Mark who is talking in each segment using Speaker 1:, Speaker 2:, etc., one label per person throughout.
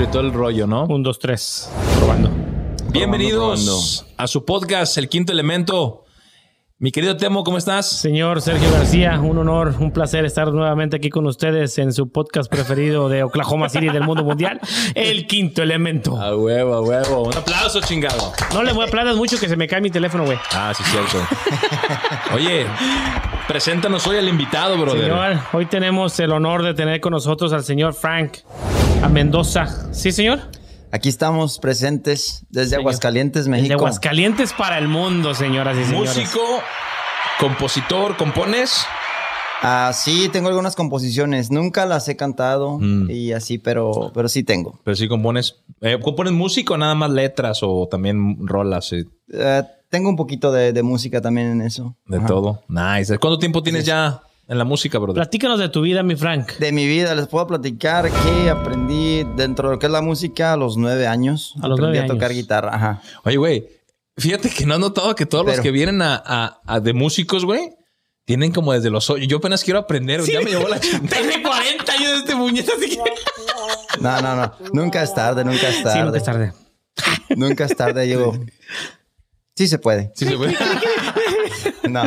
Speaker 1: y todo el rollo, ¿no?
Speaker 2: Un, dos, tres. Probando.
Speaker 1: Bienvenidos a su podcast, El Quinto Elemento. Mi querido Temo, ¿cómo estás?
Speaker 2: Señor Sergio García, un honor, un placer estar nuevamente aquí con ustedes en su podcast preferido de Oklahoma City del mundo mundial, El Quinto Elemento.
Speaker 1: A huevo, a huevo. Un aplauso, chingado.
Speaker 2: No le voy a aplaudas mucho que se me cae mi teléfono, güey.
Speaker 1: Ah, sí, cierto. Oye, preséntanos hoy al invitado, brother.
Speaker 2: Señor, hoy tenemos el honor de tener con nosotros al señor Frank a Mendoza. ¿Sí, señor?
Speaker 3: Aquí estamos presentes desde Aguascalientes,
Speaker 2: El
Speaker 3: México.
Speaker 2: de Aguascalientes para el mundo, señoras y señores.
Speaker 1: Músico, compositor, compones.
Speaker 3: Ah, sí, tengo algunas composiciones. Nunca las he cantado
Speaker 1: Mm.
Speaker 3: y así, pero, pero sí tengo.
Speaker 1: Pero sí compones. eh, ¿Compones músico nada más letras o también rolas eh,
Speaker 3: Eh, tengo un poquito de, de música también en eso.
Speaker 1: de
Speaker 3: Ajá.
Speaker 1: todo? Nice. ¿Cuánto tiempo tienes ya en la música, brother?
Speaker 2: Platícanos de tu vida, mi Frank.
Speaker 3: De mi vida les puedo platicar que aprendí dentro de lo que es la música a los nueve años.
Speaker 2: A los
Speaker 3: aprendí
Speaker 2: nueve
Speaker 3: a tocar
Speaker 2: años.
Speaker 3: guitarra. Ajá.
Speaker 1: Oye, güey, fíjate que no has notado que todos los
Speaker 3: Pero-
Speaker 1: que vienen a, a- a de músicos, güey, tienen como desde los hoy- Yo apenas quiero aprender, güey, ya me llevó la chingada.
Speaker 2: Tiene 40 años este muñeco, así que...
Speaker 3: No, no, no. Nunca es tarde, nunca es tarde.
Speaker 2: Sí, nunca es tarde.
Speaker 3: Nunca es tarde, digo. Sí se puede.
Speaker 1: Sí, sí, güey.
Speaker 3: No.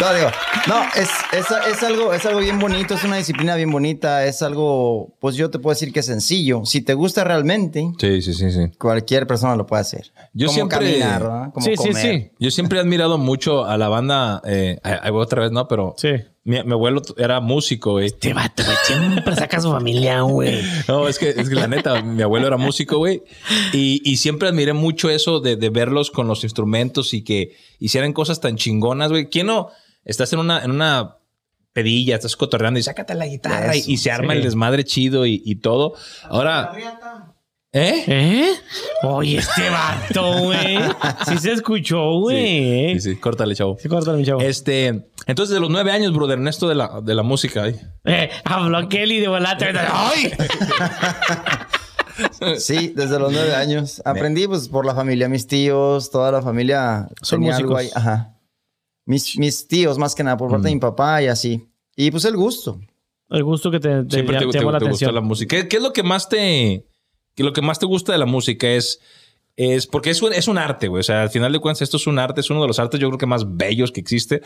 Speaker 3: No, digo, no, es, es, es algo, es algo bien bonito, es una disciplina bien bonita, es algo, pues yo te puedo decir que es sencillo. Si te gusta realmente,
Speaker 1: Sí, sí, sí, sí.
Speaker 3: cualquier persona lo puede hacer.
Speaker 1: Yo
Speaker 3: Como
Speaker 1: siempre-
Speaker 3: caminar, ¿verdad? Como
Speaker 2: sí,
Speaker 3: comer.
Speaker 2: sí, sí.
Speaker 1: Yo siempre he admirado mucho a la banda. Eh, ahí ahí voy otra vez, ¿no? Pero
Speaker 2: Sí.
Speaker 1: mi, mi abuelo t- era músico, güey.
Speaker 2: Te vato, güey. Siempre saca a su familia, güey.
Speaker 1: No, es que, es que la neta, mi abuelo era músico, güey. Y, y siempre admiré mucho eso de, de verlos con los instrumentos y que hicieran cosas tan chingonas, güey. ¿Quién no? Estás en una, en una pedilla, estás cotorreando y sácate la guitarra y- y, se arma
Speaker 2: sí.
Speaker 1: el desmadre chido y, y todo. Ahora. ¿Eh?
Speaker 2: ¿Eh? Oye, este vato, güey. Sí se escuchó, güey.
Speaker 1: Sí, sí, córtale, chavo.
Speaker 2: Sí, córtale, mi chavo.
Speaker 1: Este, entonces de los nueve años, brother, en esto de la, de la música, ¿eh?
Speaker 2: Eh, habló Kelly de volata. ¡Ay!
Speaker 3: Sí, desde los nueve años. Aprendí pues por la familia, mis tíos, toda la familia
Speaker 2: Son
Speaker 3: tenía algo
Speaker 2: músicos.
Speaker 3: ahí. Ajá. Mis, mis tíos, más que nada, por parte
Speaker 1: Mm.
Speaker 3: de mi papá y así. Y pues el gusto.
Speaker 2: El gusto que te, te,
Speaker 1: Siempre
Speaker 2: ya-
Speaker 1: te,
Speaker 2: te
Speaker 1: te-
Speaker 2: llamó la
Speaker 1: te gustó
Speaker 2: atención.
Speaker 1: la música. ¿Qué, qué es lo que más te qué es lo que más te gusta de la música es es porque es un, es un arte, güey. O sea, al final de cuentas esto es un arte, es uno de los artes yo creo que más bellos que existe.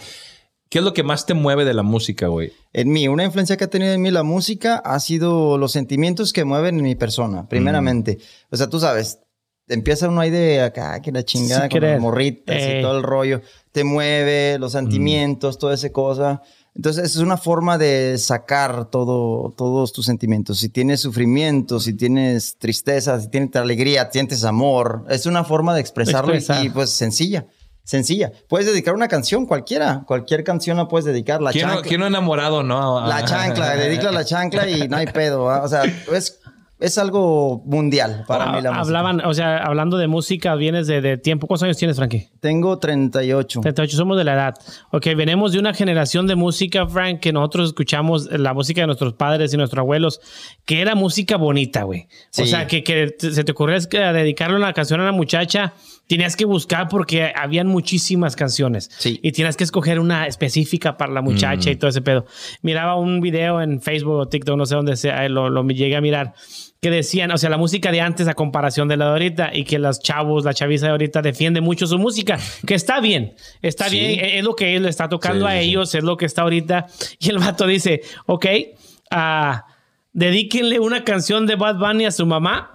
Speaker 1: ¿Qué es lo que más te mueve de la música, güey?
Speaker 3: En mí, una influencia que ha tenido en mí la música ha sido los sentimientos que mueven en mi persona, primeramente. O sea, tú sabes, empieza uno ahí de acá, que la chingada,
Speaker 2: Sin
Speaker 3: con
Speaker 2: querer.
Speaker 3: las morritas
Speaker 2: Eh. Mm.
Speaker 3: y todo el rollo. Te mueve, los sentimientos, toda esa cosa. Entonces, es una forma de sacar todo, todos tus sentimientos. Si tienes sufrimiento, si tienes tristeza, si tienes alegría, sientes amor. Es una forma de expresarlo y-
Speaker 2: Expresar.
Speaker 3: y, pues sencilla. Sencilla. Puedes dedicar una canción cualquiera. Cualquier canción la puedes dedicar. La
Speaker 1: ¿Quién no,
Speaker 3: chancla-
Speaker 1: quién no enamorado, no?
Speaker 3: la chancla, dedica la chancla y no hay pedo. ¿va? O sea, es, es algo mundial para
Speaker 2: Ah,
Speaker 3: mí la música.
Speaker 2: Hablaban, o sea, hablando de música, vienes de, de tiempo. ¿Cuántos años tienes, Frankie?
Speaker 3: Tengo 38.
Speaker 2: 38, somos de la edad. Ok, venimos de una generación de música, Frank, que nosotros escuchamos la música de nuestros padres y nuestros abuelos, que era música bonita, güey. O
Speaker 3: Sí.
Speaker 2: sea, que, que te- se te ocurrió es que a dedicarle una canción a una muchacha, tenías que buscar porque habían muchísimas canciones.
Speaker 3: Sí. Mm.
Speaker 2: Y tenías que escoger una específica para la muchacha y todo ese pedo. Miraba un video en Facebook o TikTok, no sé dónde sea, eh, lo, lo llegué a mirar. Que decían, o sea, la música de antes a comparación de la de ahorita, y que los chavos, la chaviza de ahorita defiende mucho su música, que está bien, está
Speaker 3: Sí.
Speaker 2: bien, e- es lo que él le está tocando
Speaker 1: Sí,
Speaker 2: a
Speaker 1: sí, sí.
Speaker 2: ellos, es lo que está ahorita. Y el vato dice, ok, ah, dedíquenle una canción de Bad Bunny a su mamá.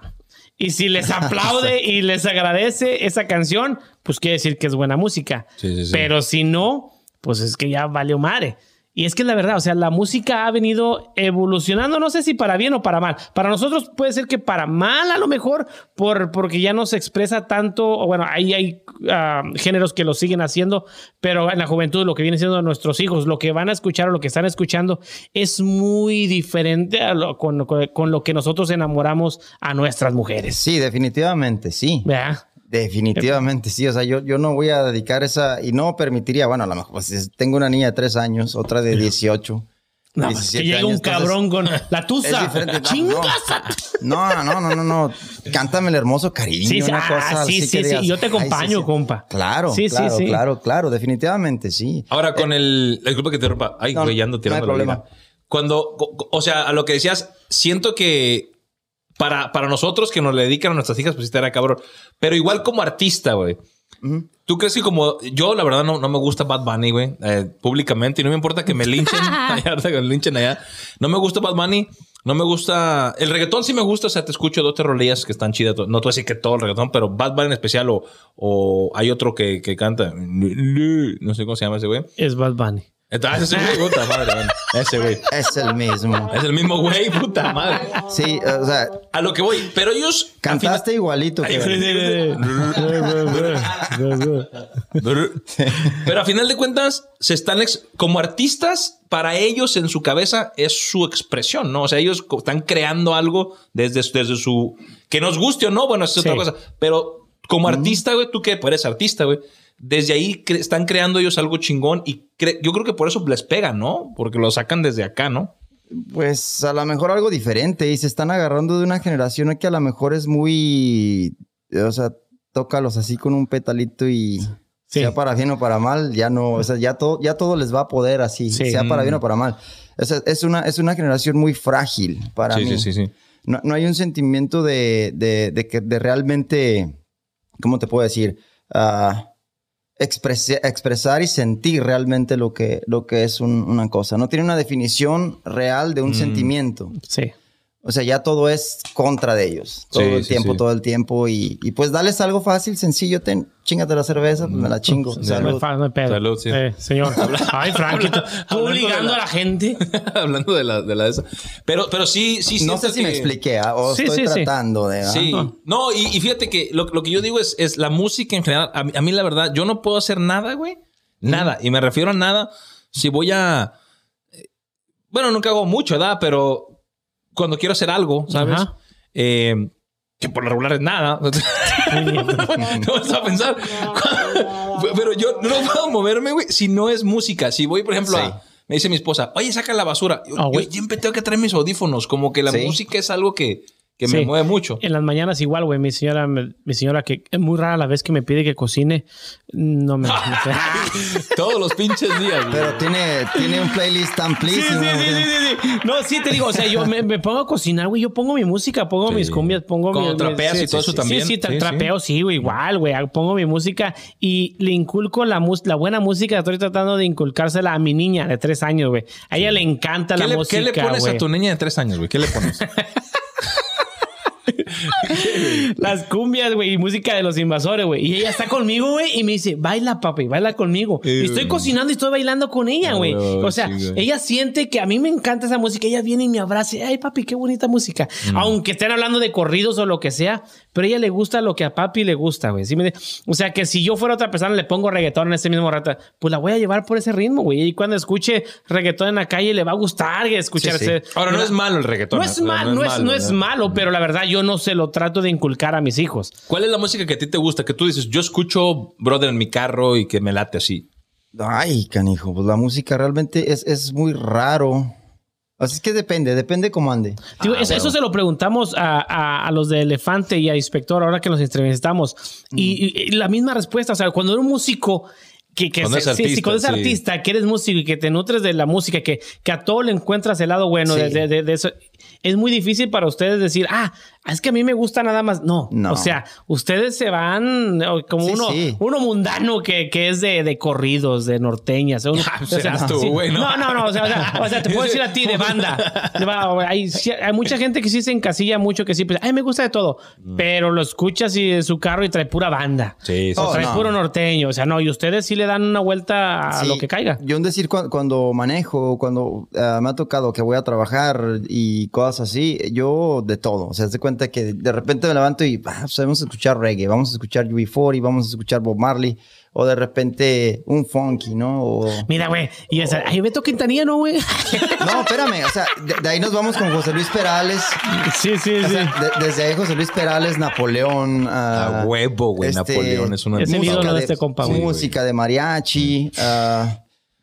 Speaker 2: Y si les aplaude y les agradece esa canción, pues quiere decir que es buena música.
Speaker 1: Sí, sí, sí.
Speaker 2: Pero si no, pues es que ya valió madre. Y es que es la verdad, o sea, la música ha venido evolucionando, no sé si para bien o para mal. Para nosotros puede ser que para mal a lo mejor, por, porque ya no se expresa tanto, o bueno, ahí hay ah, géneros que lo siguen haciendo, pero en la juventud lo que vienen siendo nuestros hijos, lo que van a escuchar o lo que están escuchando es muy diferente a lo- con, con- con lo que nosotros enamoramos a nuestras mujeres.
Speaker 3: Sí, definitivamente, sí.
Speaker 2: ¿Verdad?
Speaker 3: Definitivamente, sí. O sea, yo, yo no voy a dedicar esa y no permitiría, bueno, a lo mejor pues, es- tengo una niña de 3 años, otra de 18.
Speaker 2: No, pues, que
Speaker 3: 17
Speaker 2: llega un
Speaker 3: años, entonces,
Speaker 2: cabrón con la
Speaker 3: Es
Speaker 2: tusa.
Speaker 3: diferente. No,
Speaker 2: Chingas
Speaker 3: no, no, no, no, no. Cántame el hermoso cariño.
Speaker 2: Sí, sí,
Speaker 3: una
Speaker 2: ah,
Speaker 3: cosa
Speaker 2: sí,
Speaker 3: así
Speaker 2: sí,
Speaker 3: que
Speaker 2: sí,
Speaker 3: digas,
Speaker 2: yo te
Speaker 3: "Ay, sí,
Speaker 2: acompaño,
Speaker 3: sí".
Speaker 2: compa.
Speaker 3: Claro,
Speaker 2: Sí, sí,
Speaker 3: claro,
Speaker 2: sí.
Speaker 3: claro, claro, definitivamente, sí.
Speaker 1: Ahora con el eh, disculpa que te rompa. Ay,
Speaker 3: No,
Speaker 1: güey, ya ando
Speaker 3: no hay
Speaker 1: tirando la
Speaker 3: problema.
Speaker 1: vida. Cuando o- o sea, a lo que decías, siento que Para, para nosotros que nos le dedican a nuestras hijas, pues sí estará cabrón. Pero igual como artista, güey.
Speaker 3: Ujú.
Speaker 1: ¿Tú crees que como yo, la verdad, no, no me gusta Bad Bunny, güey, eh, públicamente, y no me importa que me linchen allá, ahorita que me linchen allá. No me gusta Bad Bunny, no me gusta. El reggaetón sí me gusta, o sea, te escucho dos tres rolillas que están chidas. No te voy a decir que todo el reggaetón, pero Bad Bunny en especial, o, o hay otro que, que canta. No sé cómo se llama ese güey.
Speaker 2: Es Bad Bunny.
Speaker 1: Entonces, ah, ese güey, puta madre, güey. Ese güey.
Speaker 3: Es el mismo.
Speaker 1: Es el mismo güey, puta madre.
Speaker 3: Sí, o sea,
Speaker 1: A lo que voy, pero ellos. al final-
Speaker 3: cantaste igualito.
Speaker 1: Ay,
Speaker 3: cabrón.
Speaker 1: Pero a final de cuentas, se están ex- como artistas, para ellos en su cabeza es su expresión, ¿no? O sea, ellos co- están creando algo desde, su- desde su. Que nos guste o no, bueno, eso es
Speaker 2: Sí.
Speaker 1: otra cosa. Pero como artista, güey, tú que pues, eres artista, güey. Desde ahí cre- están creando ellos algo chingón y cre- yo creo que por eso les pega, ¿no? Porque lo sacan desde acá, ¿no?
Speaker 3: Pues a lo mejor algo diferente y se están agarrando de una generación que a lo mejor es muy, o sea, tócalos así con un petalito y
Speaker 2: Sí.
Speaker 3: sea para bien o para mal, ya no, o sea, ya todo, ya todo les va a poder así,
Speaker 2: Sí.
Speaker 3: sea para bien o para mal. O sea, es una, es una generación muy frágil para
Speaker 1: sí,
Speaker 3: mí.
Speaker 1: sí, sí, sí.
Speaker 3: No, no hay un sentimiento de, de- de que de realmente, ¿cómo te puedo decir? Ah, exprese- expresar y sentir realmente lo que, lo que es un- una cosa. No tiene una definición real de un
Speaker 1: Mm.
Speaker 3: sentimiento.
Speaker 2: Sí.
Speaker 3: O sea, ya todo es contra de ellos. Todo
Speaker 1: Sí,
Speaker 3: el
Speaker 1: sí,
Speaker 3: tiempo,
Speaker 1: sí.
Speaker 3: todo el tiempo. Y, y pues dales algo fácil, sencillo. Ten, chingate la cerveza, pues me la chingo.
Speaker 2: O sea, no hay
Speaker 3: Salud.
Speaker 2: fa- no hay pedo.
Speaker 1: Salud, sí.
Speaker 2: Eh, señor. Ay, Frankie, tú- tú
Speaker 1: hablando
Speaker 2: obligando
Speaker 1: de la-
Speaker 2: a la gente.
Speaker 1: Hablando de la, de la esa. Pero, pero sí, sí,
Speaker 3: No sé
Speaker 1: siento
Speaker 3: si me
Speaker 1: que-
Speaker 3: expliqué ¿ah? o
Speaker 2: Sí, sí,
Speaker 3: estoy
Speaker 2: sí.
Speaker 3: tratando de... ¿ah?
Speaker 1: Sí. No, y, y fíjate que lo, lo que yo digo es, es la música en general. A mí, a mí, la verdad, yo no puedo hacer nada, güey. Nada. Y me refiero a nada. Si voy a. eh, Bueno, nunca hago mucho, ¿verdad? Pero cuando quiero hacer algo, ¿sabes?
Speaker 2: Ajá.
Speaker 1: Eh, que por lo regular es nada. Te vas a pensar. Pero yo no puedo moverme, güey, si no es música. Si voy, por ejemplo,
Speaker 3: Sí.
Speaker 1: a- me dice mi esposa, oye, saca la basura. Yo,
Speaker 2: Ah,
Speaker 1: yo
Speaker 2: güey.
Speaker 1: siempre tengo que traer mis audífonos. Como que la
Speaker 3: Sí.
Speaker 1: música es algo que, que me
Speaker 2: Sí.
Speaker 1: mueve mucho.
Speaker 2: En las mañanas igual, güey. Mi señora, me- mi señora que es muy rara la vez que me pide que cocine. No me...
Speaker 1: Todos los pinches días, güey.
Speaker 3: Pero tiene, tiene un playlist
Speaker 2: Sí, sí,
Speaker 3: amplísimo.
Speaker 2: sí, sí, sí, sí. No, sí, te digo, o sea, yo me, me pongo a cocinar, güey. Yo pongo mi música, pongo
Speaker 1: Sí.
Speaker 2: mis cumbias, pongo
Speaker 1: Cuando
Speaker 2: mi-
Speaker 1: trapeas
Speaker 2: sí,
Speaker 1: y todo
Speaker 2: sí,
Speaker 1: eso también.
Speaker 2: Sí, sí, tra-
Speaker 1: Sí, sí.
Speaker 2: trapeo, sí, güey, igual, güey. Pongo mi música y le inculco la, mus- la buena música. Estoy tratando de inculcársela a mi niña de tres años, güey. A ella le encanta la
Speaker 1: ¿Qué le,
Speaker 2: música.
Speaker 1: qué le pones
Speaker 2: güey.
Speaker 1: a tu niña de tres años, güey? ¿Qué le pones?
Speaker 2: Las cumbias, güey, y música de los invasores, güey. Y ella está conmigo, güey, y me dice, baila, papi, baila conmigo. Y estoy cocinando y estoy bailando con ella, güey.
Speaker 1: Ah, huevo,
Speaker 2: O sea,
Speaker 1: sí, güey.
Speaker 2: ella siente que a mí me encanta esa música. Ella viene y me abraza. Ay, papi, qué bonita música.
Speaker 1: Mm.
Speaker 2: Aunque estén hablando de corridos o lo que sea, pero a ella le gusta lo que a papi le gusta, güey. ¿Sí me entiende? O sea, que si yo fuera otra persona, le pongo reggaetón en ese mismo rato, pues la voy a llevar por ese ritmo, güey. Y cuando escuche reggaetón en la calle, le va a gustar escuchar
Speaker 3: Sí, sí.
Speaker 2: ese-
Speaker 1: Ahora, no es malo el reggaetón.
Speaker 2: eh, no es, mal, no, es, no es malo, pero la verdad yo no se lo trato de inculcar a mis hijos.
Speaker 1: ¿Cuál es la música que a ti te gusta? Que tú dices, yo escucho Brother en mi carro y que me late así.
Speaker 3: Ay, canijo, pues la música realmente es, es muy raro. Así es que depende, depende cómo ande.
Speaker 1: Ah,
Speaker 2: Digo, eso, eso se lo preguntamos a, a- a los de Elefante y a Inspector ahora que los entrevistamos.
Speaker 1: Mm.
Speaker 2: Y, y- y la misma respuesta, o sea, cuando eres un músico... Que, que
Speaker 1: Cuando
Speaker 2: se-
Speaker 1: es
Speaker 2: sí, sí,
Speaker 1: artista,
Speaker 2: cuando es
Speaker 1: sí.
Speaker 2: artista, que eres músico y que te nutres de la música, que, que a todo le encuentras el lado bueno
Speaker 3: Sí.
Speaker 2: de, de- de- de eso. Es muy difícil para ustedes decir, ah, es que a mí me gusta nada más. No,
Speaker 3: No.
Speaker 2: o sea, ustedes se van o como
Speaker 3: Sí,
Speaker 2: uno,
Speaker 3: sí.
Speaker 2: uno mundano que, que es de, de corridos, de norteñas. uno-
Speaker 1: Ah,
Speaker 2: o sea,
Speaker 1: serás tú,
Speaker 2: sí.
Speaker 1: güey, ¿no?
Speaker 2: no, no, no, o sea, o sea, o sea, te puedo decir a ti de banda. De ba- o- Hay, sí- hay mucha gente que sí se encasilla mucho, que sí, pues, ay, me gusta de todo,
Speaker 1: Mm.
Speaker 2: pero lo escuchas y en su carro y trae pura banda.
Speaker 1: Sí, sí.
Speaker 2: O
Speaker 3: Oh,
Speaker 2: trae
Speaker 3: no.
Speaker 2: puro norteño, o sea, no, y ustedes sí le dan una vuelta a
Speaker 3: Sí,
Speaker 2: lo que caiga.
Speaker 3: Yo en decir cu- cuando manejo, cuando ah, me ha tocado que voy a trabajar y cosas así, yo de todo. O sea, se cuenta que de repente me levanto y ah, pues, vamos a escuchar reggae, vamos a escuchar UB40, vamos a escuchar Bob Marley, o de repente un funky, ¿no? O-
Speaker 2: Mira, güey, y esa, ay, Beto Quintanilla, ¿no, güey?
Speaker 3: No, espérame, o sea, de, de ahí nos vamos con José Luis Perales.
Speaker 2: sí, sí,
Speaker 3: O
Speaker 2: sí.
Speaker 3: sea, de- desde ahí José Luis Perales, Napoleón. ah,
Speaker 1: A huevo, güey.
Speaker 3: este,
Speaker 1: Napoleón es una
Speaker 2: es el
Speaker 1: música
Speaker 2: ídolo de
Speaker 1: de-
Speaker 2: este compa,
Speaker 1: güey.
Speaker 3: Música de mariachi. ah,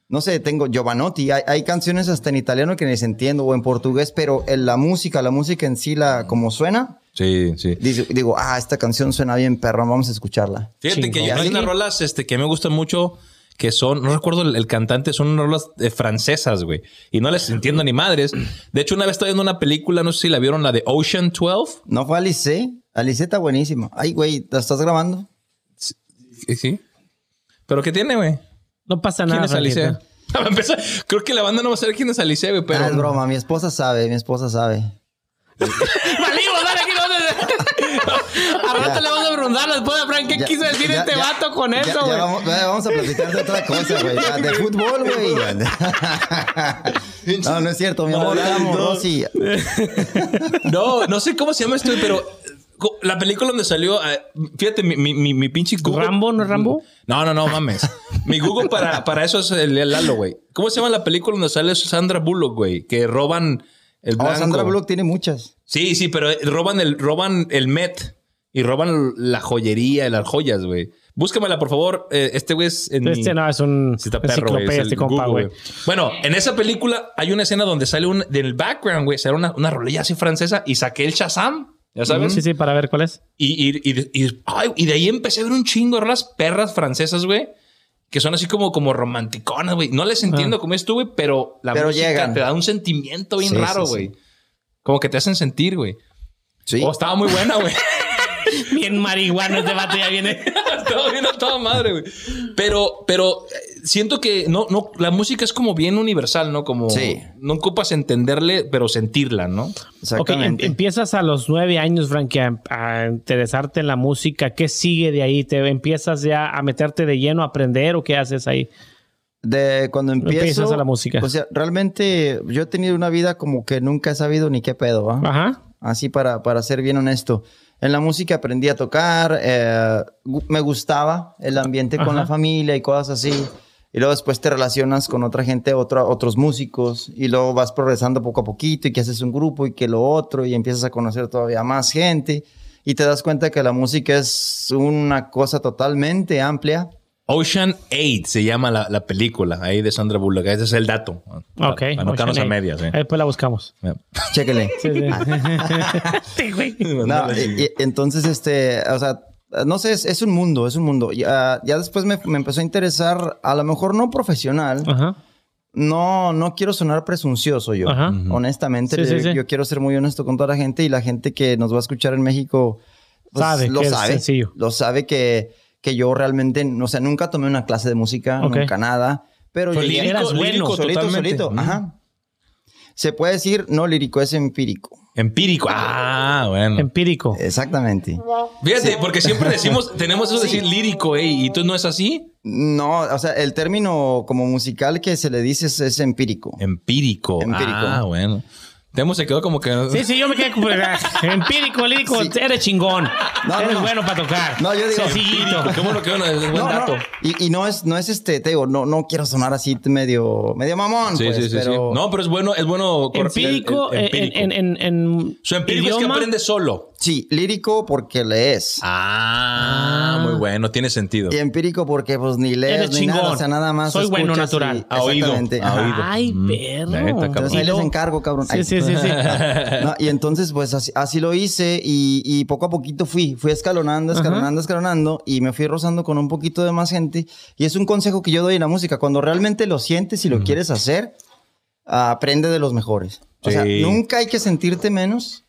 Speaker 3: no sé, tengo Giovanotti. Hay, hay canciones hasta en italiano que ni se entiendo o en portugués, pero en la música, la música en sí, la, como suena,
Speaker 1: Sí, sí.
Speaker 3: dice- digo, ah, esta canción suena bien, perro, vamos a escucharla.
Speaker 1: Fíjate que
Speaker 2: Chingón.
Speaker 1: yo- hay
Speaker 2: Sí.
Speaker 1: unas rolas este, que me gustan mucho que son, no recuerdo el, el cantante, son unas rolas eh, francesas, güey. Y no les entiendo ni madres. De hecho, una vez estaba viendo una película, no sé si la vieron, la de Ocean 12.
Speaker 3: No fue Alice. Alice está buenísima. Ay, güey, ¿la estás grabando?
Speaker 1: Sí, Sí. ¿Pero qué tiene, güey?
Speaker 2: No pasa
Speaker 1: ¿Quién
Speaker 2: nada.
Speaker 1: es Alice?
Speaker 2: Franquito.
Speaker 1: Para empezar, creo que la banda no va a saber quién es Alice, güey, pero...
Speaker 3: Ah, es broma. Mi esposa sabe, mi esposa sabe.
Speaker 2: Valimos, dale, aquí no te- A rato le vamos a preguntar después de Frank qué
Speaker 3: Ya-
Speaker 2: quiso decir
Speaker 3: ya-
Speaker 2: este
Speaker 3: ya-
Speaker 2: vato con
Speaker 3: ya-
Speaker 2: eso,
Speaker 3: ya
Speaker 2: güey.
Speaker 3: vamos, ya vamos a platicar de otra cosa, güey. Ah, De fútbol, güey. No, no es cierto, mi amor. te amo, Rosy.
Speaker 1: No, no sé cómo se llama esto, pero co- la película donde salió, eh, fíjate, mi, mi, mi, mi pinche Google.
Speaker 2: ¿Rambo, no es Rambo?
Speaker 1: No, no, no, mames. Mi Google para, para eso es el, el Lalo, güey. ¿Cómo se llama la película donde sale Sandra Bullock, güey? Que roban el
Speaker 3: Oh,
Speaker 1: blanco.
Speaker 3: Sandra Bullock tiene muchas.
Speaker 1: Sí, sí, pero eh, roban el, roban el Met y roban la joyería y las joyas, güey. Búscamela, por favor. Eh, este güey es en mi-
Speaker 2: Este no, es un
Speaker 1: Sí, está perro, güey. Es
Speaker 2: enciclopedia
Speaker 1: el
Speaker 2: este compa,
Speaker 1: Google,
Speaker 2: güey.
Speaker 1: Bueno, en esa película hay una escena donde sale un... Del background, güey. Sale una, una rolilla así francesa y saqué el Shazam. ¿Ya sabes?
Speaker 2: Sí, sí, para ver cuál es.
Speaker 1: Y, y, y, y- ay, y de ahí empecé a ver un chingo de las perras francesas, güey. Que son así como, como romanticonas, güey. No les entiendo cómo es tú, güey, pero la
Speaker 3: Pero
Speaker 1: música
Speaker 3: llegan.
Speaker 1: te da un sentimiento bien
Speaker 3: Sí, sí,
Speaker 1: raro,
Speaker 3: sí.
Speaker 1: güey. Como que te hacen sentir, güey.
Speaker 3: Sí.
Speaker 1: Oh, estaba muy buena, güey.
Speaker 2: Bien marihuana este vato ya viene.
Speaker 1: estaba bien a toda madre, güey. Pero, pero eh, siento que no, no, la música es como bien universal, ¿no? Como
Speaker 3: Sí.
Speaker 1: no ocupas entenderle, pero sentirla, ¿no?
Speaker 2: Ok, em-
Speaker 3: Exactamente.
Speaker 2: empiezas a los nueve años, Frankie, a, a interesarte en la música. ¿Qué sigue de ahí? ¿Te empiezas ya a meterte de lleno a aprender o qué haces ahí?
Speaker 3: De cuando empiezo.
Speaker 2: Empiezas a la música.
Speaker 3: O sea, realmente yo he tenido una vida como que nunca he sabido ni qué pedo, ¿ah?
Speaker 2: Ajá.
Speaker 3: Así para, para ser bien honesto. En la música aprendí a tocar, eh, gu- me gustaba el ambiente con la
Speaker 2: Ajá.
Speaker 3: familia y cosas así. Y luego después te relacionas con otra gente, otra- otros músicos, y luego vas progresando poco a poquito y que haces un grupo y que lo otro, y empiezas a conocer todavía más gente, y te das cuenta que la música es una cosa totalmente amplia.
Speaker 1: Ocean 8 se llama la, la película ahí de Sandra Bullock. Ese es el dato. Para-
Speaker 2: Ok.
Speaker 1: Para no quedarnos a
Speaker 2: Ocean Eight.
Speaker 1: medias, eh.
Speaker 2: Ahí Después la buscamos.
Speaker 1: Yeah.
Speaker 3: Chéquele.
Speaker 2: Sí, sí. Sí, güey.
Speaker 3: No, y- y- entonces, este, o sea, no sé, es, es un mundo, es un mundo. Ya, ya después me, me empezó a interesar, a lo mejor no profesional,
Speaker 2: Ajá.
Speaker 3: no, no quiero sonar presuncioso yo,
Speaker 2: Ajá. Pues
Speaker 3: honestamente.
Speaker 2: Sí,
Speaker 3: yo,
Speaker 2: sí, sí.
Speaker 3: yo quiero ser muy honesto con toda la gente y la gente que nos va a escuchar en México pues,
Speaker 2: Sabe
Speaker 3: lo
Speaker 2: que es
Speaker 3: sabe,
Speaker 2: sencillo.
Speaker 3: lo sabe que, que yo realmente, o sea, nunca tomé una clase de música,
Speaker 2: Ok.
Speaker 3: nunca nada, pero yo
Speaker 1: Solito,
Speaker 3: llegué-
Speaker 2: eras bueno,
Speaker 1: lírico
Speaker 3: solito,
Speaker 1: totalmente.
Speaker 3: solito,
Speaker 1: Mm.
Speaker 3: ajá. Se puede decir no lírico, es empírico.
Speaker 1: Empírico. Ah,
Speaker 3: Mm.
Speaker 1: bueno.
Speaker 2: Empírico.
Speaker 3: Eh. Exactamente.
Speaker 1: Fíjate, porque siempre decimos, tenemos eso de decir lírico, ey, y tú no es así.
Speaker 3: No, o sea, el término como musical que se le dice es, es empírico.
Speaker 1: Em, Empírico.
Speaker 3: Empírico.
Speaker 1: Ah, bueno. Temo se quedó como que.
Speaker 2: Sí, sí, yo me quedé con empírico, lírico,
Speaker 3: Sí.
Speaker 2: eres chingón.
Speaker 3: No,
Speaker 2: eres
Speaker 3: no, no.
Speaker 2: bueno para tocar.
Speaker 3: No, yo digo
Speaker 2: sencillito.
Speaker 1: Qué bueno que bueno, es buen
Speaker 3: No, no,
Speaker 1: dato.
Speaker 3: Y, y no es, no es este, te digo, no, no quiero sonar así medio, medio mamón.
Speaker 1: Sí,
Speaker 3: pues,
Speaker 1: sí, sí, sí.
Speaker 3: pero,
Speaker 1: No, pero es bueno, es bueno corregir el- el
Speaker 2: Empírico, eh, en-
Speaker 1: empírico.
Speaker 2: en, en, en
Speaker 1: Su empírico es que
Speaker 2: idioma.
Speaker 1: aprende solo.
Speaker 3: Sí, lírico porque lees.
Speaker 1: Ah, muy bueno, tiene sentido.
Speaker 3: Y empírico porque pues ni lees
Speaker 2: Eres
Speaker 3: ni
Speaker 2: chingón.
Speaker 3: nada, o sea, nada más
Speaker 2: Soy bueno
Speaker 3: escuchas
Speaker 2: natural.
Speaker 3: y-
Speaker 1: A oído,
Speaker 3: Exactamente,
Speaker 1: a
Speaker 3: ajá.
Speaker 1: oído.
Speaker 2: Ay,
Speaker 1: Mm.
Speaker 2: perro.
Speaker 1: Neta, cabrón.
Speaker 3: Entonces ahí les encargo, cabrón.
Speaker 2: Sí, sí, sí, sí.
Speaker 3: No, y entonces, pues así, así lo hice y, y poco a poquito fui, fui escalonando, escalonando, escalonando y me fui rozando con un poquito de más gente. Y es un consejo que yo doy en la música, cuando realmente lo sientes y
Speaker 2: Mm.
Speaker 3: lo quieres hacer, ah, aprende de los mejores. O sea,
Speaker 1: Sí.
Speaker 3: nunca hay que sentirte menos.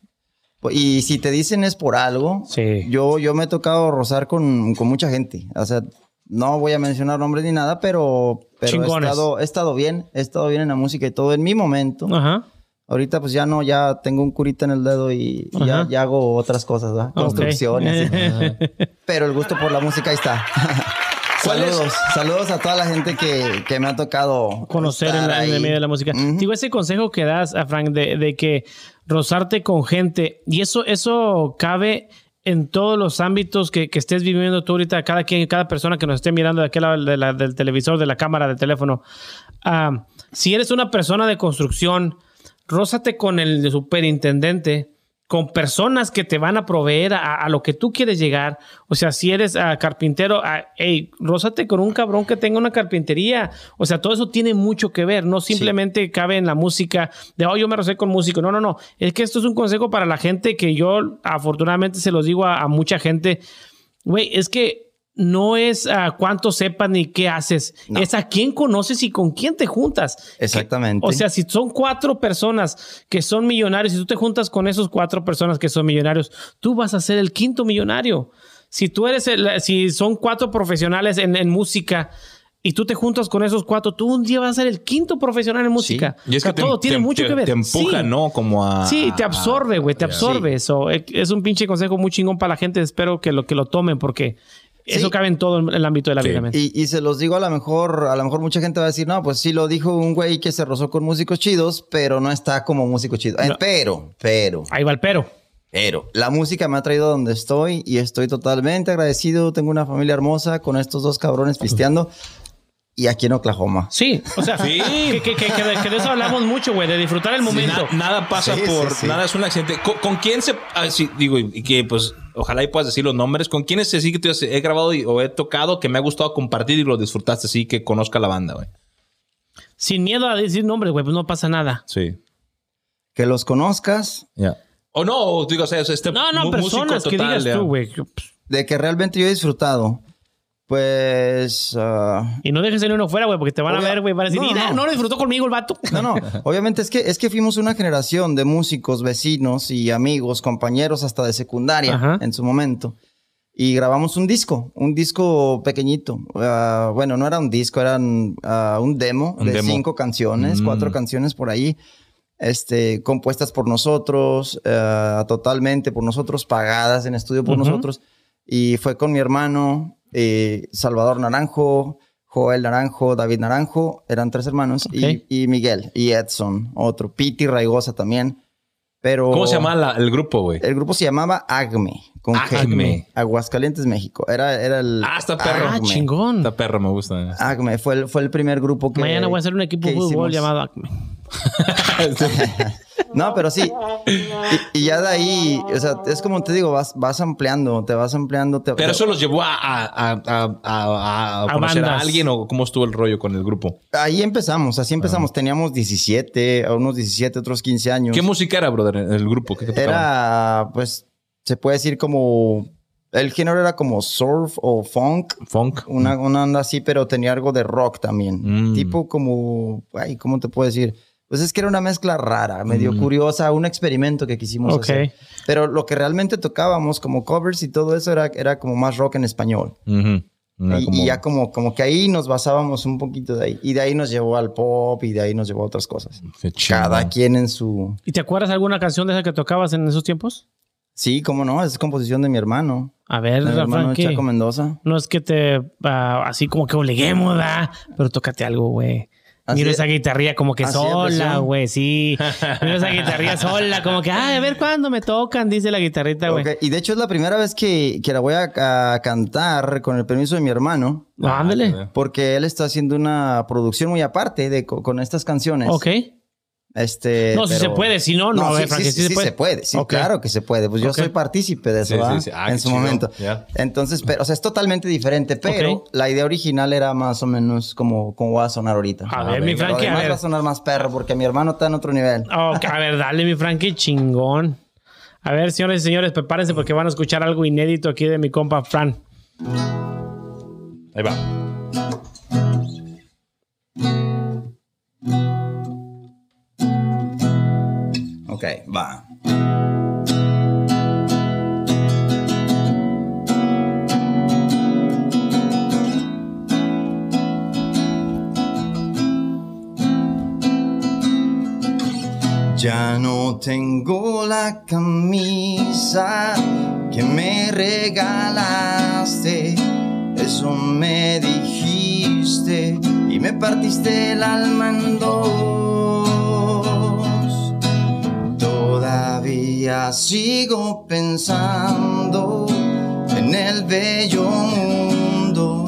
Speaker 3: Y si te dicen es por algo,
Speaker 2: Sí.
Speaker 3: yo, yo me he tocado rozar con, con mucha gente. O sea, no voy a mencionar nombres ni nada, pero, pero he,
Speaker 2: Chingones.
Speaker 3: estado, he estado bien, he estado bien en la música y todo en mi momento.
Speaker 2: Ajá.
Speaker 3: Ahorita pues ya no, ya tengo un curita en el dedo y, y ya,
Speaker 2: Ajá.
Speaker 3: ya hago otras cosas, ¿verdad? Construcciones.
Speaker 2: Ok.
Speaker 3: Pero el gusto por la música ahí está.
Speaker 1: ¿Cuál es?
Speaker 3: saludos, saludos a toda la gente que, que me ha tocado
Speaker 2: conocer en,
Speaker 3: estar
Speaker 2: la- en el
Speaker 3: ahí.
Speaker 2: medio de la música.
Speaker 3: Ujú.
Speaker 2: Digo, ese consejo que das a Frank de, de que rozarte con gente, y eso, eso cabe en todos los ámbitos que, que estés viviendo tú ahorita, cada quien, cada persona que nos esté mirando de aquel lado de la- del televisor, de la cámara, del teléfono. Ah, si eres una persona de construcción, rózate con el superintendente, con personas que te van a proveer a, a lo que tú quieres llegar. O sea, si eres ah, carpintero, ah, hey, rózate con un cabrón que tenga una carpintería. O sea, todo eso tiene mucho que ver. No simplemente cabe en la música de, oh, yo me rocé con músico. No, no, no. Es que esto es un consejo para la gente que yo afortunadamente se los digo a- a mucha gente. Güey, es que no es a cuánto sepas ni qué haces,
Speaker 3: No.
Speaker 2: es a quién conoces y con quién te juntas.
Speaker 3: Exactamente.
Speaker 2: O sea, si son cuatro personas que son millonarios, si tú te juntas con esos cuatro personas que son millonarios, tú vas a ser el quinto millonario. Si tú eres, el- si son cuatro profesionales en, en música y tú te juntas con esos cuatro, tú un día vas a ser el quinto profesional en música.
Speaker 1: Y es
Speaker 2: O sea,
Speaker 1: que te- em-
Speaker 2: todo
Speaker 1: te-
Speaker 2: tiene mucho
Speaker 1: te-
Speaker 2: que ver.
Speaker 1: Te empuja,
Speaker 2: Sí.
Speaker 1: ¿no? Como a.
Speaker 2: Sí, te absorbe, güey, te
Speaker 1: Sí.
Speaker 2: absorbe eso. E- Es un pinche consejo muy chingón para la gente. Espero que lo, que lo tomen porque eso
Speaker 3: Sí.
Speaker 2: cabe en todo el ámbito de la
Speaker 1: Sí.
Speaker 2: vida. man.
Speaker 3: Y, y se los digo a lo mejor, a lo mejor mucha gente va a decir, no, pues sí lo dijo un güey que se rozó con músicos chidos, pero no está como músico chido. Eh,
Speaker 2: No.
Speaker 3: Pero, pero,
Speaker 2: Ahí va el pero.
Speaker 3: pero, la música me ha traído a donde estoy y estoy totalmente agradecido. Tengo una familia hermosa con estos dos cabrones pisteando y aquí en Oklahoma.
Speaker 2: Sí, o sea,
Speaker 1: Sí.
Speaker 2: Que, que- que- que de, que de eso hablamos mucho, güey, de disfrutar el momento.
Speaker 1: Na- nada pasa
Speaker 3: Sí,
Speaker 1: por.
Speaker 3: sí, sí.
Speaker 1: Nada es un accidente. ¿Con, con quién se.? ah, sí, digo, y que pues. Ojalá y puedas decir los nombres. ¿Con quiénes sí que te has- he grabado y- o he tocado que me ha gustado compartir y lo disfrutaste así que conozca la banda, güey?
Speaker 2: Sin miedo a decir nombres, güey, pues no pasa nada.
Speaker 1: Sí.
Speaker 3: Que los conozcas,
Speaker 1: Ya. O no, o digo, o sea, es este.
Speaker 2: No, no,
Speaker 1: mu- músico
Speaker 2: personas que
Speaker 1: total,
Speaker 2: digas
Speaker 1: ya.
Speaker 2: tú, güey. que, pss,
Speaker 3: de que realmente yo he disfrutado, pues... ah,
Speaker 2: Y no dejes el uno fuera, güey, porque te van a
Speaker 3: Obvia-
Speaker 2: ver, güey, van a decir,
Speaker 3: No,
Speaker 2: mira, no.
Speaker 3: no.
Speaker 2: lo disfrutó conmigo el vato.
Speaker 3: No, no, obviamente es que, es que fuimos una generación de músicos, vecinos y amigos, compañeros hasta de secundaria
Speaker 2: Ajá.
Speaker 3: en su momento. Y grabamos un disco, un disco pequeñito. Ah, bueno, no era un disco, eran ah, un demo
Speaker 1: Un
Speaker 3: de
Speaker 1: demo.
Speaker 3: cinco canciones,
Speaker 1: Mm.
Speaker 3: cuatro canciones por ahí, este, compuestas por nosotros, ah, totalmente por nosotros, pagadas en estudio por
Speaker 2: Ujú.
Speaker 3: nosotros. Y fue con mi hermano, eh, Salvador Naranjo, Joel Naranjo, David Naranjo, eran tres hermanos, y-
Speaker 2: Ok.
Speaker 3: y, Miguel, y Edson, otro, Piti Raigosa también. Pero
Speaker 1: ¿Cómo se llama la- el grupo, güey?
Speaker 3: El grupo se llamaba AGME, con G.
Speaker 1: Acme.
Speaker 3: Aguascalientes, México. Era, era el Ah,
Speaker 1: Ah, está perro.
Speaker 2: Ah,
Speaker 3: Acme.
Speaker 2: chingón.
Speaker 1: Esta perra me gusta. eh.
Speaker 3: AGME fue el, fue el primer grupo que.
Speaker 2: Mañana voy a hacer un equipo de
Speaker 3: que
Speaker 2: fútbol
Speaker 3: hicimos.
Speaker 2: llamado Acme.
Speaker 3: No, pero sí. Y, y ya de ahí, o sea, es como te digo, vas, vas ampliando, te vas ampliando. Te,
Speaker 1: Pero
Speaker 3: te-
Speaker 1: eso los llevó a, a, a, a- a- a
Speaker 2: A
Speaker 1: conocer a
Speaker 2: bandas.
Speaker 1: alguien o cómo estuvo el rollo con el grupo.
Speaker 3: Ahí empezamos, así empezamos. Teníamos 17, a unos 17, otros 15 años.
Speaker 1: ¿Qué música era, brother, el grupo? ¿Qué, qué tocaban?
Speaker 3: Era, pues, se puede decir como. El género era como surf o funk,
Speaker 1: funk.
Speaker 3: una, una onda así, pero tenía algo de rock también.
Speaker 1: Mm.
Speaker 3: Tipo como. Ay, ¿cómo te puedo decir? Pues es que era una mezcla rara,
Speaker 1: Mm.
Speaker 3: medio curiosa, un experimento que quisimos
Speaker 2: Ok.
Speaker 3: hacer. Pero lo que realmente tocábamos como covers y todo eso era, era como más rock en español.
Speaker 1: Ujú. Una
Speaker 3: y, y
Speaker 1: como-
Speaker 3: ya como, como que ahí nos basábamos un poquito de ahí. Y de ahí nos llevó al pop y de ahí nos llevó a otras cosas.
Speaker 1: Qué chido.
Speaker 3: Cada quien en su...
Speaker 2: ¿Y te acuerdas alguna canción de esa que tocabas en esos tiempos?
Speaker 3: Sí, cómo no, es composición de mi hermano.
Speaker 2: A ver,
Speaker 3: Mi hermano
Speaker 2: Rafa, ¿qué?
Speaker 3: Chaco Mendoza.
Speaker 2: No es que te ah, así como que obliguemos, ¿verdad? Pero tócate algo, güey.
Speaker 3: Así
Speaker 2: Miro
Speaker 3: es.
Speaker 2: esa guitarrilla como que
Speaker 3: Así
Speaker 2: sola,
Speaker 3: empezó.
Speaker 2: güey, sí. Miro esa guitarrilla sola, como que, ay, a ver cuándo me tocan, dice la guitarrita, güey.
Speaker 3: Ok, Y de hecho es la primera vez que, que la voy a, a cantar con el permiso de mi hermano,
Speaker 2: No, ándale.
Speaker 1: Ah,
Speaker 3: porque él está haciendo una producción muy aparte de, co- con estas canciones.
Speaker 2: Ok.
Speaker 3: Este,
Speaker 2: No, si se puede, si no, no, eh,
Speaker 3: sí,
Speaker 2: Frankie,
Speaker 3: sí,
Speaker 2: sí
Speaker 3: sí
Speaker 2: se puede.
Speaker 3: se puede. Sí,
Speaker 2: Ok.
Speaker 3: claro que se puede. Pues
Speaker 2: Ok.
Speaker 3: yo soy partícipe de eso,
Speaker 1: Sí, sí,
Speaker 3: ¿verdad?
Speaker 1: sí. Ah,
Speaker 3: en
Speaker 1: qué
Speaker 3: su
Speaker 1: chido.
Speaker 3: momento.
Speaker 1: Ya.
Speaker 3: Entonces, pero, o sea, es totalmente diferente, pero
Speaker 2: Ok.
Speaker 3: la idea original era más o menos como, como va a sonar ahorita.
Speaker 2: A
Speaker 1: Ah,
Speaker 2: ver, mi
Speaker 1: venga,
Speaker 3: Lo
Speaker 2: Frankie, a
Speaker 3: demás
Speaker 2: ver.
Speaker 3: va a sonar más perro porque mi hermano está en otro nivel.
Speaker 2: Ok, a ver, dale, mi Frankie, chingón. A ver, señores y señores, prepárense porque van a escuchar algo inédito aquí de mi compa Fran.
Speaker 1: Ahí va.
Speaker 3: Ok, va. Ya no tengo la camisa que me regalaste. Eso me dijiste y me partiste el alma en dos. Todavía sigo pensando en el bello mundo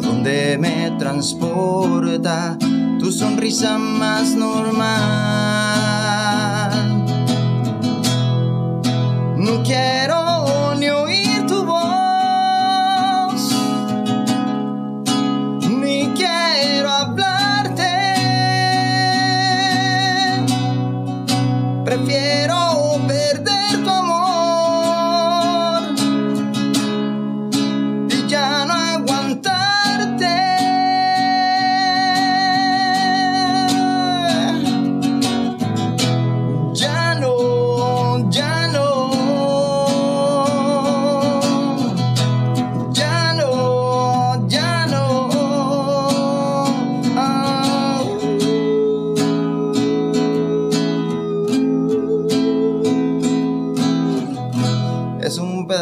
Speaker 3: donde me transporta tu sonrisa más normal. No quiero ni oír tu voz, ni quiero hablarte. Prefiero perder tu amor y ya no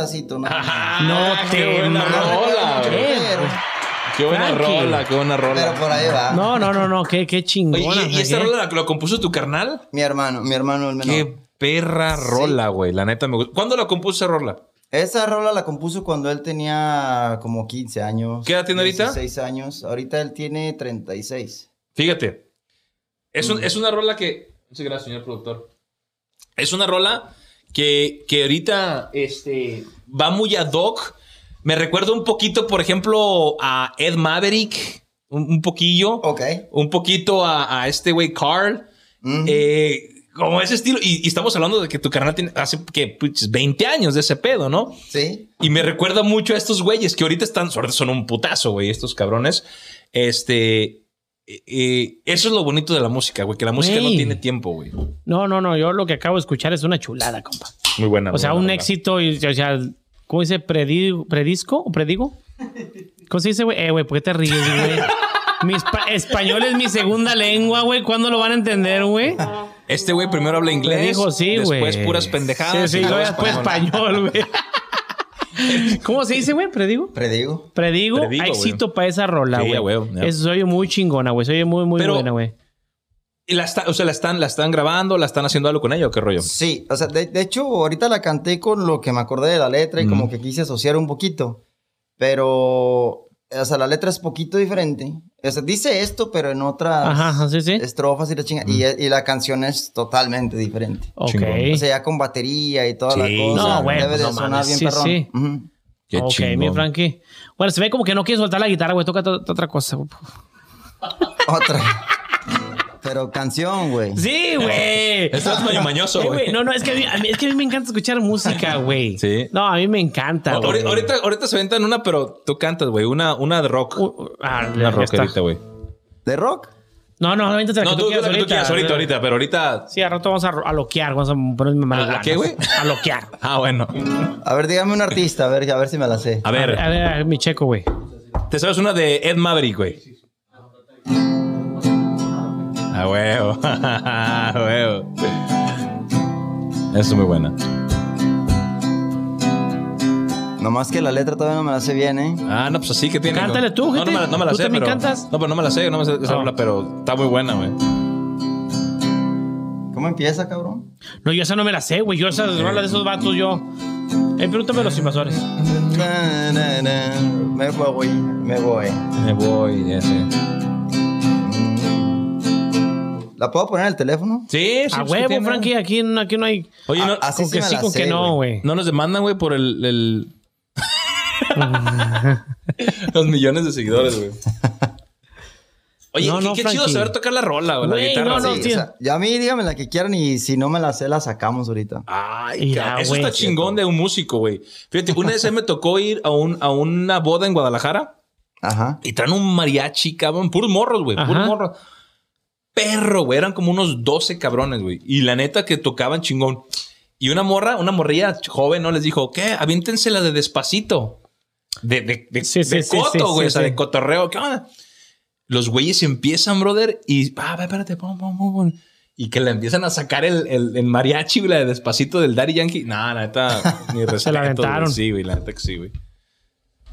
Speaker 2: no
Speaker 1: qué
Speaker 2: te
Speaker 1: buena rola,
Speaker 2: mames.
Speaker 1: güey. Qué buena
Speaker 2: Frankie.
Speaker 1: rola, qué buena rola.
Speaker 3: Pero por ahí va.
Speaker 2: No, no, no, no, qué, qué
Speaker 1: Oye,
Speaker 2: chingona.
Speaker 1: ¿y, y esta
Speaker 2: ¿eh?
Speaker 1: rola la- lo compuso tu carnal?
Speaker 3: Mi hermano, mi hermano el menor.
Speaker 1: Qué perra rola, güey. La neta me gusta. ¿Cuándo la compuso esa rola?
Speaker 3: Esa rola la compuso cuando él tenía como 15 años.
Speaker 1: ¿Qué edad tiene ahorita?
Speaker 3: 16 años. Ahorita él tiene 36.
Speaker 1: Fíjate. Es, un- es una rola que. Muchas gracias, señor productor. Es una rola que, que ahorita este, va muy ad hoc. Me recuerda un poquito, por ejemplo, a Ed Maverick. Un, un poquillo.
Speaker 3: Ok.
Speaker 1: Un poquito a, a este güey, Carl.
Speaker 3: Ujú.
Speaker 1: Eh, como ese estilo. Y, y estamos hablando de que tu canal tiene hace que puches, 20 años de ese pedo, ¿no?
Speaker 3: Sí.
Speaker 1: Y me recuerda mucho a estos güeyes que ahorita están, ahorita son un putazo, güey, estos cabrones. Este. eh, eh, eso es lo bonito de la música, güey, que la música no
Speaker 2: Güey.
Speaker 1: tiene tiempo, güey.
Speaker 2: No, no, no, yo lo que acabo de escuchar es una chulada, compa.
Speaker 1: Muy buena.
Speaker 2: O sea,
Speaker 1: muy
Speaker 2: un
Speaker 1: buena,
Speaker 2: éxito, y, o sea, ¿cómo dice? Predi- ¿Predisco o predigo? ¿Cómo se dice, güey? Eh, güey, ¿por qué te ríes, güey? Mi espa- español es mi segunda lengua, güey. ¿Cuándo lo van a entender, güey?
Speaker 1: buena. Este güey primero habla inglés.
Speaker 2: Predijo, sí, güey.
Speaker 1: Después puras pendejadas.
Speaker 2: Sí,
Speaker 1: y
Speaker 2: sí,
Speaker 1: luego
Speaker 2: luego después español, güey. ¿Cómo se dice, güey? ¿Predigo?
Speaker 3: Predigo.
Speaker 2: Predigo,
Speaker 1: Predigo, güey.
Speaker 2: éxito para esa rola,
Speaker 1: Sí,
Speaker 2: güey.
Speaker 1: a huevo, ya.
Speaker 2: Eso se oye muy chingona, güey. Se oye muy, muy
Speaker 1: Pero-
Speaker 2: buena, güey.
Speaker 1: Y la está- o sea, la están, la están grabando, la están haciendo algo con ella o qué rollo.
Speaker 3: Sí. O sea, de, de hecho, ahorita la canté con lo que me acordé de la letra y
Speaker 1: Ujú.
Speaker 3: como que quise asociar un poquito. Pero, o sea, la letra es poquito diferente. O sea, dice esto, pero en otras
Speaker 1: Ah,
Speaker 2: Ajá, ajá, sí, sí.
Speaker 3: estrofas y la chinga. Y, y la canción es totalmente diferente.
Speaker 2: Ok.
Speaker 1: chingón.
Speaker 3: O sea, ya con batería y toda
Speaker 1: Sí,
Speaker 3: la cosa.
Speaker 1: no,
Speaker 2: bueno,
Speaker 3: Debe de
Speaker 2: no
Speaker 3: sonar
Speaker 2: mames,
Speaker 3: bien
Speaker 2: sí,
Speaker 3: perrón.
Speaker 2: sí.
Speaker 3: Ujú.
Speaker 1: Qué
Speaker 2: ok, mi
Speaker 1: chingón.
Speaker 2: Frankie. Bueno, se ve como que no quiere soltar la guitarra, güey. Toca to- otra cosa, güey.
Speaker 3: Otra. Pero canción, güey.
Speaker 2: Sí, güey.
Speaker 1: Estás medio mañoso,
Speaker 2: Eh, güey,
Speaker 1: güey.
Speaker 2: No, no, es que, a mí, a mí- es que a mí me encanta escuchar música, güey.
Speaker 1: Sí.
Speaker 2: No, a mí me encanta.
Speaker 1: Ahori-
Speaker 2: güey.
Speaker 1: ahorita, ahorita se aventan una, pero tú cantas, güey. Una, una de rock.
Speaker 2: Uh, uh, ah,
Speaker 1: una
Speaker 2: ya está.
Speaker 1: rockerita, güey.
Speaker 3: ¿De rock?
Speaker 2: No, no, aviéntate la
Speaker 1: No,
Speaker 2: que
Speaker 1: tú, tú
Speaker 2: tú
Speaker 1: la
Speaker 2: quieras
Speaker 1: que tú quieras, ahorita, ahorita, pero ahorita.
Speaker 2: Sí, a rato vamos a, ro- a loquear, vamos a ponerme mal.
Speaker 1: ¿A- a qué, güey?
Speaker 2: A loquear.
Speaker 1: Ah, bueno.
Speaker 3: A ver, dígame un artista, a ver, a ver si me la sé.
Speaker 1: A ver,
Speaker 2: A ver, a ver, mi checo, güey.
Speaker 1: te sabes una de Ed Maverick, güey. A huevo. A huevo. Eso es muy buena.
Speaker 3: Nomás que la letra todavía no me la sé bien, ¿eh?
Speaker 1: Ah, no, pues así que tiene.
Speaker 2: Cántale tú,
Speaker 1: No, no me la, no me la
Speaker 2: gente. Tú
Speaker 1: sé,
Speaker 2: también
Speaker 1: pero.
Speaker 2: cantas.
Speaker 1: No, pero no me la sé, no me sé esa
Speaker 2: Ah.
Speaker 1: rola, pero está muy buena, güey.
Speaker 3: ¿Cómo empieza, cabrón?
Speaker 2: No, yo esa no me la sé, güey. Yo esa
Speaker 1: Mm.
Speaker 2: rola de esos vatos, yo. Eh, pregúntame a los invasores.
Speaker 3: Na, na, na. Me voy, me voy.
Speaker 1: Me voy, ya sé.
Speaker 3: ¿La puedo poner en el teléfono?
Speaker 1: Sí, sí,
Speaker 2: A
Speaker 1: pues, ¿qué
Speaker 2: huevo,
Speaker 1: tiene?
Speaker 2: Frankie, aquí, no- aquí no hay.
Speaker 1: Oye, no,
Speaker 3: Ah, así
Speaker 2: con
Speaker 3: sí
Speaker 2: que
Speaker 3: me
Speaker 2: sí,
Speaker 3: la
Speaker 2: con
Speaker 3: sé,
Speaker 2: que no, güey.
Speaker 1: no nos demandan, güey, por el. el- Los millones de seguidores, güey. Oye,
Speaker 2: No,
Speaker 1: qué,
Speaker 2: no,
Speaker 1: qué
Speaker 2: Frankie.
Speaker 1: chido saber tocar la rola, güey, la
Speaker 2: Güey,
Speaker 1: guitarra.
Speaker 2: no, no,
Speaker 1: sí.
Speaker 2: sí.
Speaker 3: O sea, ya a mí dígame la que quieran y si no me la sé, la sacamos ahorita.
Speaker 1: Ay,
Speaker 2: Mira,
Speaker 1: cabrón, eso
Speaker 2: güey.
Speaker 1: está chingón de un músico, güey. Fíjate, una vez me tocó ir a, un, a una boda en Guadalajara
Speaker 3: Ajá.
Speaker 1: y traen un mariachi, cabrón, puros morros, güey,
Speaker 2: Ajá.
Speaker 1: puros morros. Perro, güey, eran como unos 12 cabrones, güey. Y la neta que tocaban chingón. Y una morra, una morrilla joven, ¿no? Les dijo, ¿qué? Aviéntense la de despacito. De, de, de,
Speaker 2: Sí, sí,
Speaker 1: de
Speaker 2: sí, sí,
Speaker 1: coto, güey,
Speaker 2: sí,
Speaker 1: o sea,
Speaker 2: sí.
Speaker 1: de cotorreo. ¿Qué onda? Los güeyes empiezan, brother, y... Ah, va, espérate, pum, pum, pum, pum. Y que le empiezan a sacar el, el, el mariachi, güey, la de despacito del Daddy Yankee. No, la neta, ni respeto.
Speaker 2: Se la
Speaker 1: güey.
Speaker 2: aventaron.
Speaker 1: Sí, güey, la neta que sí, güey.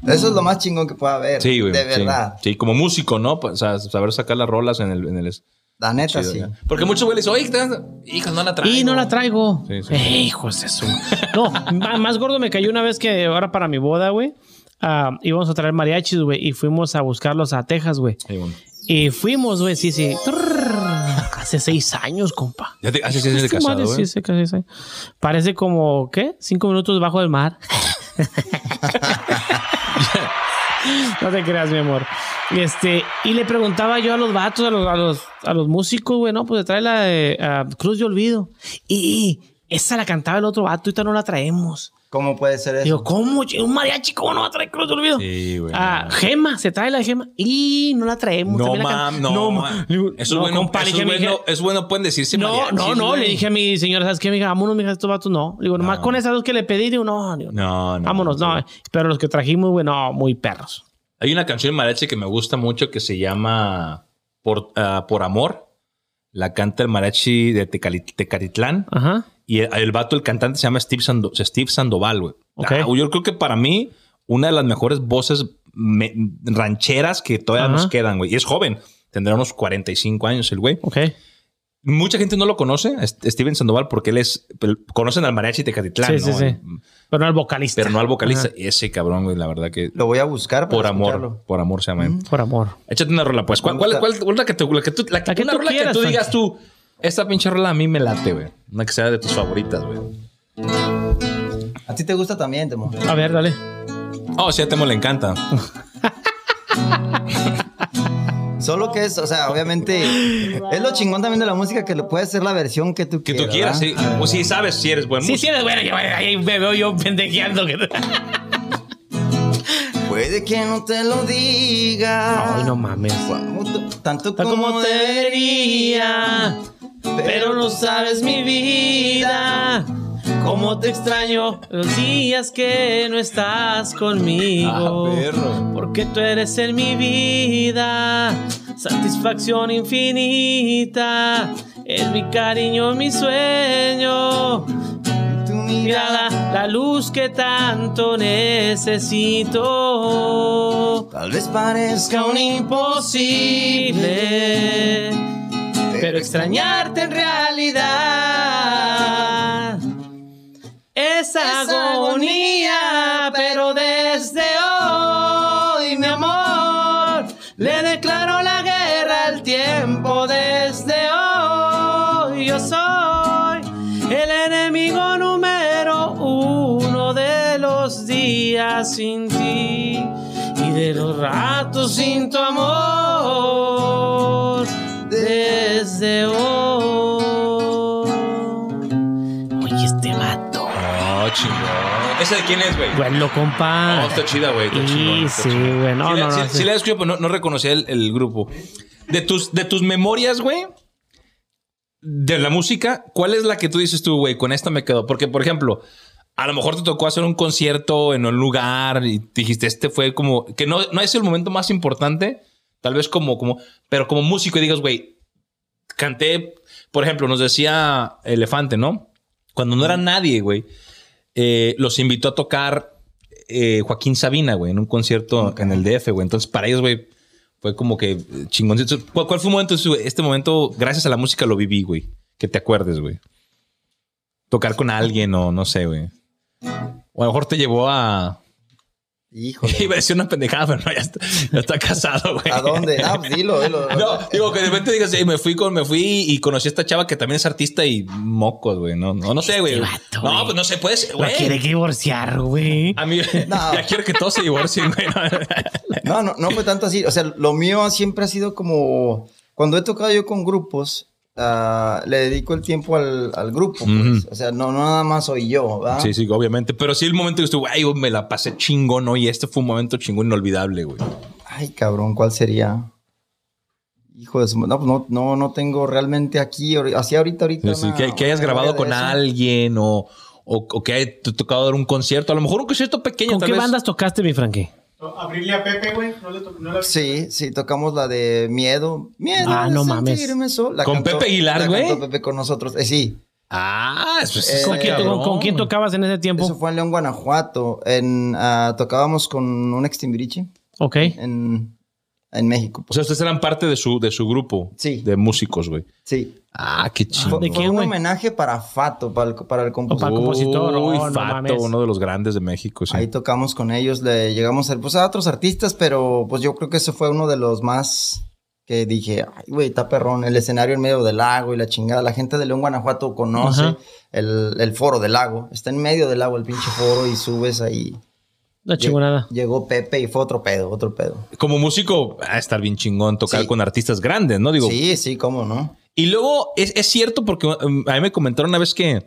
Speaker 3: Eso es lo más chingón que pueda haber.
Speaker 1: Sí, güey.
Speaker 3: De
Speaker 1: sí.
Speaker 3: verdad.
Speaker 1: Sí, como músico, ¿no? O sea, saber sacar las rolas en el... En el
Speaker 3: La neta,
Speaker 1: chido,
Speaker 3: sí.
Speaker 1: ya. Porque muchos güeyes dicen, oye, te- hijo, no la traigo.
Speaker 2: Y no la traigo.
Speaker 1: Sí, sí.
Speaker 2: Eh, hijos de su. No, ma- más gordo me cayó una vez que ahora para mi boda, güey. ah, íbamos a traer mariachis, güey, y fuimos a buscarlos a Texas, güey.
Speaker 1: Sí, bueno.
Speaker 2: Y fuimos, güey, sí, sí. Trrr, hace seis años, compa.
Speaker 1: Ya te, hace seis años de
Speaker 2: Este
Speaker 1: casado, ¿eh?
Speaker 2: madre,
Speaker 1: güey.
Speaker 2: sí, sí, casi seis años. Parece como, ¿qué? Cinco minutos bajo del mar. no te creas, mi amor. Y Este, y le preguntaba yo a los vatos, a los, a los, a los músicos, güey, no, pues trae la de ah, Cruz de Olvido. Y esa la cantaba el otro vato, ahorita no la traemos.
Speaker 3: ¿Cómo puede ser eso?
Speaker 2: Digo, ¿cómo? ch- Un mariachi, ¿cómo no va a traer Cruz de Olvido?
Speaker 1: Sí, güey.
Speaker 2: Ah, Gema, se trae la Gema y no la traemos.
Speaker 1: No,
Speaker 2: también la
Speaker 1: mam,
Speaker 2: can-
Speaker 1: no.
Speaker 2: ma-
Speaker 1: ma. Eso es bueno.
Speaker 2: compa, le
Speaker 1: eso
Speaker 2: dije
Speaker 1: es
Speaker 2: a mi
Speaker 1: bueno,
Speaker 2: je-
Speaker 1: es bueno, pueden decirse
Speaker 2: no,
Speaker 1: mariachis,
Speaker 2: no, no,
Speaker 1: güey.
Speaker 2: le dije a mi señora, ¿sabes qué, mija? Vámonos, mija, estos vatos no. Le digo, nomás
Speaker 1: No.
Speaker 2: con esas dos que le pedí, digo, no, digo,
Speaker 1: No, no.
Speaker 2: vámonos, no. Pero los que trajimos, güey, no, muy perros.
Speaker 1: Hay una canción de mariachi que me gusta mucho que se llama Por, ah, Por Amor. La canta el mariachi de Tecali- Tecatitlán.
Speaker 2: Ajá.
Speaker 1: Y el, el vato, el cantante, se llama Steve, Sando- Steve Sandoval, güey.
Speaker 2: Ok.
Speaker 1: Ah, yo creo que para mí, una de las mejores voces me- rancheras que todavía nos
Speaker 2: Ajá.
Speaker 1: quedan, güey. Y es joven. Tendrá unos 45 años el güey.
Speaker 2: Ok.
Speaker 1: Mucha gente no lo conoce, a Est- Steven Sandoval, porque él es. pel- Conocen al mariachi Tecatitlán,
Speaker 2: Sí, sí,
Speaker 1: ¿no? eh.
Speaker 2: sí. Pero no al vocalista.
Speaker 1: Pero no al vocalista.
Speaker 2: Ajá.
Speaker 1: Ese cabrón, güey, la verdad que.
Speaker 3: Lo voy a buscar para
Speaker 1: Por amor.
Speaker 3: escucharlo.
Speaker 1: Por amor se llama.
Speaker 2: Por amor.
Speaker 1: Échate una rola, pues. ¿Cuál,
Speaker 3: Me
Speaker 1: cuál,
Speaker 3: gusta.
Speaker 1: cuál- cuál es la que te la que tú, la,
Speaker 2: La que
Speaker 1: una
Speaker 2: tú
Speaker 1: rola
Speaker 2: quieras,
Speaker 1: que tú
Speaker 2: Frank.
Speaker 1: digas tú? Esta pinche rola a mí me late, güey. Una que sea de tus favoritas, güey.
Speaker 3: A ti te gusta también, Temo.
Speaker 2: A ver, dale.
Speaker 1: Oh, sí, a Temo le encanta.
Speaker 3: Solo que es, o sea, obviamente, es lo chingón también de la música que le puedes hacer la versión que tú
Speaker 1: Que
Speaker 3: quieras.
Speaker 1: tú quieras, eh, sí.
Speaker 3: ¿verdad?
Speaker 1: O si sabes si eres buen
Speaker 2: Sí,
Speaker 1: músico.
Speaker 2: sí, eres bueno. yo- Ahí me veo yo pendejeando. que-
Speaker 3: Puede que no te lo diga.
Speaker 2: Ay, no mames.
Speaker 3: Cuando t- Tanto
Speaker 2: Tal como te
Speaker 3: vería,
Speaker 2: vería, pero no sabes mi vida. Cómo te extraño los días que no estás conmigo. Porque tú eres en mi vida satisfacción infinita. Es mi cariño, mi sueño.
Speaker 3: Tu
Speaker 2: Mira
Speaker 3: mirada.
Speaker 2: la, la luz que tanto necesito.
Speaker 3: Tal vez parezca
Speaker 2: Aún
Speaker 3: un
Speaker 2: imposible, pero extrañarte en realidad. Es agonía, pero desde hoy, mi amor, le declaro la guerra al tiempo. Desde hoy, yo soy el enemigo número uno de los días sin ti y de los ratos sin tu amor. Desde hoy. Oye, este vato.
Speaker 1: Oh, chingón. ¿Ese de quién es, güey?
Speaker 2: Bueno, compa.
Speaker 1: No, está chida, güey. Está
Speaker 2: Sí,
Speaker 1: chingón, está
Speaker 2: sí,
Speaker 1: chingón.
Speaker 2: güey. No,
Speaker 1: sí,
Speaker 2: no,
Speaker 1: la-
Speaker 2: no,
Speaker 1: sí-
Speaker 2: sí.
Speaker 1: sí la escuché, pero no, no reconocía el, el grupo. De tus, de tus memorias, güey. De la música, ¿cuál es la que tú dices tú, güey? Con esta me quedo. Porque, por ejemplo, a lo mejor te tocó hacer un concierto en un lugar y dijiste, este fue como. Que no, no es el momento más importante. Tal vez como, como. Pero como músico y digas, güey, canté. Por ejemplo, nos decía Elefante, ¿no? Cuando no era nadie, güey eh, los invitó a tocar eh, Joaquín Sabina, güey, en un concierto en el DF, güey. Entonces, para ellos, güey, fue como que eh, chingoncito. ¿Cuál, cuál fue un momento, este momento, gracias a la música lo viví, güey? Que te acuerdes, güey. Tocar con alguien o no sé, güey. O a lo mejor te llevó a...
Speaker 3: Híjole.
Speaker 1: Iba a decir una pendejada, pero no, ya está, ya está casado, güey.
Speaker 3: ¿A dónde? Ah, pues dilo, dilo.
Speaker 1: No, digo que de repente digas, "Ey, me fui con, me fui y conocí a esta chava que también es artista y mocos, güey. No, no, no sé, güey.
Speaker 2: Este vato,
Speaker 1: no,
Speaker 2: güey.
Speaker 1: pues no se puede ser,
Speaker 2: Lo
Speaker 1: güey.
Speaker 2: quiere divorciar, güey.
Speaker 1: A mí,
Speaker 3: No.
Speaker 1: ya quiero que todos se divorcien, güey.
Speaker 3: No, no, no fue tanto así. O sea, lo mío siempre ha sido como. Cuando he tocado yo con grupos, ah, le dedico el tiempo al, al grupo. pues.
Speaker 1: Ujú.
Speaker 3: O sea, no, no nada más soy yo, ¿verdad?
Speaker 1: Sí, sí, obviamente. Pero sí, el momento que estuve, ay, güey, me la pasé chingón hoy. Este fue un momento chingón inolvidable, güey.
Speaker 3: Ay, cabrón, ¿cuál sería? Hijo de su. No, pues no, no, no tengo realmente aquí, ahori- así ahorita, ahorita.
Speaker 1: Sí, sí,
Speaker 3: una-
Speaker 1: que, que hayas
Speaker 3: una
Speaker 1: grabado
Speaker 3: memoria
Speaker 1: con
Speaker 3: de eso.
Speaker 1: alguien o, o, o que hayas t- tocado dar un concierto. A lo mejor un concierto pequeño.
Speaker 2: ¿Con
Speaker 1: tal
Speaker 2: qué
Speaker 1: vez.
Speaker 2: bandas tocaste, mi Frankie?
Speaker 4: Abrirle a Pepe, güey. No le tocó. No la
Speaker 3: Sí, sí, tocamos la de Miedo. Miedo.
Speaker 2: Ah,
Speaker 3: de
Speaker 2: no mames.
Speaker 3: sentirme solo. La
Speaker 1: ¿Con
Speaker 3: cantó-
Speaker 1: Pepe Aguilar,
Speaker 3: la
Speaker 1: güey?
Speaker 3: cantó Pepe con nosotros. Eh, sí,
Speaker 1: Ah, pues
Speaker 3: Eh,
Speaker 1: está
Speaker 2: ¿Con, quién,
Speaker 1: cabrón,
Speaker 2: con- con quién
Speaker 1: güey.
Speaker 2: tocabas en ese tiempo?
Speaker 3: eso fue en León, Guanajuato. En, ah, tocábamos con un ex Timbiriche
Speaker 2: Ok.
Speaker 3: en, en México.
Speaker 1: O
Speaker 3: pues.
Speaker 1: sea, ustedes eran parte de su, de su grupo
Speaker 3: Sí.
Speaker 1: de músicos, güey.
Speaker 3: Sí.
Speaker 1: Ah, qué
Speaker 3: Fue,
Speaker 1: chingón.
Speaker 2: ¿de
Speaker 3: fue
Speaker 2: quién,
Speaker 3: un
Speaker 2: güey?
Speaker 3: homenaje para Fato, para el, para el compositor.
Speaker 2: Para el compositor, oh,
Speaker 1: Uy,
Speaker 2: no
Speaker 1: Fato,
Speaker 2: mames.
Speaker 1: uno de los grandes de México, sí.
Speaker 3: Ahí tocamos con ellos, le llegamos a, pues, a otros artistas, pero pues yo creo que ese fue uno de los más que dije, ay, güey, está perrón, el escenario en medio del lago y la chingada. La gente de León, Guanajuato conoce
Speaker 2: Ajá.
Speaker 3: el, el foro del lago. Está en medio del lago el pinche foro y subes ahí.
Speaker 2: La chingonada.
Speaker 3: Llegó Pepe y fue otro pedo, otro pedo.
Speaker 1: Como músico, a estar bien chingón tocar
Speaker 3: Sí.
Speaker 1: con artistas grandes, ¿no? Digo,
Speaker 3: sí, sí, cómo no.
Speaker 1: Y luego es, es cierto porque um, a mí me comentaron una vez que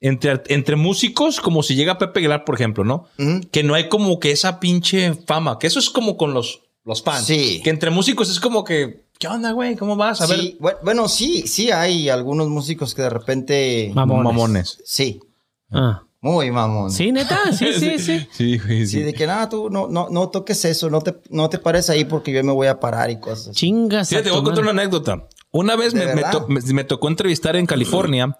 Speaker 1: entre, art- entre músicos, como si llega Pepe Aguilar, por ejemplo, ¿no?
Speaker 3: Ujú.
Speaker 1: Que no hay como que esa pinche fama, que eso es como con los, los fans.
Speaker 3: Sí.
Speaker 1: Que entre músicos es como que, ¿qué onda, güey? ¿Cómo vas? A
Speaker 3: Sí, bue- bueno, sí, sí hay algunos músicos que de repente...
Speaker 1: ver.
Speaker 2: Mamones.
Speaker 3: Sí,
Speaker 2: Ah.
Speaker 3: muy mamón.
Speaker 2: Sí, neta. Sí, sí, sí.
Speaker 1: Sí, güey,
Speaker 3: Sí, de que nada, tú no, no, no toques eso, no te, no te pares ahí porque yo me voy a parar y cosas así.
Speaker 2: Chingas.
Speaker 1: Sí, te voy a
Speaker 2: tu
Speaker 1: contar
Speaker 2: madre.
Speaker 1: una anécdota. Una vez
Speaker 3: ¿De
Speaker 1: me, me
Speaker 3: verdad?
Speaker 1: to- me- me tocó entrevistar en California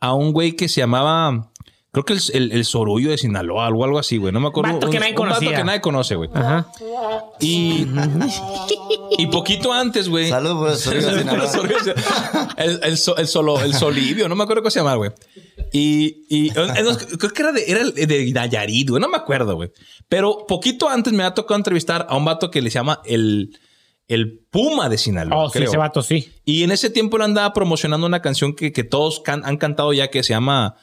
Speaker 1: a un güey que se llamaba, creo Creo que el, el, el Sorullo de Sinaloa, algo, algo así, güey. No me acuerdo.
Speaker 2: Vato que
Speaker 1: un-
Speaker 2: nadie
Speaker 1: un vato
Speaker 2: conocía.
Speaker 1: que nadie conoce, güey.
Speaker 2: Ajá.
Speaker 1: Y, y poquito antes, güey.
Speaker 3: Salud por los Sorullos de Sinaloa.
Speaker 1: Sorullos de- el, el, so- el solo, el solivio, no me acuerdo cómo se llama, güey. Y, y eh, no, creo que era de, era de Nayarit, güey. No me acuerdo, güey. Pero poquito antes me ha tocado entrevistar a un vato que le se llama el, el Puma de Sinaloa.
Speaker 2: Oh, sí,
Speaker 1: creo.
Speaker 2: ese vato, sí.
Speaker 1: Y en ese tiempo él andaba promocionando una canción que, que todos can- han cantado ya que se llama.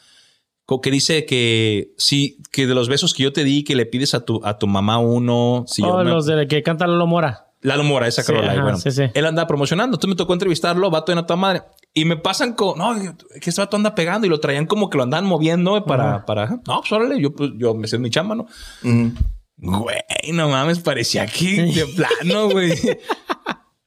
Speaker 1: co- Que dice que sí, que de los besos que yo te di, que le pides a tu, a tu mamá uno. Si yo
Speaker 2: oh,
Speaker 1: me-
Speaker 2: los de que canta Lolo Mora.
Speaker 1: Lalo Mora, esa
Speaker 2: Sí,
Speaker 1: Carola. y
Speaker 2: ajá,
Speaker 1: bueno,
Speaker 2: sí, sí.
Speaker 1: Él andaba promocionando. Entonces me tocó entrevistarlo, vato de toda madre. Y me pasan con, no, que este vato anda pegando y lo traían como que lo andaban moviendo güey, para, para, ajá. no, pues órale, yo, pues, yo me sé mi chamba, ¿no?
Speaker 3: Ujú.
Speaker 1: Güey, no mames, parecía aquí de plano, güey.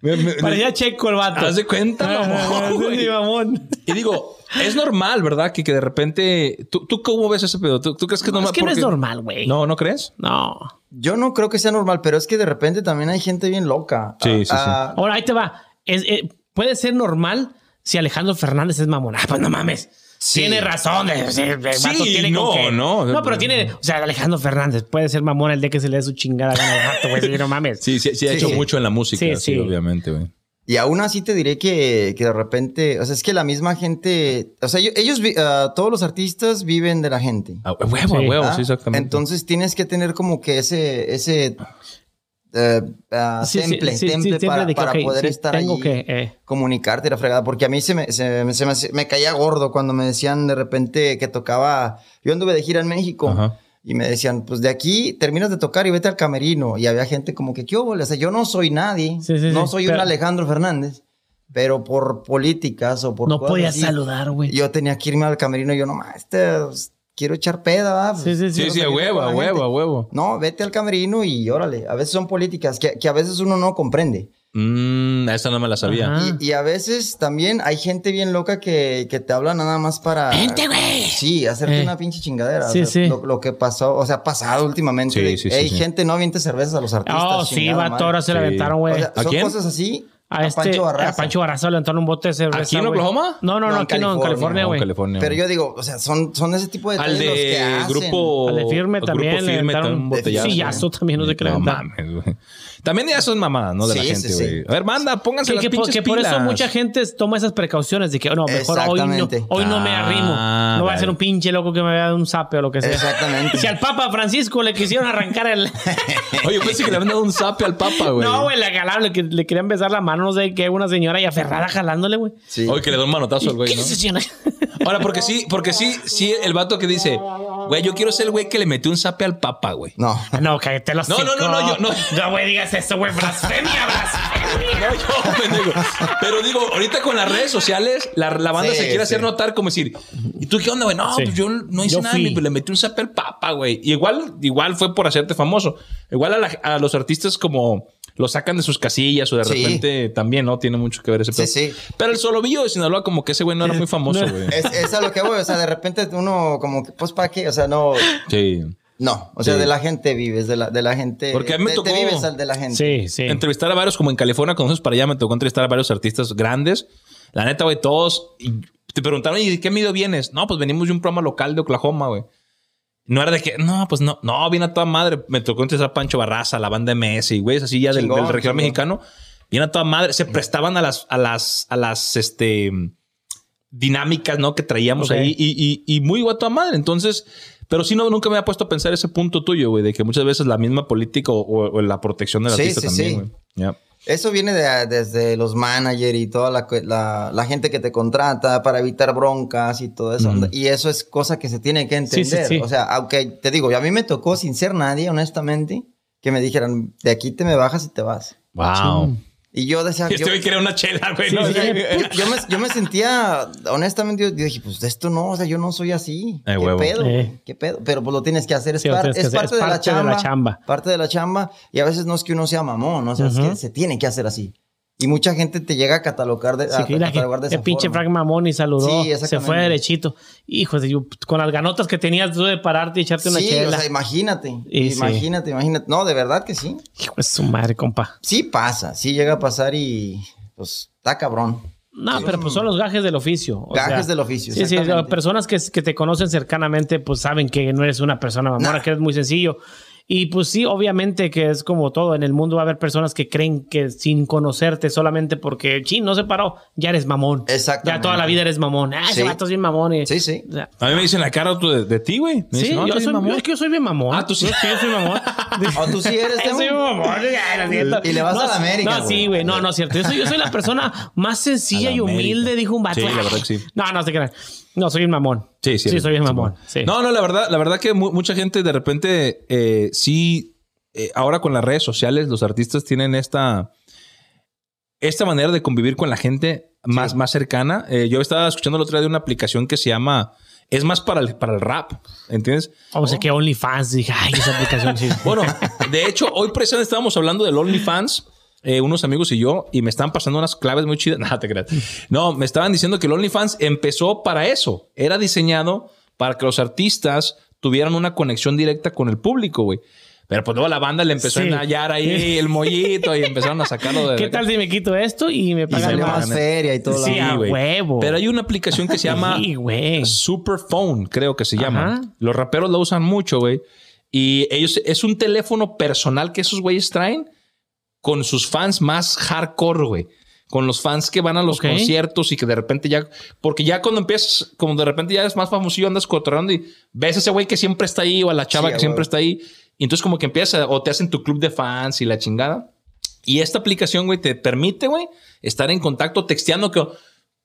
Speaker 1: Me- me-
Speaker 2: Parecía checo el vato.
Speaker 1: Haz de cuenta, mamón,
Speaker 2: Sí,
Speaker 1: güey.
Speaker 2: mamón.
Speaker 1: Y digo, es normal, ¿verdad? Que, que de repente. ¿tú, tú cómo ves ese pedo? ¿Tú, tú crees que
Speaker 2: No,
Speaker 1: no
Speaker 2: es que no es
Speaker 1: porque-
Speaker 2: normal, güey.
Speaker 1: No, ¿no crees?
Speaker 2: No.
Speaker 3: Yo no creo que sea normal, pero es que de repente también hay gente bien loca.
Speaker 1: Sí, sí, sí.
Speaker 3: Ah,
Speaker 2: Ahora, ahí te va. Es, eh, puede ser normal si Alejandro Fernández es mamón. Ah, pues no mames.
Speaker 3: Sí.
Speaker 2: Tiene razón. eh, sí, el vato
Speaker 1: Sí,
Speaker 2: tiene con
Speaker 1: no,
Speaker 2: qué.
Speaker 1: no.
Speaker 2: No, pero tiene. O sea, Alejandro Fernández puede ser mamón el de que se le dé su chingada gana al gato, güey. Sí, no mames.
Speaker 1: Sí, sí, sí, ha
Speaker 3: Sí.
Speaker 1: hecho mucho en la música,
Speaker 2: Sí,
Speaker 1: sí,
Speaker 2: sí.
Speaker 1: obviamente, güey.
Speaker 3: Y aún así te diré que, que de repente, o sea, es que la misma gente, o sea, yo- ellos, vi- ah, todos los artistas viven de la gente.
Speaker 1: A huevo, a
Speaker 2: Sí.
Speaker 1: huevo,
Speaker 3: ¿ah?
Speaker 1: sí, exactamente.
Speaker 3: Entonces tienes que tener como que ese, ese eh, ah,
Speaker 2: Sí, sí,
Speaker 3: temple,
Speaker 2: sí, sí,
Speaker 3: temple
Speaker 2: siempre
Speaker 3: para,
Speaker 2: de que,
Speaker 3: para
Speaker 2: ok,
Speaker 3: poder
Speaker 2: sí,
Speaker 3: estar
Speaker 2: tengo
Speaker 3: ahí,
Speaker 2: que, eh.
Speaker 3: comunicarte la fregada, porque a mí se me, se, me- se me hace- me caía gordo cuando me decían de repente que tocaba, yo anduve de gira en México.
Speaker 1: Ajá.
Speaker 3: Y me decían, pues de aquí terminas de tocar y vete al camerino. Y había gente como que, ¿qué hubo? O sea, yo no soy nadie.
Speaker 2: Sí, sí,
Speaker 3: no
Speaker 2: sí,
Speaker 3: soy un
Speaker 2: pero-
Speaker 3: Alejandro Fernández. Pero por políticas o por...
Speaker 2: No
Speaker 3: cosas
Speaker 2: podía
Speaker 3: así,
Speaker 2: saludar, güey.
Speaker 3: Yo tenía que irme al camerino. Y yo, no, ma, este, pues, quiero echar peda, ¿va? pues".
Speaker 2: Sí, sí, sí.
Speaker 1: Sí, sí, a huevo, a huevo, a huevo.
Speaker 3: No, vete al camerino y órale. A veces son políticas que, que a veces uno no comprende.
Speaker 1: Mmm, esa no me la sabía.
Speaker 2: Ajá. Ah.
Speaker 3: Y, y a veces también hay gente bien loca que, que te habla nada más para...
Speaker 2: Vente, güey.
Speaker 3: Sí, hacerte
Speaker 2: Eh.
Speaker 3: una pinche chingadera.
Speaker 2: Sí,
Speaker 3: o sea,
Speaker 2: sí.
Speaker 3: Lo, lo que pasó, o sea, ha pasado últimamente.
Speaker 1: Sí,
Speaker 3: de,
Speaker 1: sí, sí,
Speaker 3: "Ey,
Speaker 1: sí.
Speaker 3: gente, no avientes cervezas a los artistas.
Speaker 2: Oh, sí,
Speaker 3: chingada
Speaker 2: vato.
Speaker 3: madre".
Speaker 2: Ahora se le
Speaker 1: Sí.
Speaker 2: aventaron,
Speaker 3: O
Speaker 2: güey.
Speaker 3: sea,
Speaker 1: ¿A
Speaker 3: son
Speaker 1: quién?
Speaker 3: cosas así.
Speaker 2: a, este,
Speaker 3: Pancho Barraza.
Speaker 2: a Pancho Barraza le aventaron un bote de cerveza.
Speaker 1: ¿Aquí en
Speaker 2: güey.
Speaker 1: Oklahoma?
Speaker 2: No, no, no,
Speaker 3: No, en
Speaker 2: aquí no, en
Speaker 3: California.
Speaker 2: California,
Speaker 1: No,
Speaker 2: güey.
Speaker 1: California.
Speaker 3: Pero yo digo, o sea, son, son ese tipo de
Speaker 1: Al
Speaker 3: detalles los que
Speaker 1: de
Speaker 3: hacen.
Speaker 1: grupo.
Speaker 2: Al de firme
Speaker 1: al
Speaker 2: también
Speaker 1: Grupo
Speaker 2: le
Speaker 1: firme,
Speaker 2: aventaron
Speaker 1: también
Speaker 2: un
Speaker 1: un botellazo.
Speaker 2: sillazo
Speaker 1: güey.
Speaker 2: también, no sé qué le
Speaker 1: No
Speaker 2: aventaron.
Speaker 1: mames, güey. También ya son mamadas, ¿no? De la
Speaker 3: Sí,
Speaker 1: gente,
Speaker 3: sí, sí.
Speaker 1: güey. A ver, manda, pónganse
Speaker 2: Que,
Speaker 1: las
Speaker 2: que por,
Speaker 1: pinches
Speaker 2: que por eso
Speaker 1: pilas.
Speaker 2: mucha gente toma esas precauciones de que, "Oh, no, mejor hoy no,
Speaker 3: Exactamente.
Speaker 2: hoy no me
Speaker 1: Ah,
Speaker 2: arrimo. No va a
Speaker 1: vale.
Speaker 2: ser un pinche loco que me vea de un sape o lo
Speaker 1: eh.
Speaker 2: que sea.
Speaker 3: Exactamente.
Speaker 2: Si al Papa Francisco le quisieron arrancar el...
Speaker 1: Oye, yo pensé que le habían dado un zape al papa, güey.
Speaker 2: no, güey, le jalaron, le, que- le querían besar la mano, no sé qué, una señora y aferrada jalándole, güey.
Speaker 3: Sí.
Speaker 1: Oye, que le da un manotazo al güey,
Speaker 2: ¿Qué
Speaker 1: ¿no?
Speaker 2: se señora?
Speaker 1: Ahora, porque sí, porque sí, sí, el vato que dice, güey, yo quiero ser el güey que le metió un zape al papa, güey.
Speaker 3: No.
Speaker 2: No, cállate los
Speaker 1: No, no, no, no, yo- no.
Speaker 2: No, güey, digas eso, güey, blasfemia, blasfemia.
Speaker 1: No, yo, pendejo. Pero digo, ahorita con las redes sociales, la, la banda
Speaker 3: Sí,
Speaker 1: se quiere
Speaker 3: sí.
Speaker 1: hacer notar como decir, ¿y tú qué onda, güey? No,
Speaker 2: Sí.
Speaker 1: pues yo no hice
Speaker 2: Yo
Speaker 1: nada,
Speaker 2: fui.
Speaker 1: ni- pues le metí un zape al papa, güey. Y Igual, igual fue por hacerte famoso. Igual a, la- a los artistas como lo sacan de sus casillas o de
Speaker 3: Sí.
Speaker 1: repente también, ¿no? Tiene mucho que ver ese
Speaker 3: Sí,
Speaker 1: pedo.
Speaker 3: sí.
Speaker 1: Pero el solovillo de Sinaloa como que ese güey no era muy famoso,
Speaker 2: No.
Speaker 1: güey.
Speaker 3: Es, es a lo que voy. O sea, de repente uno como que, pues, ¿para qué? O sea, no...
Speaker 1: Sí.
Speaker 3: No, o sea,
Speaker 1: Sí.
Speaker 3: de la gente vives, de la, de la gente...
Speaker 1: Porque a mí me
Speaker 3: te-
Speaker 1: tocó-
Speaker 3: Te vives al de la gente.
Speaker 2: Sí, sí.
Speaker 1: entrevistar a varios, como en California, cuando nosotros para allá me tocó entrevistar a varios artistas grandes. La neta, güey, todos y te preguntaron, ¿y de qué medio vienes? No, pues venimos de un programa local de Oklahoma, güey. No era de que, no, pues no, no, viene a toda madre. Me tocó entrevistar a Pancho Barraza, la banda MS, y güey, así ya del,
Speaker 3: Chingón,
Speaker 1: del regional
Speaker 3: chingón.
Speaker 1: mexicano. Viene a toda madre. Se prestaban a las, a las, a las, este, dinámicas, ¿no? Que traíamos
Speaker 2: Ok.
Speaker 1: ahí y, y, y muy guato a madre. Entonces, pero sí, no, nunca me había puesto a pensar ese punto tuyo, güey, de que muchas veces la misma política o, o- o la protección del
Speaker 3: Sí,
Speaker 1: artista
Speaker 3: sí,
Speaker 1: también,
Speaker 3: sí.
Speaker 1: güey. Ya.
Speaker 3: Eso viene de- desde los managers y toda la, cu- la- la gente que te contrata para evitar broncas y todo eso.
Speaker 1: Mm.
Speaker 3: Y eso es cosa que se tiene que
Speaker 2: Sí, sí,
Speaker 3: entender.
Speaker 2: sí.
Speaker 3: O sea, aunque te digo, a mí me tocó sin ser nadie, honestamente, que me dijeran, de aquí te me bajas y te vas.
Speaker 1: Wow.
Speaker 3: Y yo decía, yo,
Speaker 1: Este güey quería una chela, güey.
Speaker 2: Sí,
Speaker 1: ¿no?
Speaker 2: sí, sí.
Speaker 3: eh, yo me, yo me sentía, honestamente, yo, yo dije, pues de esto no, o sea, yo no soy así.
Speaker 1: Eh,
Speaker 3: ¿Qué
Speaker 1: huevo.
Speaker 3: pedo?
Speaker 2: Eh.
Speaker 3: ¿Qué pedo? Pero pues lo tienes que hacer, es,
Speaker 2: Sí, lo
Speaker 3: par-
Speaker 2: tienes que
Speaker 3: es
Speaker 2: hacer,
Speaker 3: parte, de, la chamba,
Speaker 2: chamba.
Speaker 3: Parte de la chamba. Y a veces no es que uno sea mamón, ¿no? o sea, es
Speaker 2: Ujú.
Speaker 3: que se tiene que hacer así. Y mucha gente te llega a catalogar de,
Speaker 2: Sí,
Speaker 3: a,
Speaker 2: que mira que
Speaker 3: catalogar de
Speaker 2: el
Speaker 3: esa
Speaker 2: pinche
Speaker 3: forma.
Speaker 2: Frank Mamón y saludó.
Speaker 3: Sí,
Speaker 2: se fue
Speaker 3: exactamente.
Speaker 2: derechito. Hijo de yo, con las ganotas que tenías tú de pararte y echarte una
Speaker 3: Sí, o
Speaker 2: chela.
Speaker 3: sea, imagínate,
Speaker 2: Y sí.
Speaker 3: imagínate, imagínate. No, de verdad que sí.
Speaker 2: Hijo de su madre, compa.
Speaker 3: Sí pasa, sí llega a pasar y pues está cabrón.
Speaker 2: No, pero pues son los gajes del oficio. o
Speaker 3: Gajes
Speaker 2: sea,
Speaker 3: del oficio,
Speaker 2: Sí, sí,
Speaker 3: exactamente.
Speaker 2: las personas que, que te conocen cercanamente, pues saben que no eres una persona mamona,
Speaker 3: Nah.
Speaker 2: que eres muy sencillo. Y pues sí, obviamente que es como todo. En el mundo va a haber personas que creen que sin conocerte solamente porque, sí, no se paró, ya eres mamón.
Speaker 3: Exactamente.
Speaker 2: Ya toda la vida eres mamón. Ah, ese
Speaker 3: Sí.
Speaker 2: vato es bien mamón. eh.
Speaker 3: Sí, sí.
Speaker 2: O sea,
Speaker 1: A mí me dicen la cara tú de, de ti, güey. Me
Speaker 2: sí,
Speaker 1: dicen, no,
Speaker 2: yo
Speaker 1: estás bien
Speaker 2: soy,
Speaker 1: mamón.
Speaker 2: yo es que yo soy bien mamón.
Speaker 1: Ah, tú sí.
Speaker 2: Yo es que yo soy mamón.
Speaker 3: O Ah, tú sí eres
Speaker 2: Yo soy bien
Speaker 3: Temo?
Speaker 2: mamón. ya, lo siento.
Speaker 3: Y le vas
Speaker 2: No,
Speaker 3: a la América,
Speaker 2: No,
Speaker 3: güey.
Speaker 2: sí, güey. No, no es cierto. Yo soy, yo soy la persona más sencilla
Speaker 1: A la
Speaker 2: y
Speaker 1: América.
Speaker 2: humilde, dijo un vato.
Speaker 1: Sí, la verdad que sí.
Speaker 2: No, no, te creas. No, soy un mamón.
Speaker 1: Sí, sí.
Speaker 2: Sí,
Speaker 1: eres-
Speaker 2: soy bien mamón.
Speaker 1: Simón.
Speaker 2: Sí.
Speaker 1: No, no, la verdad, la verdad que mu- mucha gente de repente eh, sí, eh, ahora con las redes sociales, los artistas tienen esta, esta manera de convivir con la gente más, más cercana. Eh, yo estaba escuchando el otro día de una aplicación que se llama, es más para el, para el rap, ¿entiendes?
Speaker 2: O sea, que OnlyFans. Dije, ay, esa aplicación sí.
Speaker 1: Bueno, de hecho, hoy precisamente estábamos hablando del OnlyFans, eh, unos amigos y yo, y me estaban pasando unas claves muy chidas. Nada, te creas. No, me estaban diciendo que el OnlyFans empezó para eso. Era diseñado para que los artistas tuvieran una conexión directa con el público, güey. Pero pues luego la banda le empezó
Speaker 2: Sí.
Speaker 1: a hallar ahí el mollito y empezaron a sacarlo de...
Speaker 2: ¿Qué tal si me quito esto y me
Speaker 3: Y
Speaker 1: Pagan
Speaker 2: pagan
Speaker 3: salió
Speaker 2: más?
Speaker 3: más
Speaker 1: más.
Speaker 3: feria y todo.
Speaker 2: Sí,
Speaker 3: la-
Speaker 2: a
Speaker 1: güey.
Speaker 2: huevo.
Speaker 1: Pero hay una aplicación que se llama
Speaker 2: Sí, güey.
Speaker 1: Superphone, creo que se llama.
Speaker 2: Ajá.
Speaker 1: Los raperos lo usan mucho, güey. Y ellos es un teléfono personal que esos güeyes traen con sus fans más hardcore, güey. Con los fans que van a los
Speaker 2: Ok.
Speaker 1: conciertos y que de repente ya. Porque ya cuando empiezas, como de repente ya eres más famosillo, andas cotorreando y ves a ese güey que siempre está ahí o a la chava
Speaker 3: Sí,
Speaker 1: que
Speaker 3: a
Speaker 1: siempre
Speaker 3: huevo.
Speaker 1: está ahí. Y entonces, como que empiezas a- o te hacen tu club de fans y la chingada. Y esta aplicación, güey, te permite, güey, estar en contacto texteando que...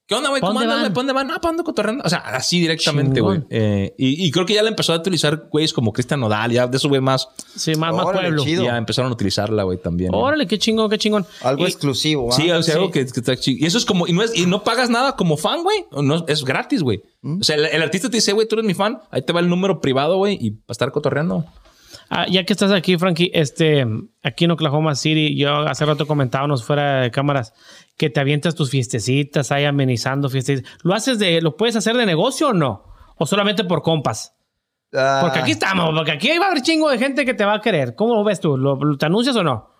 Speaker 1: ¿Qué onda, güey?
Speaker 2: ¿Pa'
Speaker 1: ¿Cómo
Speaker 2: dónde
Speaker 1: andas? güey?
Speaker 2: van?
Speaker 1: ¿Pa' dónde van? Ah, ¿pa' dónde cotorreando? O sea, así directamente, güey.
Speaker 2: Chingón.
Speaker 1: Eh, y, y creo que ya la empezó a utilizar, güeyes como Cristian Nodal. Ya de eso, güey, más.
Speaker 2: Sí, más, más
Speaker 3: Órale,
Speaker 2: pueblo.
Speaker 3: chido.
Speaker 1: Ya empezaron a utilizarla, güey, también. ¿no?
Speaker 2: Órale, qué chingón, qué chingón.
Speaker 3: Algo
Speaker 2: Y-
Speaker 3: exclusivo. ¿ah?
Speaker 1: Sí, o sea,
Speaker 2: Sí.
Speaker 1: algo que, que está chido. Y eso es como... Y no, es, y no pagas nada como fan, güey. No, es gratis, güey. O sea, el, el artista te dice, güey, tú eres mi fan. Ahí te va el número privado, güey, y para estar cotorreando.
Speaker 2: Ah, ya que estás aquí, Frankie, este, aquí en Oklahoma City, yo hace rato comentábamos fuera de cámaras que te avientas tus fiestecitas ahí amenizando fiestecitas. ¿Lo haces de, lo puedes hacer de negocio o no? ¿O solamente por compas?
Speaker 3: Ah,
Speaker 2: Porque aquí estamos, porque aquí va a haber chingo de gente que te va a querer. ¿Cómo lo ves tú? ¿Lo, lo- te anuncias o no?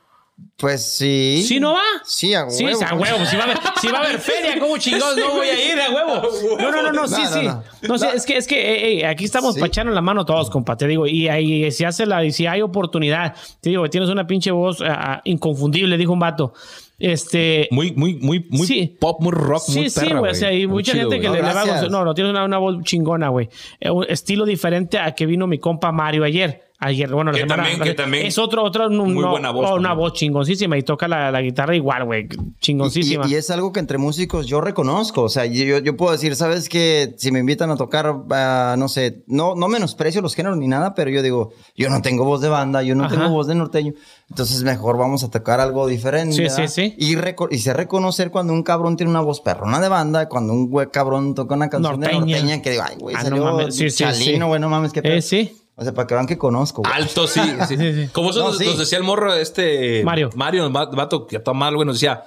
Speaker 3: Pues sí.
Speaker 2: ¿Sí no va?
Speaker 3: Sí, a
Speaker 2: Sí,
Speaker 3: huevo.
Speaker 2: a huevo. Si va a haber, si va a haber feria, ¿cómo chingados no voy a ir a huevo? No, no, no, no, sí,
Speaker 3: No, no,
Speaker 2: sí. No,
Speaker 3: no.
Speaker 2: sí, es que, es que ey, ey, aquí estamos
Speaker 3: Sí.
Speaker 2: para echarnos la mano todos, compa, te digo. Y ahí si hace la, y si hay oportunidad, te digo, tienes una pinche voz ah, ah, inconfundible, dijo un vato. Este.
Speaker 1: Muy, muy, muy, muy
Speaker 2: Sí.
Speaker 1: pop, muy rock, muy
Speaker 2: Sí, sí,
Speaker 1: perra,
Speaker 2: güey. O sea, hay
Speaker 1: Muy
Speaker 2: mucha
Speaker 1: chido,
Speaker 2: gente
Speaker 1: güey.
Speaker 2: que le, le
Speaker 3: No,
Speaker 2: va a
Speaker 3: gracias.
Speaker 2: gustar. No, no, tiene una, una voz chingona, güey. Eh, Un estilo diferente a que vino mi compa Mario ayer. Ayer, bueno, la
Speaker 1: Que
Speaker 2: semana
Speaker 1: también- que también-
Speaker 2: es otro, otro, un-
Speaker 1: Muy
Speaker 2: no,
Speaker 1: buena voz
Speaker 2: oh, una
Speaker 1: también.
Speaker 2: voz chingoncísima y toca la, la guitarra igual, güey,
Speaker 3: Y,
Speaker 2: chingoncísima.
Speaker 3: y- y es algo que entre músicos yo reconozco. O sea, yo, yo puedo decir, ¿sabes que Si me invitan a tocar, ah, no sé, no, no menosprecio los géneros ni nada, pero yo digo, yo no tengo voz de banda, yo no
Speaker 2: Ajá.
Speaker 3: tengo voz de norteño. Entonces, mejor vamos a tocar algo diferente.
Speaker 2: Sí,
Speaker 3: ¿verdad?
Speaker 2: sí, sí.
Speaker 3: Y, reco- y sé reconocer cuando un cabrón tiene una voz perrona de banda, cuando un güey cabrón toca una canción
Speaker 2: Norteña.
Speaker 3: de norteña que digo, ay, güey,
Speaker 2: Ah, no
Speaker 3: salió
Speaker 2: mames. Sí, sí,
Speaker 3: chalino,
Speaker 2: sí.
Speaker 3: güey, no mames, qué pedo".
Speaker 2: Eh, sí.
Speaker 3: O sea, para que vean que conozco. güey.
Speaker 1: Alto, sí. sí.
Speaker 2: Sí, sí.
Speaker 1: Como eso
Speaker 3: No,
Speaker 1: nos,
Speaker 3: sí.
Speaker 1: nos decía el morro, este.
Speaker 2: Mario.
Speaker 1: Mario, el va- vato que toma algo güey, nos decía.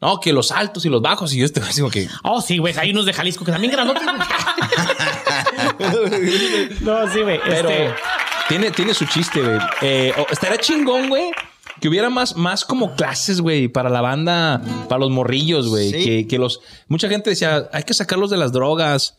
Speaker 1: No, que los altos y los bajos. Y yo este güey, así como que.
Speaker 2: Oh, sí, güey. Hay unos de Jalisco que también grandotes. güey. no, sí, güey.
Speaker 1: Pero
Speaker 2: este,
Speaker 1: tiene, tiene su chiste, güey. Eh, o- estaría chingón, güey. Que hubiera más, más como clases, güey, para la banda, para los morrillos, güey.
Speaker 3: Sí.
Speaker 1: Que, que los. Mucha gente decía, hay que sacarlos de las drogas.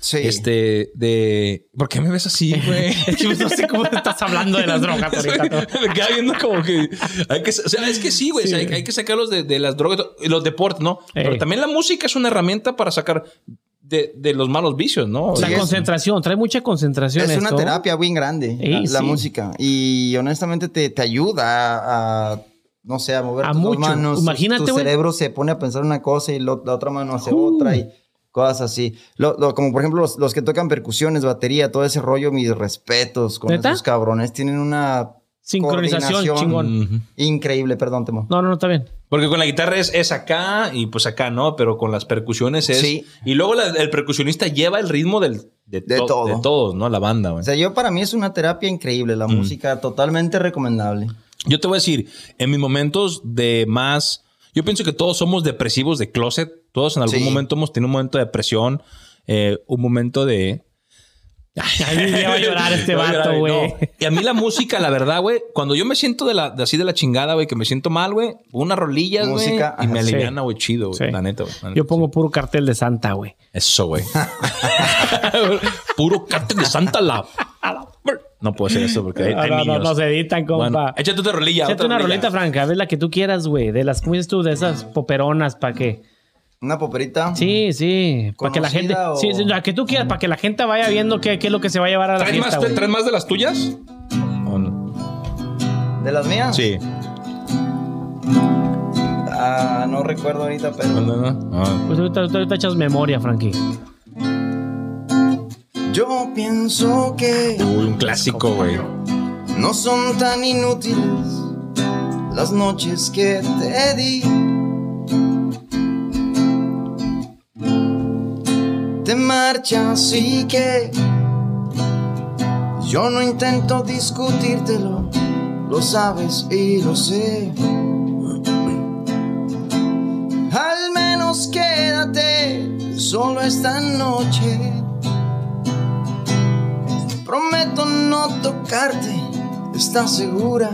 Speaker 3: Sí.
Speaker 1: Este, de. ¿Por qué me ves así, güey?
Speaker 2: es que no sé cómo estás hablando de las drogas ahorita. tú.
Speaker 1: Me queda viendo como que. Hay que o sea, es que sí, güey. o
Speaker 2: Sí,
Speaker 1: sea, hay,
Speaker 2: güey.
Speaker 1: hay que sacarlos de, de las drogas y los deportes, ¿no? Pero
Speaker 2: Ey.
Speaker 1: también la música es una herramienta para sacar de, de los malos vicios, ¿no?
Speaker 2: La
Speaker 3: Sí, es-
Speaker 2: concentración. Trae mucha concentración
Speaker 3: Es una
Speaker 2: esto.
Speaker 3: terapia bien grande,
Speaker 2: Sí,
Speaker 3: la, la
Speaker 2: sí.
Speaker 3: música. Y honestamente te, te ayuda a, a, no sé, a mover
Speaker 2: A
Speaker 3: tus dos
Speaker 2: mucho.
Speaker 3: manos.
Speaker 2: Imagínate,
Speaker 3: Tu
Speaker 2: güey.
Speaker 3: cerebro se pone a pensar una cosa y lo- la otra mano hace
Speaker 2: Uh.
Speaker 3: otra y cosas así. Lo- lo- como por ejemplo los, los que tocan percusiones, batería, todo ese rollo, mis respetos con
Speaker 2: ¿Neta?
Speaker 3: esos cabrones. Tienen una
Speaker 2: Sincronización,
Speaker 3: coordinación
Speaker 2: chingón.
Speaker 1: Ujú.
Speaker 3: Increíble, perdón, Temo.
Speaker 2: No, no, no, está bien.
Speaker 1: Porque con la guitarra es, es acá y pues acá no, pero con las percusiones es.
Speaker 3: Sí.
Speaker 1: Y luego la- el percusionista lleva el ritmo del, de,
Speaker 3: De
Speaker 1: to-
Speaker 3: todo.
Speaker 1: de todos, ¿no? La banda, güey.
Speaker 3: O sea, yo para mí es una terapia increíble,
Speaker 2: Mm.
Speaker 3: la música totalmente recomendable.
Speaker 1: Yo te voy a decir, en mis momentos de más, yo pienso que todos somos depresivos de closet, todos en algún
Speaker 3: Sí.
Speaker 1: momento hemos tenido un momento de depresión, eh, un momento de,
Speaker 2: Ahí ya va a llorar este
Speaker 1: Va a llorar,
Speaker 2: vato, güey.
Speaker 1: no. Y a mí la música, la verdad, güey, cuando yo me siento de la, de así de la chingada, güey, que me siento mal, güey, unas rolillas, güey,
Speaker 3: Música,
Speaker 1: y me
Speaker 3: ajá, sí.
Speaker 1: aliviana, güey, chido, güey,
Speaker 2: Sí.
Speaker 1: la neta, güey. la neta,
Speaker 2: Yo pongo
Speaker 1: sí.
Speaker 2: puro cartel de Santa, güey.
Speaker 1: Eso, güey. Puro cártel de Santa la... No puedo hacer eso porque hay,
Speaker 2: No,
Speaker 1: hay
Speaker 2: Ah, no, no,
Speaker 1: niños.
Speaker 2: no se editan, compa.
Speaker 1: Bueno, échate otra rolilla.
Speaker 2: Échate
Speaker 1: otra
Speaker 2: una rolita
Speaker 1: rolilla.
Speaker 2: franca, ves la que tú quieras, güey. De las, ¿cómo dices tú? De esas poperonas, ¿para qué?
Speaker 3: Una poperita.
Speaker 2: Sí, sí. Para que la gente.
Speaker 3: ¿Conocida o-
Speaker 2: Sí, sí, la que tú quieras, para que la gente vaya viendo qué, qué es lo que se va a llevar a la
Speaker 1: ¿Traes
Speaker 2: fiesta,
Speaker 1: más,
Speaker 2: güey.
Speaker 1: traes más de las tuyas? ¿O no?
Speaker 3: ¿De las mías?
Speaker 1: Sí.
Speaker 3: Ah, no recuerdo ahorita,
Speaker 1: No,
Speaker 3: pero.
Speaker 1: no, no. Ah.
Speaker 2: Pues ahorita, ahorita- ahorita echas memoria, Frankie.
Speaker 3: Yo pienso que
Speaker 1: Uy, un clásico, güey.
Speaker 3: no son tan inútiles las noches que te di. Te marchas y que yo no intento discutírtelo, lo sabes y lo sé. Al menos quédate solo esta noche. Prometo no tocarte, ¿estás segura?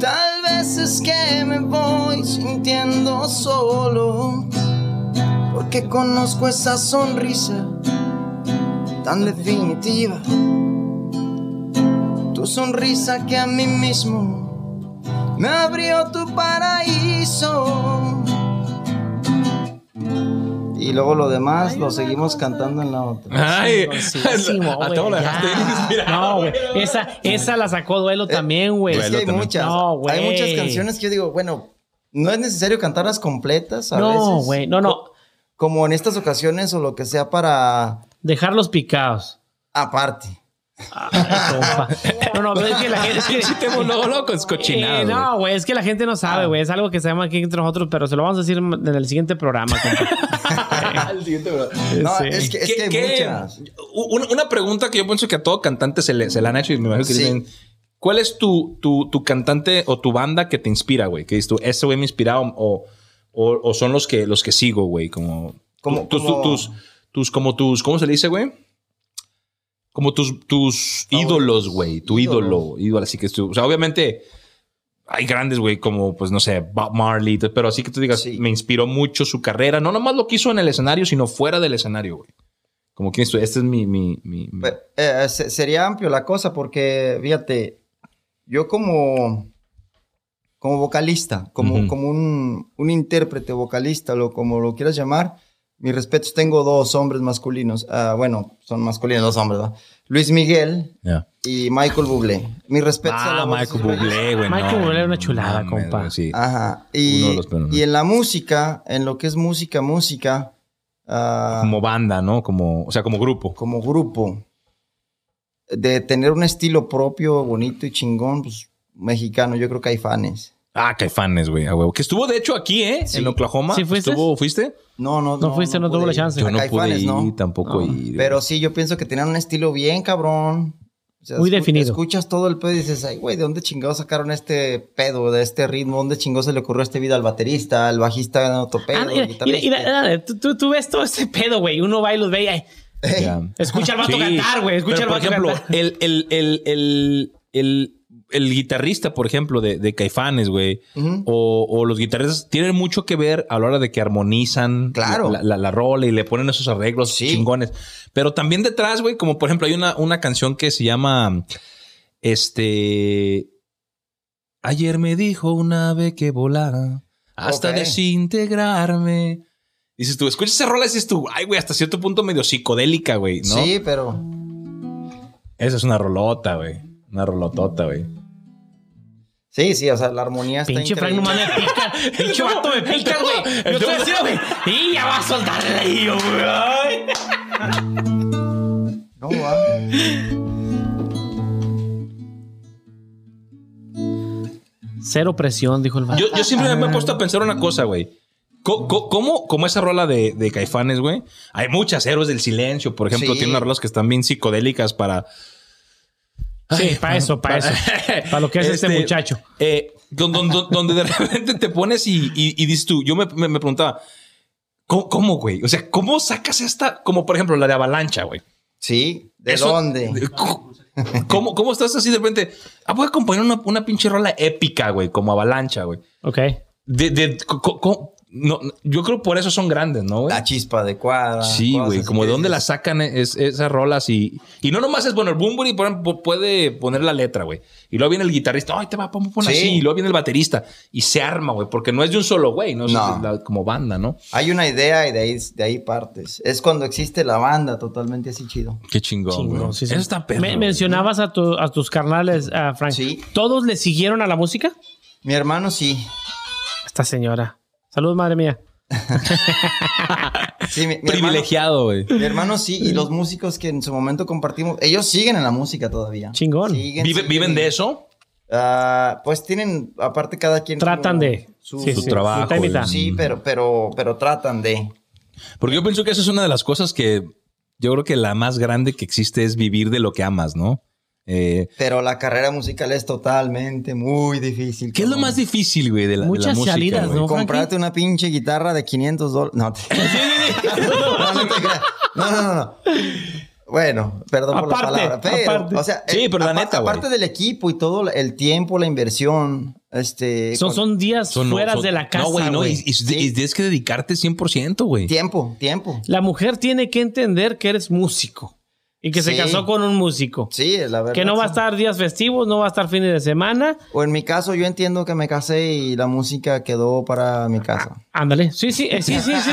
Speaker 3: Tal vez es que me voy sintiendo solo, porque conozco esa sonrisa tan definitiva. Tu sonrisa que a mí mismo me abrió tu paraíso. Y luego lo demás lo seguimos cantando en la otra.
Speaker 1: Ay, Ah,
Speaker 2: Chingoncísimo,
Speaker 1: a todo
Speaker 2: güey,
Speaker 1: lo
Speaker 2: ya.
Speaker 1: dejaste Ah,
Speaker 2: No, güey. Esa, esa la sacó
Speaker 3: Eh,
Speaker 2: duelo también, güey.
Speaker 3: Es que Pues hay
Speaker 1: también.
Speaker 3: muchas.
Speaker 2: No, güey.
Speaker 3: hay muchas canciones que yo digo, bueno, no es necesario cantarlas completas a veces.
Speaker 2: No, güey. No, no.
Speaker 3: Co- Como en estas ocasiones o lo que sea para
Speaker 2: Dejarlos picados.
Speaker 3: aparte.
Speaker 2: Ay, compa. No, no, pero es que la gente. Es que,
Speaker 1: Sí, te voló loco, es cochinado.
Speaker 2: Eh,
Speaker 1: güey. Ah.
Speaker 2: no, güey, es que la gente no sabe, güey. Es algo que sabemos aquí entre nosotros, pero se lo vamos a decir en el siguiente programa. compa.
Speaker 3: No,
Speaker 2: Sí.
Speaker 3: es, que, es
Speaker 1: ¿Qué-
Speaker 3: que hay
Speaker 1: qué?
Speaker 3: muchas.
Speaker 1: U- Una, una pregunta que yo pienso que a todo cantante se le, se le han hecho y me imagino que
Speaker 3: Sí.
Speaker 1: dicen, ¿cuál es tu, tu, tu cantante o tu banda que te inspira, güey? Que dices tú, ese güey me inspira o, o, o son los que, los que sigo, güey? Como,
Speaker 3: Como-
Speaker 1: tus,
Speaker 3: como-
Speaker 1: tus, tus, como tus, ¿cómo se le dice, güey? Como tus,
Speaker 3: Ah,
Speaker 1: tus ídolos, güey. Tu ídolo, ídolo. Así que tú, o sea, obviamente hay grandes, güey, como, pues, no sé, Bob Marley, t- pero así que tú digas,
Speaker 3: Sí.
Speaker 1: me inspiró mucho su carrera. No nomás lo que hizo en el escenario, sino fuera del escenario, güey. Como que esto, este es mi... mi, mi- mi-
Speaker 3: Pero, eh, se- sería amplio la cosa porque, fíjate, yo como, como vocalista, como,
Speaker 1: Ujú.
Speaker 3: como un, un intérprete vocalista, lo, como lo quieras llamar, mis respetos, tengo dos hombres masculinos. Ah, bueno, son masculinos dos hombres, ¿verdad? Luis Miguel
Speaker 1: Ya.
Speaker 3: y Michael Bublé. Mis respetos a Ah. la
Speaker 1: Ah,
Speaker 3: voz de
Speaker 1: Michael
Speaker 3: esos güeyes.
Speaker 1: Bublé, güey.
Speaker 2: Michael
Speaker 1: no,
Speaker 2: Bublé era una
Speaker 1: no
Speaker 2: chulada,
Speaker 1: mames,
Speaker 2: compa.
Speaker 1: güey, sí.
Speaker 3: Ajá. Y,
Speaker 1: Uno de los peores, ¿no?
Speaker 3: y en la música, en lo que es música, música, ah,
Speaker 1: Como banda, ¿no? Como, o sea, como grupo.
Speaker 3: como grupo, de tener un estilo propio, bonito y chingón, pues mexicano, yo creo que hay fans.
Speaker 1: Ah, Caifanes, güey, a huevo. Que estuvo, de hecho, aquí, ¿eh?
Speaker 3: Sí.
Speaker 1: En Oklahoma.
Speaker 2: ¿Sí fuiste?
Speaker 1: Estuvo, ¿Fuiste?
Speaker 3: No, no,
Speaker 2: No fuiste, no tuvo
Speaker 3: pude
Speaker 2: la
Speaker 3: ir.
Speaker 2: chance. Sí,
Speaker 1: Yo
Speaker 3: A
Speaker 1: no pude
Speaker 3: Caifanes,
Speaker 1: ir,
Speaker 3: no.
Speaker 1: tampoco
Speaker 2: No.
Speaker 1: ir.
Speaker 3: Pero sí, yo pienso que tenían un estilo bien cabrón. O sea,
Speaker 2: Muy
Speaker 3: escu-
Speaker 2: definido.
Speaker 3: Escuchas todo el pedo y dices, ay, güey, ¿de dónde chingados sacaron este pedo, de este ritmo? ¿Dónde chingados se le ocurrió este vida al baterista, al bajista, al
Speaker 2: Ah,
Speaker 3: topero,
Speaker 2: mira,
Speaker 3: al
Speaker 2: mira,
Speaker 3: guitarrista?
Speaker 2: mira, mira, tú, tú- tú ves todo ese pedo, güey. Uno va y los ve y, ay,
Speaker 1: Ya.
Speaker 2: escucha al vato
Speaker 1: Sí.
Speaker 2: cantar, güey. Escucha
Speaker 1: Pero, por
Speaker 2: al vato
Speaker 1: ejemplo,
Speaker 2: cantar.
Speaker 1: El, el, el, el, el, el guitarrista, por ejemplo, de, de Caifanes, güey,
Speaker 3: Ujú.
Speaker 1: o, o los guitarristas tienen mucho que ver a la hora de que armonizan
Speaker 3: Claro.
Speaker 1: la, la- la rola y le ponen esos arreglos
Speaker 3: Sí.
Speaker 1: chingones. Pero también detrás, güey, como por ejemplo, hay una, una canción que se llama Este. Ayer me dijo un ave que volara hasta
Speaker 3: Ok.
Speaker 1: desintegrarme. Dices tú, escuchas esa rola y dices tú, ay, güey, hasta cierto punto medio psicodélica, güey, ¿no?
Speaker 3: Sí, pero...
Speaker 1: Esa es una rolota, güey. Una rolotota, güey.
Speaker 3: Sí, sí, o sea, la armonía está
Speaker 2: Pinche Frank, no
Speaker 3: increíble.
Speaker 2: mames, pica. Pinche vato me pica, güey. Yo estoy así, güey. Y ya va a soltarle ahí, yo, güey. Ay.
Speaker 3: No, va.
Speaker 2: Cero presión, dijo el vato.
Speaker 1: Yo, yo siempre me he puesto a pensar una cosa, güey. Co- co- ¿Cómo, cómo esa rola de, de Caifanes, güey? Hay muchas héroes del silencio, por ejemplo.
Speaker 3: Sí.
Speaker 1: Tiene unas rolas que están bien psicodélicas para...
Speaker 2: Sí, para eso, para eso. Para lo que es este muchacho.
Speaker 1: eh, don- don- don- donde, de repente te pones y, y- y dices tú... Yo me, me- me preguntaba... ¿Cómo, cómo, güey? O sea, ¿cómo sacas esta? Como por ejemplo la de Avalancha, güey.
Speaker 3: Sí, ¿de
Speaker 1: Eso-
Speaker 3: dónde?
Speaker 1: ¿Cómo- ¿Cómo, cómo estás así de repente? Ah, voy a componer una, una pinche rola épica, güey, como Avalancha, güey.
Speaker 2: Ok.
Speaker 1: De, de- co- co- co- no, no, yo creo por eso son grandes, ¿no, güey?
Speaker 3: La chispa adecuada.
Speaker 1: Sí,
Speaker 3: cosas
Speaker 1: güey.
Speaker 3: así
Speaker 1: Como
Speaker 3: que
Speaker 1: de dónde
Speaker 3: dices,
Speaker 1: las sacan es- esas rolas y... Y no nomás es, bueno, el Bumburi por ejemplo, puede poner la letra, güey. Y luego viene el guitarrista, ay, te va a poner
Speaker 3: Sí.
Speaker 1: así. Y luego viene el baterista y se arma, güey. Porque no es de un solo güey, no, Es
Speaker 3: No.
Speaker 1: la- como banda, ¿no?
Speaker 3: Hay una idea y de ahí, de ahí partes. Es cuando existe la banda totalmente así chido.
Speaker 1: Qué chingón,
Speaker 2: Chingón,
Speaker 1: güey.
Speaker 2: sí, sí.
Speaker 1: Eso está perro.
Speaker 2: Me-
Speaker 1: güey.
Speaker 2: mencionabas a, tu- a tus carnales, a Frank.
Speaker 3: Sí.
Speaker 2: ¿Todos le siguieron a la música?
Speaker 3: Mi hermano sí.
Speaker 2: Esta señora. Salud, madre mía.
Speaker 3: sí mi, mi hermano,
Speaker 1: Privilegiado, güey.
Speaker 3: mi hermano sí. Y los músicos que en su momento compartimos, ellos siguen en la música todavía.
Speaker 2: Chingón.
Speaker 3: Siguen,
Speaker 1: Vive-
Speaker 3: siguen.
Speaker 1: ¿Viven de eso?
Speaker 3: Ah, pues tienen, aparte cada quien.
Speaker 2: Tratan
Speaker 3: como
Speaker 2: de-
Speaker 3: Su,
Speaker 2: sí,
Speaker 1: Su
Speaker 2: sí.
Speaker 1: trabajo.
Speaker 2: mitad y mitad.
Speaker 1: güey.
Speaker 3: Sí, pero, pero, pero tratan de.
Speaker 1: Porque yo pienso que esa es una de las cosas que yo creo que la más grande que existe es vivir de lo que amas, ¿no? Eh,
Speaker 3: Pero la carrera musical es totalmente muy difícil.
Speaker 1: ¿Qué es lo
Speaker 3: cabrón.
Speaker 1: más difícil, güey, de la, de la
Speaker 2: Muchas
Speaker 1: música?
Speaker 2: salidas,
Speaker 1: güey?
Speaker 2: ¿no?
Speaker 3: Comprate una pinche guitarra de 500 dólares. No, te- no, no, te creas. no, no, no, no. Bueno, perdón por la
Speaker 2: Aparte,
Speaker 3: palabra. Pero,
Speaker 2: aparte.
Speaker 3: o sea, eh,
Speaker 1: Sí, pero la
Speaker 3: apa-
Speaker 1: neta, güey.
Speaker 3: aparte del equipo y todo el tiempo, la inversión, este.
Speaker 2: Son,
Speaker 3: con-
Speaker 2: son días
Speaker 1: Son- no,
Speaker 2: fuera
Speaker 1: son-
Speaker 2: de la casa.
Speaker 1: No, güey, no. Y, y- y tienes que dedicarte 100%, güey.
Speaker 3: Tiempo, tiempo.
Speaker 2: La mujer tiene que entender que eres músico y que se
Speaker 3: Sí.
Speaker 2: casó con un músico.
Speaker 3: Sí, la verdad.
Speaker 2: que no va a
Speaker 3: sí.
Speaker 2: estar días festivos, no va a estar fines de semana.
Speaker 3: O en mi caso, yo entiendo que me casé y la música quedó para mi casa.
Speaker 2: Ándale. Sí, sí, eh, sí, sí, sí.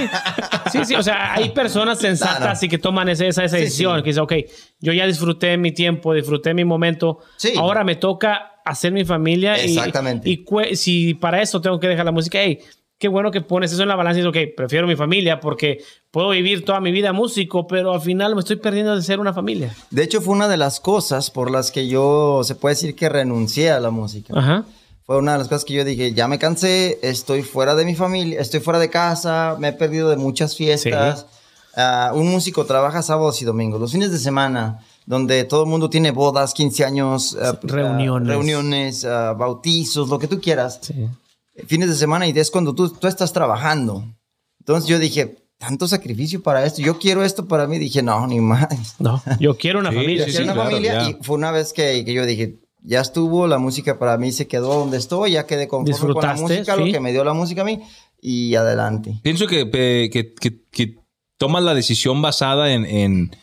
Speaker 2: Sí, sí. O sea, hay personas sensatas
Speaker 3: No, no.
Speaker 2: y que toman ese- esa, esa
Speaker 3: Sí,
Speaker 2: decisión.
Speaker 3: sí.
Speaker 2: Que dice, ok, yo ya disfruté mi tiempo, disfruté mi momento.
Speaker 3: Sí.
Speaker 2: Ahora me toca hacer mi familia. y-
Speaker 3: Exactamente.
Speaker 2: Y, cue- si para eso tengo que dejar la música, hey, qué bueno que pones eso en la balanza y dices, ok, prefiero mi familia porque puedo vivir toda mi vida músico, pero al final me estoy perdiendo de ser una familia.
Speaker 3: De hecho, fue una de las cosas por las que yo se puede decir que renuncié a la música.
Speaker 2: Ajá.
Speaker 3: Fue una de las cosas que yo dije, ya me cansé, estoy fuera de mi familia, estoy fuera de casa, me he perdido de muchas fiestas. Ah, un músico trabaja sábados y domingos, los fines de semana, donde todo el mundo tiene bodas, 15 años, ah,
Speaker 2: Reuniones.
Speaker 3: ah, reuniones ah, bautizos, lo que tú quieras.
Speaker 2: Sí.
Speaker 3: Fines de semana y es cuando tú, tú estás trabajando. Entonces yo dije, tanto sacrificio para esto, yo quiero esto para mí. Dije, no, ni más.
Speaker 2: No, yo quiero una
Speaker 1: Sí,
Speaker 2: familia.
Speaker 1: sí,
Speaker 3: Era una
Speaker 1: claro,
Speaker 3: familia
Speaker 1: ya.
Speaker 3: y fue una vez que, que yo dije, ya estuvo, la música para mí se quedó donde estoy, ya quedé conforme con la
Speaker 2: Disfrutaste,
Speaker 3: música,
Speaker 2: sí.
Speaker 3: lo que me dio la música a mí y adelante.
Speaker 1: Pienso que, pe- que, que- que tomas la decisión basada en, en-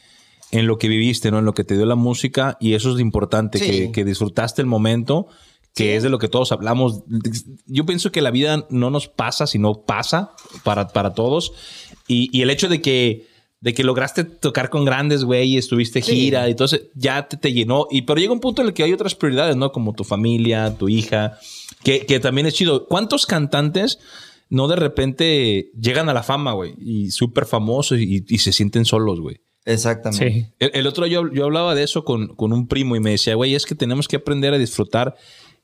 Speaker 1: en lo que viviste, ¿no? En lo que te dio la música y eso es lo importante,
Speaker 3: Sí.
Speaker 1: que, que disfrutaste el momento, que es de lo que todos hablamos. Yo pienso que la vida no nos pasa, sino pasa para, para todos. Y, y el hecho de que, de que lograste tocar con grandes, güey, y estuviste
Speaker 3: Sí.
Speaker 1: gira, y entonces ya te, te llenó. Y, pero llega un punto en el que hay otras prioridades, ¿no? Como tu familia, tu hija, que, que también es chido. ¿Cuántos cantantes no de repente llegan a la fama, güey? Y súper famosos y, y se sienten solos, güey.
Speaker 3: Exactamente.
Speaker 2: Sí.
Speaker 1: El, el otro día yo, yo hablaba de eso con, con un primo y me decía, güey, es que tenemos que aprender a disfrutar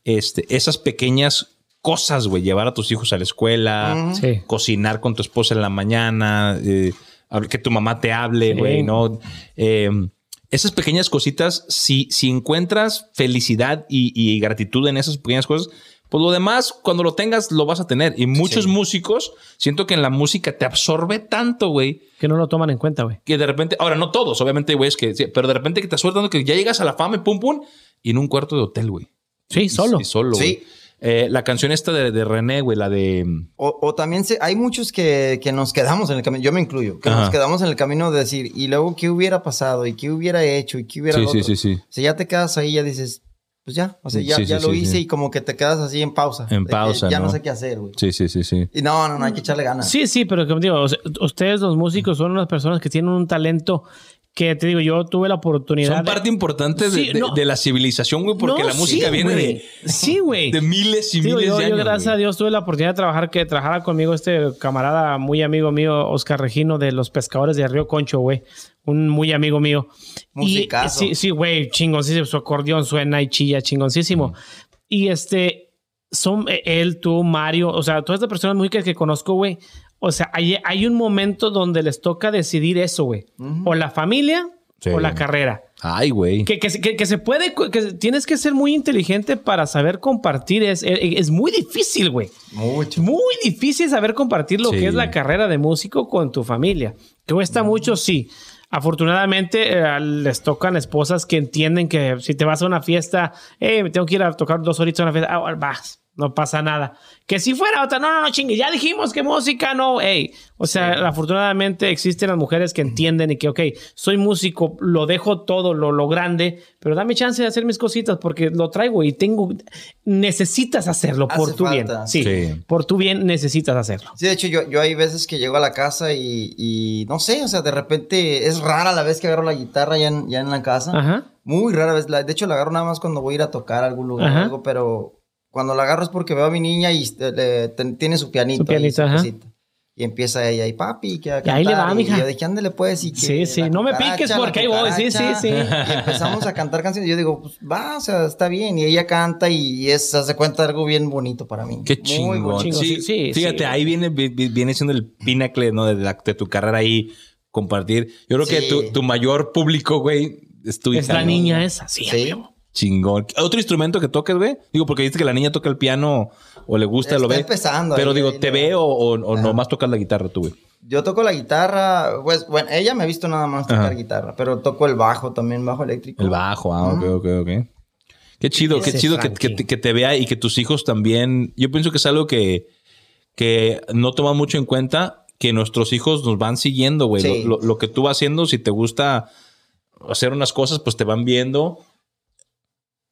Speaker 1: este, esas pequeñas cosas, güey. Llevar a tus hijos a la escuela,
Speaker 3: Ujú.
Speaker 2: Sí.
Speaker 1: cocinar con tu esposa en la mañana, eh, hablar- que tu mamá te hable,
Speaker 2: Sí.
Speaker 1: güey, ¿no? Eh, esas pequeñas cositas, si, si encuentras felicidad y, y gratitud en esas pequeñas cosas, pues lo demás, cuando lo tengas, lo vas a tener. Y muchos
Speaker 3: Sí.
Speaker 1: músicos, siento que en la música te absorbe tanto, güey,
Speaker 2: Que no lo toman en cuenta, güey.
Speaker 1: que de repente, ahora no todos, obviamente, güey, es que, sí, pero de repente que te sueltan que ya llegas a la fama y pum, pum, y en un cuarto de hotel, güey.
Speaker 2: Sí, solo.
Speaker 1: Y solo,
Speaker 3: Sí.
Speaker 1: güey. Eh, la canción esta de, de René, güey, la de...
Speaker 3: O, o también se- hay muchos que, que nos quedamos en el camino, yo me incluyo, que
Speaker 1: Ajá.
Speaker 3: nos quedamos en el camino de decir, y luego qué hubiera pasado, y qué hubiera hecho, y qué hubiera...
Speaker 1: Sí,
Speaker 3: lo
Speaker 1: sí,
Speaker 3: otro?
Speaker 1: sí, sí.
Speaker 3: O sea, ya te quedas ahí, ya dices, pues ya, o sea, ya,
Speaker 1: Sí, sí,
Speaker 3: ya lo
Speaker 1: sí,
Speaker 3: hice
Speaker 1: sí.
Speaker 3: y como que te quedas así en pausa.
Speaker 1: En
Speaker 3: de que
Speaker 1: pausa,
Speaker 3: Ya no
Speaker 1: ¿no?
Speaker 3: sé qué hacer, güey.
Speaker 1: Sí, sí, sí, sí.
Speaker 3: Y no, no, no, hay que echarle ganas.
Speaker 2: Sí, sí, pero como digo, o sea, ustedes los músicos son unas personas que tienen un talento que te digo, yo tuve la oportunidad.
Speaker 1: Son
Speaker 2: de-
Speaker 1: parte importante de,
Speaker 2: Sí,
Speaker 1: de-
Speaker 2: no.
Speaker 1: de la civilización, güey, porque
Speaker 2: No,
Speaker 1: la música
Speaker 2: sí,
Speaker 1: viene
Speaker 2: güey.
Speaker 1: de,
Speaker 2: Sí, güey.
Speaker 1: de miles y
Speaker 2: Digo,
Speaker 1: miles
Speaker 2: yo,
Speaker 1: de
Speaker 2: yo,
Speaker 1: años.
Speaker 2: gracias
Speaker 1: güey.
Speaker 2: a Dios tuve la oportunidad de trabajar que trabajara conmigo este camarada muy amigo mío, Oscar Regino, de los pescadores de Río Concho, güey. Un muy amigo mío. Y-
Speaker 3: Musicazo.
Speaker 2: sí, sí, güey, chingoncísimo. Su acordeón suena y chilla, chingoncísimo. Y este, son eh, él, tú, Mario, o sea, todas estas personas músicas que conozco, güey. O sea, hay, hay un momento donde les toca decidir eso, güey.
Speaker 3: Ujú.
Speaker 2: O la familia
Speaker 1: Sí.
Speaker 2: o la carrera.
Speaker 1: Ay, güey.
Speaker 2: Que, que, se- que- que se puede, cu- que tienes que ser muy inteligente para saber compartir. Es, es, es muy difícil, güey.
Speaker 3: Mucho.
Speaker 2: Muy difícil saber compartir lo
Speaker 1: Sí.
Speaker 2: que es la carrera de músico con tu familia. Que cuesta mucho, sí. Afortunadamente eh, les tocan esposas que entienden que si te vas a una fiesta, eh, me tengo que ir a tocar dos horitas a una fiesta, ah, vas, no pasa nada. Que si fuera otra, no, no, no, chingue, ya dijimos que música, no, ey. O sea, afortunadamente existen las mujeres que entienden y que, ok, soy músico, lo dejo todo, lo, lo grande, pero dame chance de hacer mis cositas porque lo traigo y tengo, necesitas hacerlo por
Speaker 3: Hace
Speaker 2: tu
Speaker 3: falta.
Speaker 2: bien. Sí,
Speaker 1: Sí.
Speaker 2: por tu bien necesitas hacerlo.
Speaker 3: Sí, de hecho, yo, yo hay veces que llego a la casa y, y no sé, o sea, de repente es rara la vez que agarro la guitarra ya en, ya en la casa.
Speaker 2: Ajá.
Speaker 3: Muy rara vez. La- de hecho, la agarro nada más cuando voy a ir a tocar a algún lugar o
Speaker 2: Ajá.
Speaker 3: algo, pero cuando la agarro es porque veo a mi niña y eh, le- ten- tiene su pianito.
Speaker 2: Su pianito, ajá.
Speaker 3: cosita. Y empieza ella y papi, que a
Speaker 2: Y ahí le
Speaker 3: cantar".
Speaker 2: va,
Speaker 3: Y
Speaker 2: mija.
Speaker 3: yo de que ándale pues. Y que
Speaker 2: Sí, sí,
Speaker 3: la
Speaker 2: no me
Speaker 3: cucaracha,
Speaker 2: piques
Speaker 3: la
Speaker 2: porque ahí voy, sí, sí,
Speaker 3: cucaracha.
Speaker 2: sí.
Speaker 3: Y empezamos a cantar canciones. Yo digo, pues va, o sea, está bien. Y ella canta y es, se hace cuenta algo bien bonito para mí.
Speaker 1: Qué
Speaker 3: Muy
Speaker 1: chingón.
Speaker 2: chingón.
Speaker 1: Sí,
Speaker 2: Sí, sí,
Speaker 1: fíjate,
Speaker 2: sí.
Speaker 1: ahí viene, vi- vi- viene siendo el pinacle ¿no? de, la- de tu carrera ahí, compartir. Yo creo que
Speaker 3: Sí.
Speaker 1: tu, tu mayor público, güey, es tu hija.
Speaker 2: Es la
Speaker 1: ¿no?
Speaker 2: niña esa, sí.
Speaker 3: Sí.
Speaker 1: Chingón. ¿Otro instrumento que toques, güey? Digo, porque dices que la niña toca el piano o le gusta,
Speaker 3: Está
Speaker 1: lo ve.
Speaker 3: empezando
Speaker 1: Pero
Speaker 3: ahí,
Speaker 1: digo,
Speaker 3: ahí
Speaker 1: ¿te
Speaker 3: le
Speaker 1: ve
Speaker 3: va.
Speaker 1: o, o- o nomás tocas la guitarra tú, güey?
Speaker 3: Yo toco la guitarra, pues, bueno, ella me ha visto nada más tocar
Speaker 1: Ajá.
Speaker 3: guitarra, pero toco el bajo también, bajo eléctrico.
Speaker 1: El bajo, ah, ok, ok, ok. Qué chido, qué
Speaker 2: Ese
Speaker 1: chido que, que
Speaker 2: Frankie.
Speaker 1: te- que te vea y que tus hijos también. Yo pienso que es algo que, que no toma mucho en cuenta, que nuestros hijos nos van siguiendo, güey.
Speaker 3: Sí.
Speaker 1: Lo, lo- lo que tú vas haciendo, si te gusta hacer unas cosas, pues te van viendo.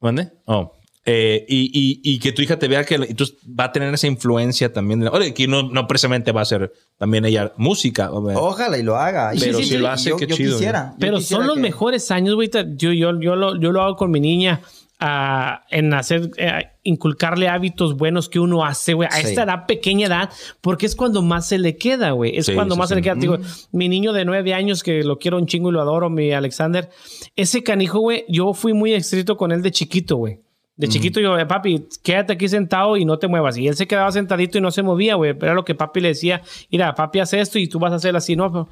Speaker 1: ¿Mande? Oh. Eh, y, y- y que tu hija te vea que entonces va a tener esa influencia también. Oye, que no, no precisamente va a ser también ella música. o-
Speaker 3: Ojalá y lo haga. Y
Speaker 1: eh. Pero
Speaker 2: si
Speaker 1: lo hace,
Speaker 3: yo,
Speaker 1: qué
Speaker 3: yo
Speaker 1: chido, ¿eh?
Speaker 3: Quisiera, yo
Speaker 2: Pero
Speaker 3: quisiera
Speaker 2: son los
Speaker 3: que-
Speaker 2: mejores años, güey. Te- Yo, yo, yo, lo, yo lo hago con mi niña ah, en hacer, eh, inculcarle hábitos buenos que uno hace, güey, a
Speaker 3: Sí.
Speaker 2: esta edad, pequeña edad, porque es cuando más se le queda, güey. Es
Speaker 1: Sí,
Speaker 2: cuando
Speaker 1: sí,
Speaker 2: más se
Speaker 1: sí.
Speaker 2: le queda. Digo, mi niño de nueve años, que lo quiero un chingo y lo adoro, mi Alexander. Ese canijo, güey, yo fui muy estricto con él de chiquito, güey. De chiquito yo, "Eh, papi, quédate aquí sentado y no te muevas. Y él se quedaba sentadito y no se movía, güey. Pero era lo que papi le decía, mira, papi hace esto y tú vas a hacer así, ¿no? pero-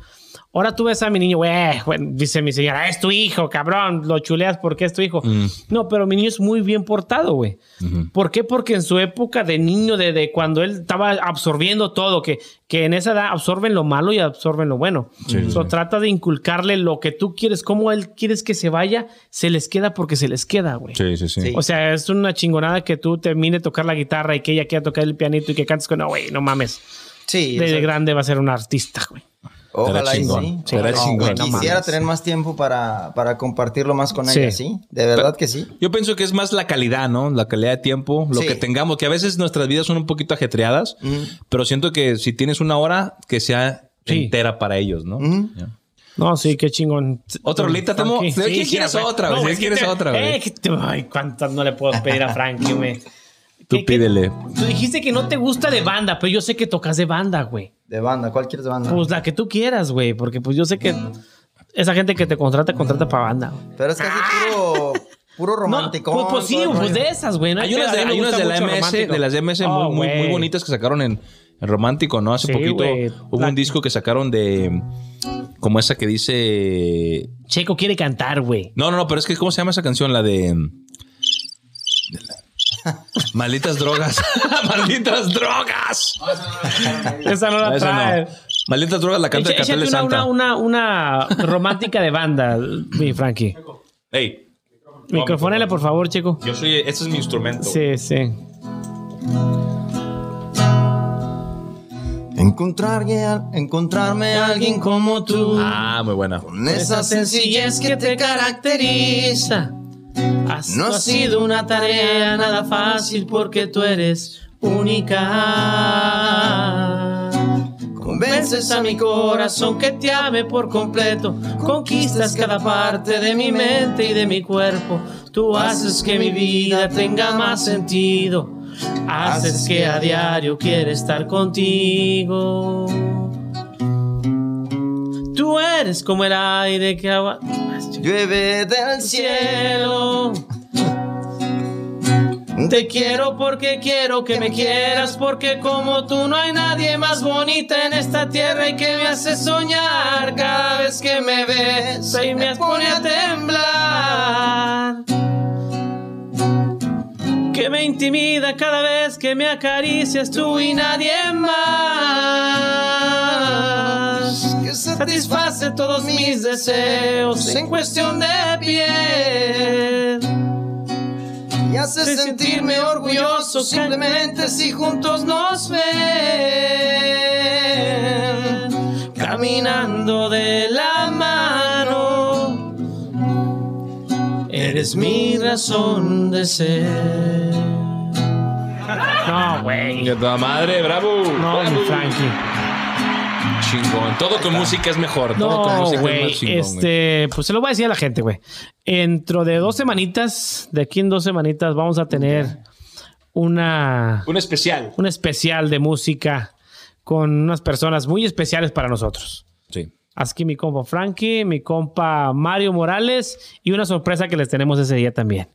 Speaker 2: Ahora tú ves a mi niño, güey, güey", dice mi señora, es tu hijo, cabrón, lo chuleas porque es tu hijo.
Speaker 1: Mm.
Speaker 2: No, pero mi niño es muy bien portado, güey. ¿Por qué? Porque en su época de niño, de, de cuando él estaba absorbiendo todo, que, que en esa edad absorben lo malo y absorben lo bueno.
Speaker 1: Sí,
Speaker 2: So,
Speaker 1: sí.
Speaker 2: Trata de inculcarle lo que tú quieres, cómo él quieres que se vaya, se les queda porque se les queda, güey.
Speaker 1: Sí, sí, sí.
Speaker 3: Sí.
Speaker 2: O sea, es una chingonada que tú termine de tocar la guitarra y que ella quiera tocar el pianito y que cantes con, no, güey, no mames.
Speaker 3: Sí, o
Speaker 2: Desde
Speaker 3: sea,
Speaker 2: grande va a ser un artista, güey.
Speaker 3: ojalá y
Speaker 1: Será
Speaker 3: sí.
Speaker 1: chingón, será
Speaker 3: Ojalá y
Speaker 1: chingón.
Speaker 3: sí.
Speaker 1: No
Speaker 3: Quisiera
Speaker 2: mames.
Speaker 3: tener más tiempo para, para compartirlo más con
Speaker 2: Sí.
Speaker 3: ella, sí. De verdad que sí.
Speaker 1: Yo pienso que es más la calidad, ¿no? La calidad de tiempo, lo
Speaker 3: Sí. Mm.
Speaker 1: que tengamos, que a veces nuestras vidas son un poquito ajetreadas, pero siento que si tienes una hora, que sea
Speaker 2: Sí.
Speaker 1: entera para ellos, ¿no?
Speaker 3: Ujú.
Speaker 1: Ya.
Speaker 2: No, sí, qué chingón.
Speaker 1: Otra rolita, Temo.
Speaker 2: Frankie.
Speaker 1: ¿De quién quieres
Speaker 2: güey.
Speaker 1: otra, güey? ¿De
Speaker 2: es que
Speaker 1: quieres
Speaker 2: te-
Speaker 1: otra, güey?
Speaker 2: eh, que te- Ay, cuántas no le puedo pedir a Frankie, güey.
Speaker 1: Tú
Speaker 2: ¿Qué- qué-
Speaker 1: pídele.
Speaker 2: Tú dijiste que no te gusta de banda, pero yo sé que tocas de banda, güey.
Speaker 3: De banda, ¿cuál quieres de banda?
Speaker 2: Pues la que tú quieras, güey, porque pues yo sé que esa gente que te contrata, contrata para banda, güey.
Speaker 3: Pero es casi puro, puro
Speaker 2: ¡Ah! No,
Speaker 3: romántico.
Speaker 2: pues, pues sí, pues de esas, güey. no
Speaker 1: Hay unas de,
Speaker 2: pedo, a mí
Speaker 1: hay
Speaker 2: me
Speaker 1: unas
Speaker 2: gusta
Speaker 1: de la
Speaker 2: mucho
Speaker 1: MS,
Speaker 2: romántico.
Speaker 1: de las de MS
Speaker 2: Oh,
Speaker 1: muy, muy, muy
Speaker 2: güey.
Speaker 1: bonitas que sacaron en, en Romántico, ¿no? Hace
Speaker 2: Sí,
Speaker 1: poquito
Speaker 2: güey.
Speaker 1: hubo
Speaker 2: La-
Speaker 1: un disco que sacaron de. Como esa que dice.
Speaker 2: Checo quiere cantar, güey.
Speaker 1: No, no, no, pero es que, ¿cómo se llama esa canción? La de. de la- Malditas drogas. Malditas drogas.
Speaker 2: Esa no la
Speaker 1: Esa no.
Speaker 2: trae.
Speaker 1: Malditas drogas la canta
Speaker 2: Echa-
Speaker 1: el cartel
Speaker 2: échate
Speaker 1: de
Speaker 2: una,
Speaker 1: Santa.
Speaker 2: una, una, una romántica de banda, mi Frankie.
Speaker 1: Ey,
Speaker 2: Microfonela, por favor, Checo.
Speaker 1: yo soy. Este es mi instrumento.
Speaker 2: Sí, sí.
Speaker 3: Encontrarme a, encontrarme a alguien como tú.
Speaker 1: Ah, muy buena.
Speaker 3: Con esa sencillez que te caracteriza.
Speaker 2: Has-
Speaker 3: No
Speaker 2: no
Speaker 3: ha
Speaker 2: ha sido una tarea nada fácil porque tú eres única.
Speaker 3: Convences a mi
Speaker 2: Corazón que te ame por completo, conquistas cada parte de mi mente y de mi cuerpo. Tú haces que mi vida tenga más sentido. Haces que a diario quiera estar contigo. Tú eres como el aire que agua.
Speaker 3: Llueve del cielo
Speaker 2: cielo. Te quiero porque quiero que me quieras, porque como tú no hay nadie más bonita en esta tierra y que me hace soñar cada vez que me ves y me pone a temblar. Que me intimida cada vez que me acaricias tú y nadie más.
Speaker 3: Que
Speaker 2: Satisface todos mis deseos en cuestión de piel.
Speaker 3: y hace
Speaker 2: De sentirme orgulloso simplemente si juntos nos ven caminando de la mano. Eres mi razón de ser. No, güey.
Speaker 1: ¡De toda madre! ¡Bravo!
Speaker 2: No,
Speaker 1: ¡Bravo!
Speaker 2: mi Frankie.
Speaker 1: Chingón. Todo con música es mejor. Todo con
Speaker 2: No,
Speaker 1: música es
Speaker 2: güey.
Speaker 1: más chingón. güey.
Speaker 2: Este, pues se lo voy a decir a la gente, güey. Dentro de dos semanitas, de aquí en dos semanitas, vamos a tener una
Speaker 1: Un especial.
Speaker 2: un especial de música con unas personas muy especiales para nosotros.
Speaker 1: Sí.
Speaker 2: Aquí mi compa Frankie, mi compa Mario Morales y una sorpresa que les tenemos ese día también.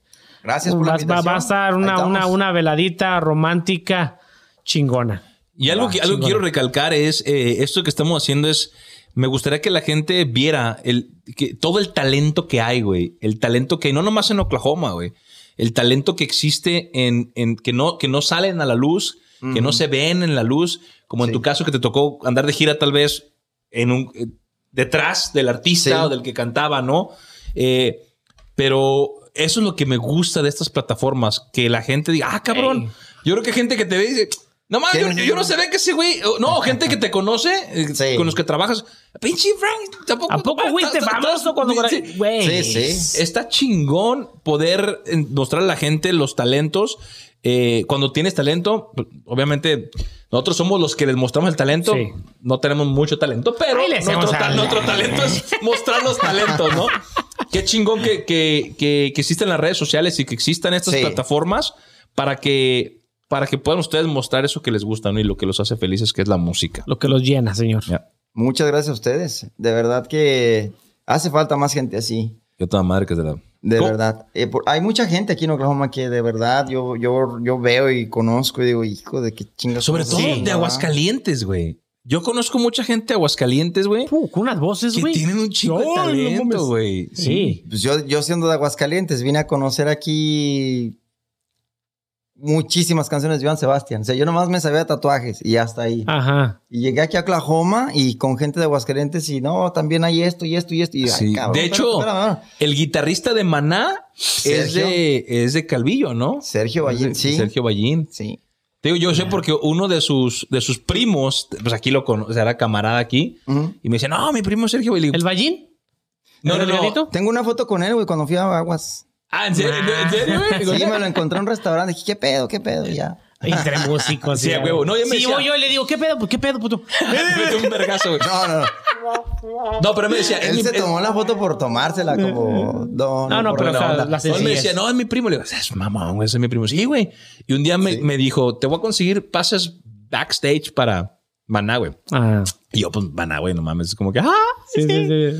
Speaker 3: Gracias por
Speaker 2: Va,
Speaker 3: la
Speaker 2: va-
Speaker 3: invitación.
Speaker 2: va a estar
Speaker 3: Ahí
Speaker 2: una,
Speaker 3: estamos.
Speaker 2: una, una veladita romántica chingona.
Speaker 1: Y algo, que, algo que quiero recalcar es, eh, esto que estamos haciendo es, me gustaría que la gente viera el, que, todo el talento que hay, güey. El talento que hay, no nomás en Oklahoma, güey. El talento que existe en, en que, no, que no salen a la luz, que no se ven en la luz, como en
Speaker 3: Sí.
Speaker 1: tu caso que te tocó andar de gira tal vez en un, eh, detrás del artista
Speaker 3: Sí.
Speaker 1: o del que cantaba, ¿no? Eh, pero eso es lo que me gusta de estas plataformas, que la gente diga, ah, cabrón.
Speaker 2: Ey.
Speaker 1: Yo creo que gente que te ve y dice, no mames, yo,
Speaker 3: ¿Quién?
Speaker 1: yo- yo no sé ve que ese güey, o- no, gente que te conoce, eh,
Speaker 3: Sí.
Speaker 1: con los que trabajas, pinche Frank, tampoco.
Speaker 2: ¿A poco
Speaker 1: ah,
Speaker 2: fuiste
Speaker 1: ta- ta- ta-
Speaker 2: famoso cuando...
Speaker 1: sí.
Speaker 2: Güey.
Speaker 3: Sí, sí.
Speaker 1: Está chingón poder eh, mostrar a la gente los talentos. Eh, cuando tienes talento, pues, obviamente nosotros somos los que les mostramos el talento.
Speaker 2: Sí.
Speaker 1: No tenemos mucho talento, pero
Speaker 2: Ahí le hacemos
Speaker 1: nuestro, ta-
Speaker 2: al-
Speaker 1: nuestro talento es mostrar los talentos, ¿no? Qué chingón que, que, que, que existen las redes sociales y que existan estas
Speaker 3: Sí.
Speaker 1: plataformas para que, para que puedan ustedes mostrar eso que les gusta ¿no? y lo que los hace felices, que es la música.
Speaker 2: Lo que los llena, señor.
Speaker 1: Ya.
Speaker 3: Muchas gracias a ustedes. De verdad que hace falta más gente así.
Speaker 1: Yo toda madre que es de la...
Speaker 3: De
Speaker 1: ¿Cómo?
Speaker 3: verdad. Eh, por- hay mucha gente aquí en Oklahoma que de verdad yo, yo, yo veo y conozco y digo, hijo de qué chingas.
Speaker 1: Sobre
Speaker 3: cosas
Speaker 1: todo
Speaker 3: hacen,
Speaker 1: de
Speaker 3: ¿verdad?
Speaker 1: Aguascalientes, güey. Yo conozco mucha gente de Aguascalientes, güey.
Speaker 2: Puh, con unas voces,
Speaker 1: Que
Speaker 2: güey.
Speaker 1: tienen un chingo de
Speaker 2: Ay, no mames.
Speaker 1: talento, güey.
Speaker 2: Sí.
Speaker 3: Pues yo, yo siendo de Aguascalientes vine a conocer aquí muchísimas canciones de Joan Sebastián. O sea, yo nomás me sabía tatuajes y hasta ahí.
Speaker 2: Ajá.
Speaker 3: Y llegué aquí a Oklahoma y con gente de Aguascalientes y no, también hay esto y esto y esto. Y, ay,
Speaker 1: Sí.
Speaker 3: cabrón,
Speaker 1: De hecho,
Speaker 3: espérame, espérame.
Speaker 1: El guitarrista de Maná es
Speaker 3: Sergio.
Speaker 1: de, es de Calvillo, ¿no?
Speaker 3: Sergio Ballín, sí.
Speaker 1: Sergio Ballín.
Speaker 3: Sí.
Speaker 1: Te digo, yo
Speaker 2: Ah.
Speaker 1: sé porque uno de sus, de sus primos, pues aquí lo conoce, o sea, era camarada aquí,
Speaker 3: Ujú.
Speaker 1: y me dice, no, mi primo es Sergio Ballín.
Speaker 2: ¿El Ballín?
Speaker 1: no, no,
Speaker 2: ¿El
Speaker 1: no.
Speaker 2: delgadito?
Speaker 3: Tengo una foto con él, güey, cuando fui a Aguas.
Speaker 1: Ah, ¿en serio? ¿En serio, güey?
Speaker 3: Sí, me lo encontré en un restaurante. Dije, ¿qué pedo? ¿Qué pedo? Y ya.
Speaker 2: Entre músicos.
Speaker 1: Sí, a
Speaker 2: ya.
Speaker 1: huevo. No, yo me
Speaker 2: Sí,
Speaker 1: decía-
Speaker 2: voy yo y le digo, ¿qué pedo? ¿Qué pedo, puto?
Speaker 1: Me metió un vergazo, güey.
Speaker 3: No, no. no.
Speaker 1: No, pero me decía, es mi-
Speaker 3: Él se
Speaker 1: es-
Speaker 3: tomó la foto por tomársela como... No,
Speaker 2: No, no,
Speaker 3: por
Speaker 2: pero,
Speaker 3: buena
Speaker 2: o sea,
Speaker 1: No,
Speaker 2: la
Speaker 3: onda.
Speaker 1: él me
Speaker 2: sencillez.
Speaker 1: decía, no, es mi primo. Le digo, es mamón, güey, ese es mi primo. Sí, güey. Y un día me, me dijo, te voy a conseguir pases backstage para Maná, güey.
Speaker 2: Ah,
Speaker 1: Y yo, pues, Maná, güey, no mames. Es como que, ah,
Speaker 2: sí, sí, sí.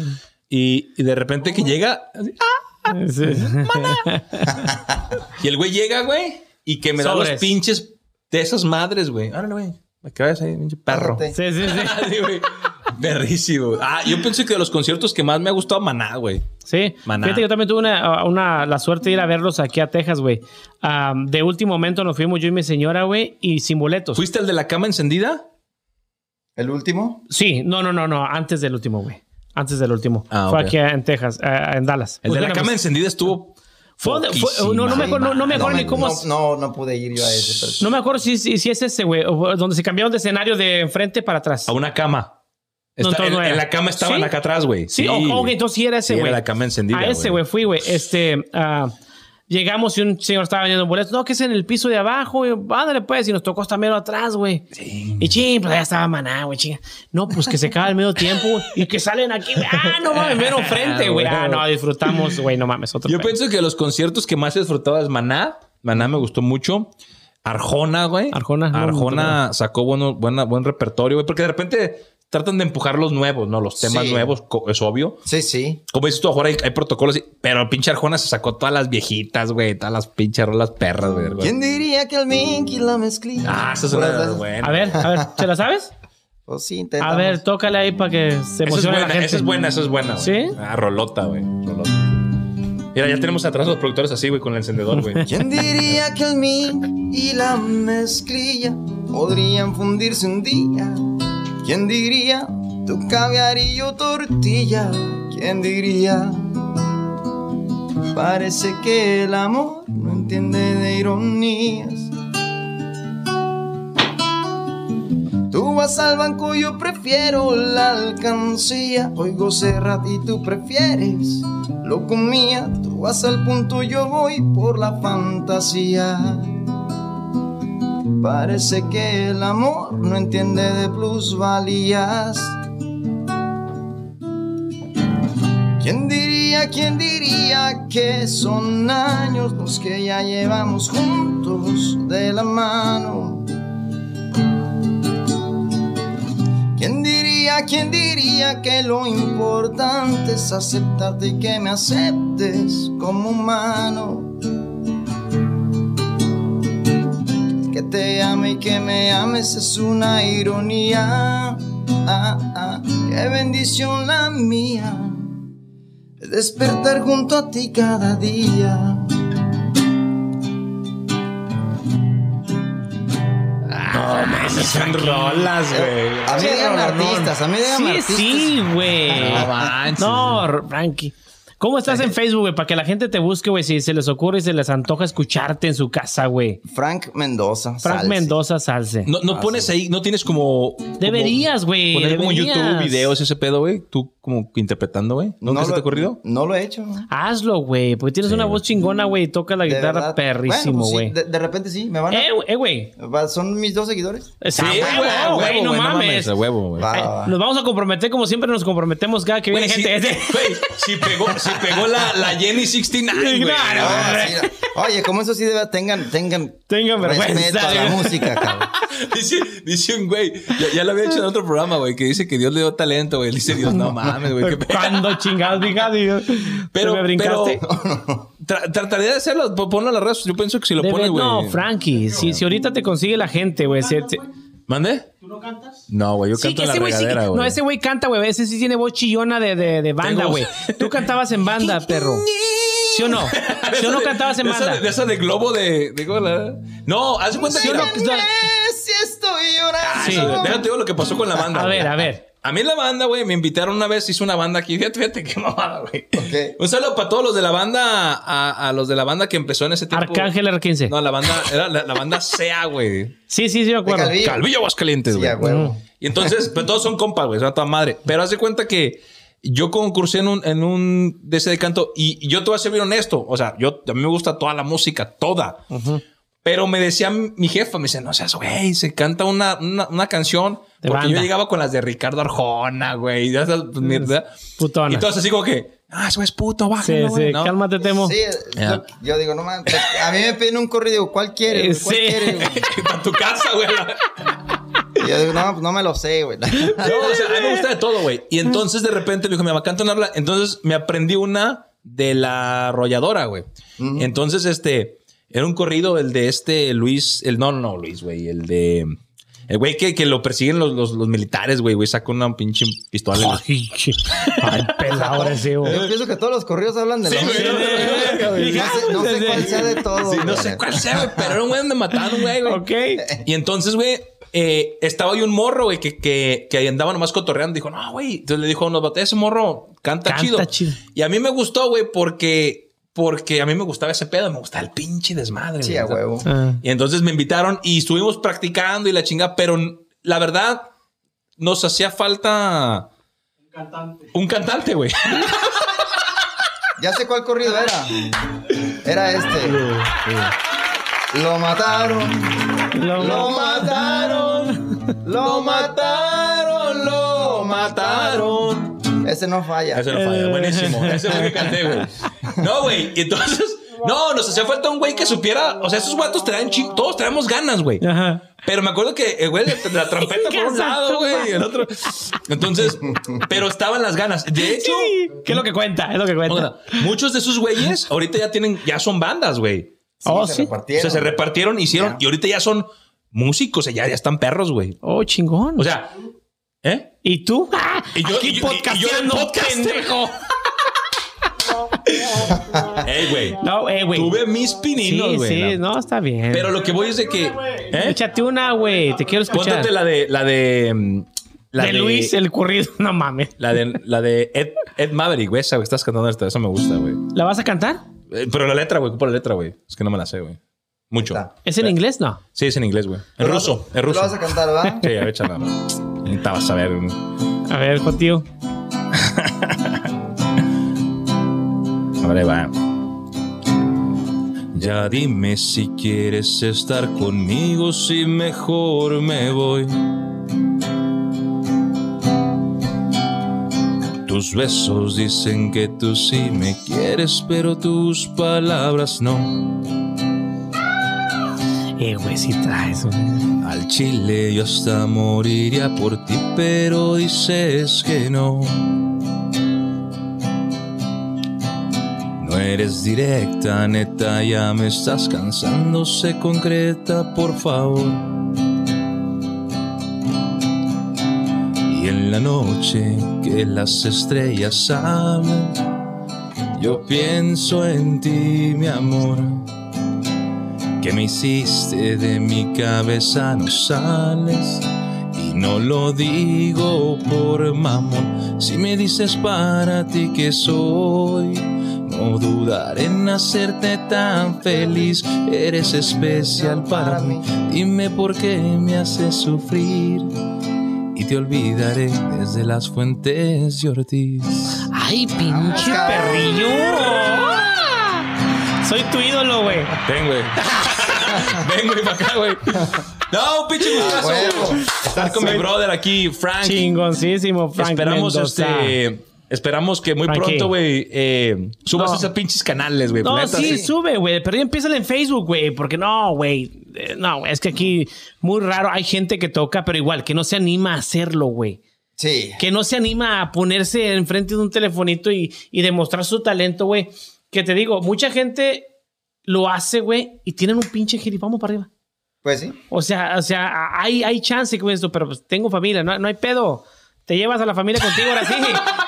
Speaker 1: Y, y de repente que llega, así, ah,
Speaker 2: Sí.
Speaker 1: y el güey llega, güey, y que me da los
Speaker 2: Sobres.
Speaker 1: pinches de esas madres, güey. Árale, güey, para que vayas ahí, pinche perro.
Speaker 3: Párrate.
Speaker 2: Sí, sí, sí.
Speaker 1: Así, güey. Berrísimo. Ah, yo pienso que de los conciertos que más me ha gustado Maná, güey.
Speaker 2: Sí.
Speaker 1: Maná.
Speaker 2: Fíjate, yo también tuve una, uh, una- la suerte de ir a verlos aquí a Texas, güey. Am, de último momento nos fuimos yo y mi señora, güey, y sin boletos.
Speaker 1: ¿Fuiste al de la cama encendida?
Speaker 3: ¿El último?
Speaker 2: Sí, no, no, no, no, antes del último, güey. Antes del último.
Speaker 1: Ah,
Speaker 2: Fue
Speaker 1: ok.
Speaker 2: aquí en Texas, eh, en Dallas.
Speaker 1: El de la
Speaker 2: Bueno,
Speaker 1: cama
Speaker 2: pues,
Speaker 1: encendida estuvo.
Speaker 2: fue de- fue- no, no me acuerdo, no, no me acuerdo ni cómo.
Speaker 3: No, no, no pude ir yo a ese. pero-
Speaker 2: No me acuerdo si, si, si es ese, güey, o- donde se cambiaron de escenario de enfrente para atrás.
Speaker 1: A una cama.
Speaker 2: No,
Speaker 1: Está-
Speaker 2: entonces
Speaker 1: en,
Speaker 2: no era.
Speaker 1: en la cama estaban
Speaker 2: ¿Sí?
Speaker 1: acá atrás, güey.
Speaker 2: Sí, o- ok,
Speaker 1: güey.
Speaker 2: entonces sí era ese,
Speaker 1: Sí, era
Speaker 2: güey.
Speaker 1: la cama encendida,
Speaker 2: A ese,
Speaker 1: güey.
Speaker 2: güey, fui, güey. Este, ah, llegamos y un señor estaba vendiendo boletos. No, que es en el piso de abajo. Y, ándale, pues. Y nos tocó hasta mero atrás, güey. Y ching, pues allá estaba maná, güey, chinga. No, pues que se acaba el medio tiempo güey, y que salen aquí, güey. Ah, no mames, mero frente, güey. Ah, no, disfrutamos, güey, no mames. Otro
Speaker 1: Yo
Speaker 2: pedo.
Speaker 1: pienso que los conciertos que más he disfrutado es Maná. Maná me gustó mucho. Arjona, güey.
Speaker 2: Arjona, no,
Speaker 1: Arjona sacó bueno, buena, buen repertorio, güey. Porque de repente tratan de empujar los nuevos, ¿no? Los temas
Speaker 3: Sí.
Speaker 1: nuevos, co- es obvio.
Speaker 3: Sí, sí.
Speaker 1: Como dices tú, ahora hay, hay protocolos, y- pero el pinche Arjona se sacó todas las viejitas, güey, todas las pinches rolas perras, güey.
Speaker 3: ¿Quién diría que al Minky la mezclilla?
Speaker 1: Ah, eso es
Speaker 3: Puras
Speaker 1: una
Speaker 3: de esas.
Speaker 1: buena.
Speaker 2: A ver, a ver, ¿te la sabes?
Speaker 3: Pues sí,
Speaker 2: A
Speaker 3: intentamos.
Speaker 2: ver, tócale ahí para que se
Speaker 1: Esa es
Speaker 2: emocione
Speaker 1: buena,
Speaker 2: la gente.
Speaker 1: esa es buena, esa es buena. güey.
Speaker 2: ¿Sí?
Speaker 1: Ah, rolota, güey. Rolota. Mira, ya tenemos atrás los productores así, güey, con el encendedor, güey.
Speaker 3: ¿Quién diría que el mink y la mezclilla podrían fundirse un día? ¿Quién diría tu caviar y yo tortilla? ¿Quién diría? Parece que el amor no entiende de ironías. Tú vas al banco, yo prefiero la alcancía. Oigo Serrat y tú prefieres lo comía. Tú vas al punto, yo voy por la fantasía. Parece que el amor no entiende de plusvalías. ¿Quién diría, quién diría que son años los que ya llevamos juntos de la mano? ¿Quién diría, quién diría que lo importante es aceptarte y que me aceptes como humano? Que te ame y que me ames es una ironía. Ah, ah, qué bendición la mía. Despertar junto a ti cada día.
Speaker 1: Esas son rolas, güey.
Speaker 3: A mí digan artistas, a mí digan
Speaker 2: Sí,
Speaker 3: artistas.
Speaker 2: sí, güey.
Speaker 1: No manches.
Speaker 2: No, Frankie. ¿Cómo estás en Facebook, güey? Para que la gente te busque, güey, si se les ocurre y se les antoja escucharte en su casa, güey.
Speaker 3: Frank Mendoza.
Speaker 2: Frank
Speaker 3: Salsi.
Speaker 2: Mendoza Salse.
Speaker 1: No, no pones ahí, no tienes como.
Speaker 2: Deberías, güey,
Speaker 1: Poner como
Speaker 2: deberías.
Speaker 1: YouTube videos, ese pedo, güey. Tú como interpretando, güey. ¿Nunca se
Speaker 3: lo-
Speaker 1: te ha ocurrido?
Speaker 3: No lo he hecho.
Speaker 2: Hazlo, güey, porque tienes una voz chingona, güey, y tocas la
Speaker 3: De
Speaker 2: guitarra
Speaker 3: verdad.
Speaker 2: perrísimo,
Speaker 3: Bueno, pues
Speaker 2: güey.
Speaker 3: sí, de, de repente sí, me van a...
Speaker 2: Eh, güey, eh, güey.
Speaker 3: Va- Son mis dos seguidores.
Speaker 2: Sí,
Speaker 1: güey, a
Speaker 2: Ah, güey,
Speaker 1: huevo,
Speaker 2: no
Speaker 1: güey,
Speaker 2: mames.
Speaker 1: a huevo, güey.
Speaker 3: Va,
Speaker 2: Ay,
Speaker 3: va, va.
Speaker 2: Nos vamos a comprometer como siempre nos comprometemos cada que viene
Speaker 1: Güey, si,
Speaker 2: gente.
Speaker 1: güey, si pegó, si pegó la, la Jenny 69, güey.
Speaker 2: Claro,
Speaker 1: Ah,
Speaker 3: Ah, sí, Oye, como eso sí debe, tengan, tengan,
Speaker 2: Tengan
Speaker 3: respeto
Speaker 2: vergüenza,
Speaker 3: a la
Speaker 2: güey.
Speaker 3: música, cabrón.
Speaker 1: Dice, dice un güey, ya, ya lo había hecho en otro programa, güey, que dice que Dios le dio talento, güey. Le dice Dios, no mames, güey, qué pedo.
Speaker 2: Cuando chingados, diga, Dios.
Speaker 1: Pero,
Speaker 2: me brincaste.
Speaker 1: pero tra- trataré de hacerlo, po- ponlo en las redes. Yo pienso que si lo
Speaker 2: Debe-
Speaker 1: pones, güey.
Speaker 2: no, Frankie, si, si ahorita te consigue la gente, güey. si- si-
Speaker 1: ¿Mandé?
Speaker 4: ¿Tú no cantas?
Speaker 1: No, güey, yo
Speaker 2: Sí,
Speaker 1: canto en la
Speaker 2: ese güey sí.
Speaker 1: regadera, güey.
Speaker 2: No, ese güey canta, güey. Ese sí tiene voz chillona de, de, de banda,
Speaker 1: Tengo-
Speaker 2: güey. Tú cantabas en banda, perro. ¿Sí o no? ¿Sí o no cantabas en
Speaker 1: De esa-
Speaker 2: banda?
Speaker 1: De esa de globo de. de ¿cómo la- No, haz de cuenta que.
Speaker 2: no- Ah,
Speaker 1: Ah,
Speaker 3: Si estoy llorando.
Speaker 2: Sí.
Speaker 1: Déjate digo lo que pasó con la banda.
Speaker 2: A
Speaker 1: güey.
Speaker 2: ver, a ver.
Speaker 1: A mí la banda, güey, me invitaron una vez, hice una banda aquí. Fíjate, fíjate qué mamada, güey.
Speaker 3: Ok.
Speaker 1: Un saludo para todos los de la banda, a, a los de la banda que empezó en ese tiempo.
Speaker 2: Arcángel R15.
Speaker 1: No, la banda, era la, la banda SEA, güey.
Speaker 2: Sí, sí, sí, me acuerdo. Mm.
Speaker 3: Calvillo.
Speaker 1: Calvillo Aguascalientes,
Speaker 3: Sí,
Speaker 1: güey.
Speaker 3: a huevo.
Speaker 1: Y entonces, pues todos son compas, güey, son a toda madre. Pero haz de cuenta que yo concursé en un, en un de ese de canto y yo te voy a ser bien honesto. O sea, yo, a mí me gusta toda la música, toda. Pero me decía mi jefa, me decía, no seas, güey, se canta una, una, una canción.
Speaker 2: De
Speaker 1: porque
Speaker 2: banda.
Speaker 1: yo llegaba con las de Ricardo Arjona, güey. Ya sabes, pues, mierda.
Speaker 2: putona.
Speaker 1: Y todos así como que, ah, eso es puto,
Speaker 2: Sí,
Speaker 1: bájalo, güey.
Speaker 2: sí,
Speaker 1: ¿no?
Speaker 2: cálmate, Temo.
Speaker 3: Sí, es
Speaker 1: Ya.
Speaker 3: lo que- yo digo, no mames. pues, A mí me piden un corrido, digo, ¿cuál quiere? güey? ¿Cuál
Speaker 2: Sí.
Speaker 3: quiere, güey?
Speaker 1: Para tu casa, güey.
Speaker 3: Y yo digo, no, pues no me lo sé, güey.
Speaker 1: No, o sea, a mí me gusta de todo, güey. Y entonces de repente me dijo, mi mamá canta una rola. Entonces me aprendí una de la arrolladora, güey. Entonces, este, era un corrido el de este Luis, el no, no, no, Luis, güey, el de. El güey que, que lo persiguen los, los, los militares, güey, güey, sacó una pinche pistola. y los-
Speaker 2: Ay, qué- ay, pelado ahora sí, güey.
Speaker 3: Yo pienso que todos los corridos hablan de
Speaker 1: Sí,
Speaker 3: lo
Speaker 1: güey,
Speaker 3: mismo.
Speaker 1: no,
Speaker 3: No sé- no sé cuál sea de todo.
Speaker 1: Sí, no
Speaker 3: güey.
Speaker 1: sé cuál sea, güey, pero era un güey donde mataron, güey, güey.
Speaker 2: Ok.
Speaker 1: Y entonces, güey, eh, estaba ahí un morro, güey, que, que, que ahí andaba nomás cotorreando. Dijo, no, güey. Entonces le dijo a unos vatos, ese morro canta,
Speaker 2: Canta
Speaker 1: chido.
Speaker 2: chido.
Speaker 1: Y a mí me gustó, güey, porque, porque a mí me gustaba ese pedo. Me gustaba el pinche desmadre.
Speaker 3: Sí,
Speaker 1: güey.
Speaker 3: a huevo.
Speaker 2: Ah.
Speaker 1: Y entonces me invitaron y estuvimos practicando y la chinga, pero la verdad nos hacía falta
Speaker 4: Un cantante.
Speaker 1: un cantante, güey.
Speaker 3: Ya sé cuál corrido era. Era este. Lo mataron,
Speaker 2: Lo-
Speaker 3: lo mataron, lo mataron, lo mataron. Ese no falla.
Speaker 1: Ese no falla. Buenísimo. Ese fue el que canté, güey. No, güey. Y entonces No, nos hacía falta un güey que supiera. O sea, esos guatos traen ching, todos traemos ganas, güey.
Speaker 2: Ajá.
Speaker 1: Pero me acuerdo que el güey de la trompeta por un lado, güey, y el otro. Entonces, pero estaban las ganas. De hecho,
Speaker 2: Sí. ¿Qué es lo que cuenta? Es lo que cuenta.
Speaker 1: ahora, muchos de esos güeyes ahorita ya tienen, ya son bandas, güey.
Speaker 2: oh,
Speaker 3: se
Speaker 2: sí.
Speaker 1: O
Speaker 3: repartieron.
Speaker 1: sea, se repartieron, hicieron,
Speaker 3: Ya.
Speaker 1: y ahorita ya son músicos, o sea, ya, ya están perros, güey.
Speaker 2: Oh, chingón.
Speaker 1: O sea, ¿eh?
Speaker 2: ¿y tú?
Speaker 1: Y yo- y yo- y-
Speaker 2: Aquí
Speaker 1: y yo de
Speaker 2: podcasteando,
Speaker 1: podcaster.
Speaker 2: pendejo.
Speaker 1: Ey, güey.
Speaker 2: No, eh, güey.
Speaker 1: Tuve mis pininos,
Speaker 2: Sí,
Speaker 1: güey.
Speaker 2: sí,
Speaker 1: la-
Speaker 2: no, está bien.
Speaker 1: Pero lo que voy es de que. ¿eh?
Speaker 2: Échate una, güey. Te quiero escuchar.
Speaker 1: Póntate la de. La de. mm, La
Speaker 2: de, Luis, el corrido. No mames.
Speaker 1: La de, la de Ed, Ed Maverick, güey. Esa que estás cantando esta. Esa me gusta, güey.
Speaker 2: ¿La vas a cantar?
Speaker 1: Eh, Pero la letra, güey. ¿Cuál la letra, güey? Es que no me la sé, güey. Mucho.
Speaker 3: Está.
Speaker 2: ¿Es en inglés? No.
Speaker 1: Sí, es en inglés, güey. En ruso. En
Speaker 3: Tú
Speaker 1: ruso.
Speaker 3: Lo vas a cantar, ¿va?
Speaker 1: Sí, a ver, échala. Ahorita vas a ver. mm.
Speaker 2: A ver, Jotío.
Speaker 1: Ahora ahí va. Ya dime si quieres estar conmigo, si mejor me voy. Tus besos dicen que tú sí me quieres, pero tus palabras no.
Speaker 2: Eh, güey, sí traes. güey.
Speaker 1: Al chile yo hasta moriría por ti, pero dices que no. No eres directa, neta, ya me estás cansando, sé concreta, por favor. Y en la noche que las estrellas hablan, yo pienso en ti, mi amor. Que me hiciste de mi cabeza, no sales. Y no lo digo por mamón. Si me dices para ti que soy, no dudaré en hacerte tan feliz. Eres especial para mí. Dime por qué me haces sufrir. Y te olvidaré desde las fuentes de Ortiz.
Speaker 2: Ay, pinche perrillo. Soy tu ídolo, güey.
Speaker 1: Ven, güey. Ven, güey, para acá, güey. No, pinche gustazo.
Speaker 3: huevo.
Speaker 1: Estar con mi brother aquí, Frank.
Speaker 2: Chingoncísimo, Frank
Speaker 1: esperamos
Speaker 2: Mendoza.
Speaker 1: este. Esperamos que muy
Speaker 2: Frankie.
Speaker 1: pronto, güey, eh, subas
Speaker 2: No.
Speaker 1: esos pinches canales, güey.
Speaker 2: No,
Speaker 1: Neta,
Speaker 2: sí, sube, güey. Pero ya empieza en Facebook, güey. Porque no, güey. Eh, No, es que aquí muy raro. Hay gente que toca, pero igual, que no se anima a hacerlo, güey.
Speaker 3: Sí.
Speaker 2: Que no se anima a ponerse enfrente de un telefonito y, y demostrar su talento, güey. Que te digo, mucha gente lo hace, güey, y tienen un pinche vamos para arriba.
Speaker 3: Pues sí.
Speaker 2: O sea, o sea, a- hay, hay chance con esto, pero pues tengo familia, no, no hay pedo. Te llevas a la familia contigo ahora sí.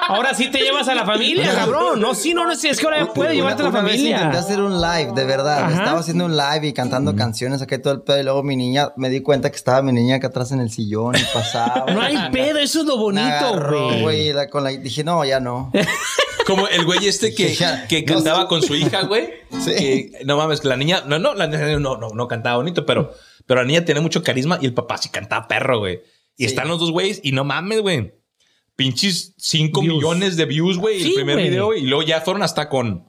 Speaker 2: Ahora sí te llevas a la familia, cabrón. No, sí, no, no, sí, es que ahora puedes
Speaker 3: Una-
Speaker 2: Eh, llevarte a la
Speaker 3: una vez
Speaker 2: familia.
Speaker 3: intenté hacer un live, de verdad.
Speaker 2: Ajá.
Speaker 3: Estaba haciendo un live y cantando canciones, saqué todo el pedo. Y luego mi niña, me di cuenta que estaba mi niña acá atrás en el sillón y pasaba.
Speaker 2: No hay pedo, eso es lo
Speaker 3: Me agarró,
Speaker 2: bonito, güey.
Speaker 3: güey. la- con la- Dije, no, ya no.
Speaker 1: Como el güey este que,
Speaker 3: Ya,
Speaker 1: que
Speaker 3: no
Speaker 1: cantaba
Speaker 3: sé.
Speaker 1: con su hija, güey.
Speaker 3: Sí.
Speaker 1: Que, no mames, que la niña, no, no, la niña no, no, no cantaba bonito, pero, pero la niña tiene mucho carisma y el papá sí cantaba perro, güey. Y
Speaker 3: Sí.
Speaker 1: están los dos güeyes y no mames, güey. Pinches 5
Speaker 2: Views.
Speaker 1: millones de views, güey, el
Speaker 2: Sí,
Speaker 1: primer
Speaker 2: güey.
Speaker 1: video, güey. Y luego ya fueron hasta con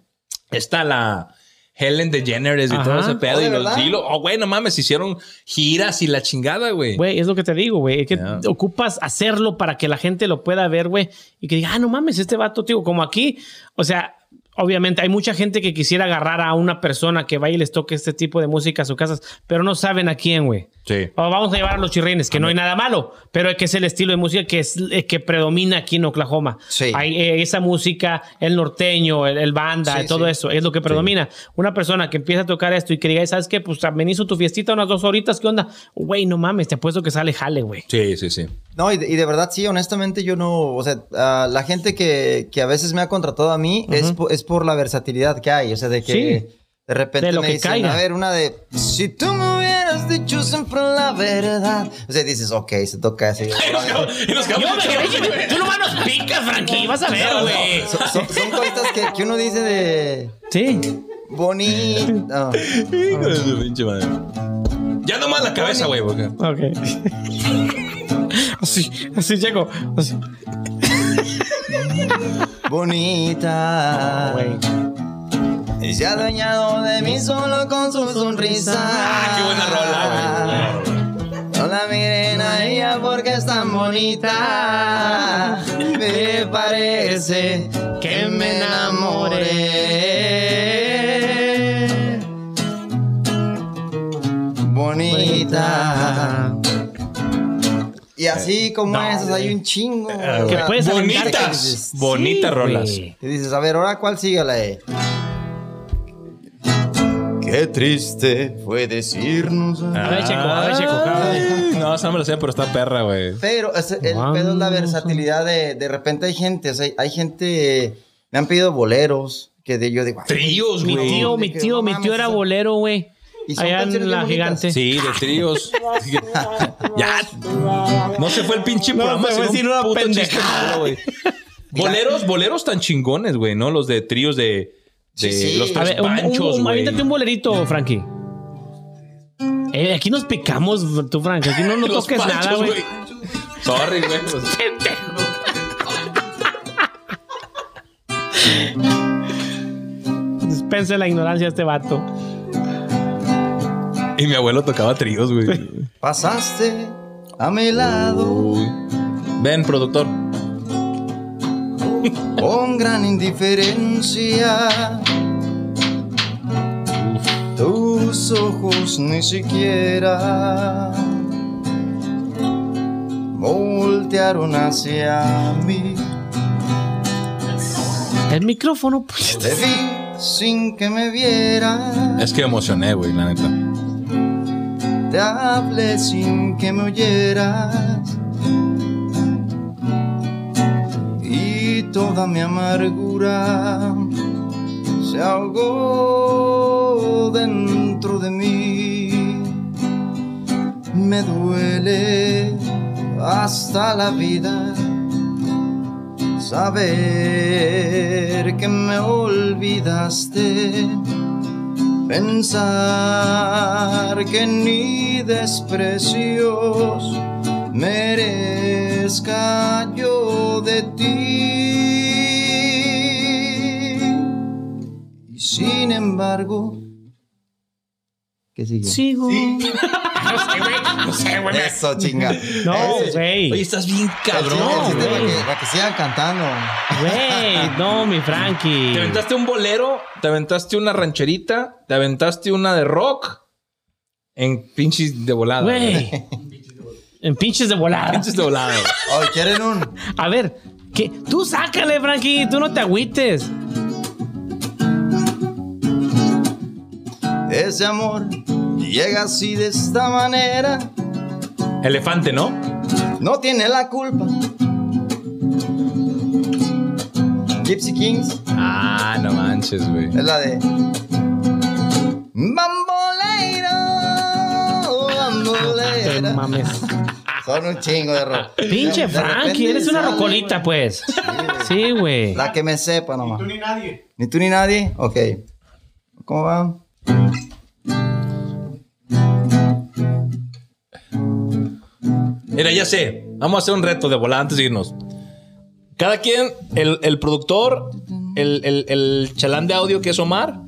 Speaker 1: esta la Helen DeGeneres y
Speaker 2: Ajá.
Speaker 1: todo ese
Speaker 3: Oh,
Speaker 1: pedo.
Speaker 3: ¿de
Speaker 1: y los
Speaker 3: verdad?
Speaker 1: hilos. Oh, güey, no mames, hicieron giras y la chingada, güey.
Speaker 2: Güey, es lo que te digo, güey. Es que
Speaker 1: Ya.
Speaker 2: ocupas hacerlo para que la gente lo pueda ver, güey. Y que diga, ah, no mames, este vato, tío, como aquí. O sea, obviamente hay mucha gente que quisiera agarrar a una persona que vaya y les toque este tipo de música a sus casas, pero no saben a quién, güey.
Speaker 1: Sí.
Speaker 2: O vamos a llevar a los chirrines, que no hay nada malo, pero es que es el estilo de música que, es, eh, que predomina aquí en Oklahoma.
Speaker 3: Sí.
Speaker 2: Hay eh, esa música, el norteño, el, el banda,
Speaker 3: Sí,
Speaker 2: y todo
Speaker 3: sí.
Speaker 2: eso, es lo que predomina. Una persona que empieza a tocar esto y que diga, ¿sabes qué? Pues también hizo tu fiestita unas dos horitas, ¿qué onda? Güey, no mames, te apuesto que sale jale, güey.
Speaker 1: Sí, sí, sí.
Speaker 3: No, y de, y de verdad sí, honestamente yo no, o sea, ah, la gente que, que a veces me ha contratado a mí es, po- es por la versatilidad que hay, o sea, de que
Speaker 2: Sí.
Speaker 3: de repente
Speaker 2: De lo
Speaker 3: me
Speaker 2: que
Speaker 3: dicen,
Speaker 2: caiga.
Speaker 3: a ver, una de, si tú me hubieras dicho siempre la verdad, o sea, dices, ok, se toca ese.
Speaker 1: Y nos
Speaker 2: Yo
Speaker 1: quedamos
Speaker 2: me quedé, que- tú nomás nos picas, Frankie, vas a ver, güey.
Speaker 3: son, son- son cosas que, que uno dice de
Speaker 2: Sí.
Speaker 3: bonito.
Speaker 1: Hijo de su pinche madre. Ya nomás la cabeza, güey. porque-
Speaker 2: Ok. así, así llego. Así.
Speaker 3: bonita.
Speaker 2: Güey.
Speaker 3: Se ha adueñado de mí solo con su sonrisa.
Speaker 1: Ah, qué buena rola, güey.
Speaker 3: No la miren a ella porque es tan bonita. Me parece que me enamoré. bonita. Y así como
Speaker 2: no,
Speaker 3: esas, hay un chingo.
Speaker 1: Ah,
Speaker 3: o
Speaker 1: güey.
Speaker 2: Que
Speaker 3: sea,
Speaker 2: puedes aventar-
Speaker 1: Bonitas.
Speaker 2: Sí,
Speaker 1: Bonitas
Speaker 2: güey.
Speaker 1: rolas.
Speaker 3: Y dices, a ver, ahora cuál sigue la E. Qué triste fue decirnos.
Speaker 2: A ver, Checo, a ver, Checo, a ver.
Speaker 1: Ay, No, esa no me la sé, pero está perra, güey.
Speaker 3: Pero es- el
Speaker 2: Vamos.
Speaker 3: pedo es la versatilidad de, de repente hay gente, o sea, hay gente, me han pedido boleros, que de, yo digo, ay,
Speaker 1: Tríos,
Speaker 2: Mi
Speaker 1: güey.
Speaker 2: tío, mi
Speaker 3: Que
Speaker 2: tío,
Speaker 3: no
Speaker 2: mi
Speaker 3: mames,
Speaker 2: tío era
Speaker 3: son-
Speaker 2: bolero, güey.
Speaker 3: Y son
Speaker 2: Allá
Speaker 3: canciones
Speaker 2: en
Speaker 3: bien
Speaker 2: la
Speaker 3: bonitas.
Speaker 2: gigante.
Speaker 1: Sí, de tríos. ya. No se fue el pinche
Speaker 2: No,
Speaker 1: programa.
Speaker 2: se fue
Speaker 1: sino
Speaker 2: sin una
Speaker 1: puto
Speaker 2: pendejada.
Speaker 1: chiste malo, güey. Boleros, boleros tan chingones, güey, ¿no? Los de tríos de, de
Speaker 3: Sí, sí.
Speaker 1: los
Speaker 2: A
Speaker 1: tres
Speaker 2: ver, un,
Speaker 1: panchos,
Speaker 2: un- un-
Speaker 1: güey.
Speaker 2: aviéntate un bolerito, Frankie. Eh, aquí nos picamos, tú, Frankie. Aquí no nos
Speaker 1: Los
Speaker 2: toques
Speaker 1: Panchos,
Speaker 2: nada, güey.
Speaker 1: Sorry, güey. pues.
Speaker 2: Dispense la ignorancia a este vato.
Speaker 1: Y mi abuelo tocaba tríos, güey.
Speaker 3: Pasaste a mi lado
Speaker 1: Uy. Ven, productor.
Speaker 3: con gran indiferencia.
Speaker 1: Uf.
Speaker 3: Tus ojos ni siquiera voltearon hacia mí.
Speaker 2: El micrófono, pues.
Speaker 3: Te vi sin que me vieras.
Speaker 1: Es que me emocioné, güey, la neta.
Speaker 3: Te hablé sin que me oyeras. Y toda mi amargura se ahogó dentro de mí. Me duele hasta la vida saber que me olvidaste pensar que ni desprecios merezca yo de ti. Y sin embargo, ¿qué sigue?
Speaker 2: Sigo.
Speaker 3: Eso, chinga.
Speaker 2: No,
Speaker 3: Ese-
Speaker 1: Oye,
Speaker 2: güey.
Speaker 1: estás bien
Speaker 3: el
Speaker 1: cabrón.
Speaker 3: chiste- el chiste
Speaker 1: güey.
Speaker 3: para, que, para que sigan cantando.
Speaker 2: Güey, no, mi Frankie.
Speaker 1: Te aventaste un bolero, te aventaste una rancherita, te aventaste una de rock en pinches de volada.
Speaker 2: Güey. En pinches de volada.
Speaker 1: Pinches de volada. güey.
Speaker 3: Hoy quieren un.
Speaker 2: A ver, que tú sácale, Frankie, tú no te agüites.
Speaker 3: Ese amor llega así de esta manera.
Speaker 1: Elefante, ¿no?
Speaker 3: No tiene la culpa. Gypsy Kings
Speaker 1: Ah, no manches, güey.
Speaker 3: es la de. Bamboleiro,
Speaker 2: Te
Speaker 3: bamboleiro.
Speaker 2: Ah, mames.
Speaker 3: Son un chingo de rock.
Speaker 2: Pinche
Speaker 3: De
Speaker 2: Frankie,
Speaker 3: repente
Speaker 2: eres una
Speaker 3: sale,
Speaker 2: rocolita, pues.
Speaker 3: güey.
Speaker 2: Sí, güey.
Speaker 3: La que me sepa
Speaker 4: Ni
Speaker 3: nomás.
Speaker 4: tú ni nadie.
Speaker 3: Ni tú ni nadie. Ok. ¿Cómo va?
Speaker 1: Mira, ya sé. Vamos a hacer un reto de volada antes de irnos. Cada quien, el, el productor, el, el- el chalán de audio que es Omar,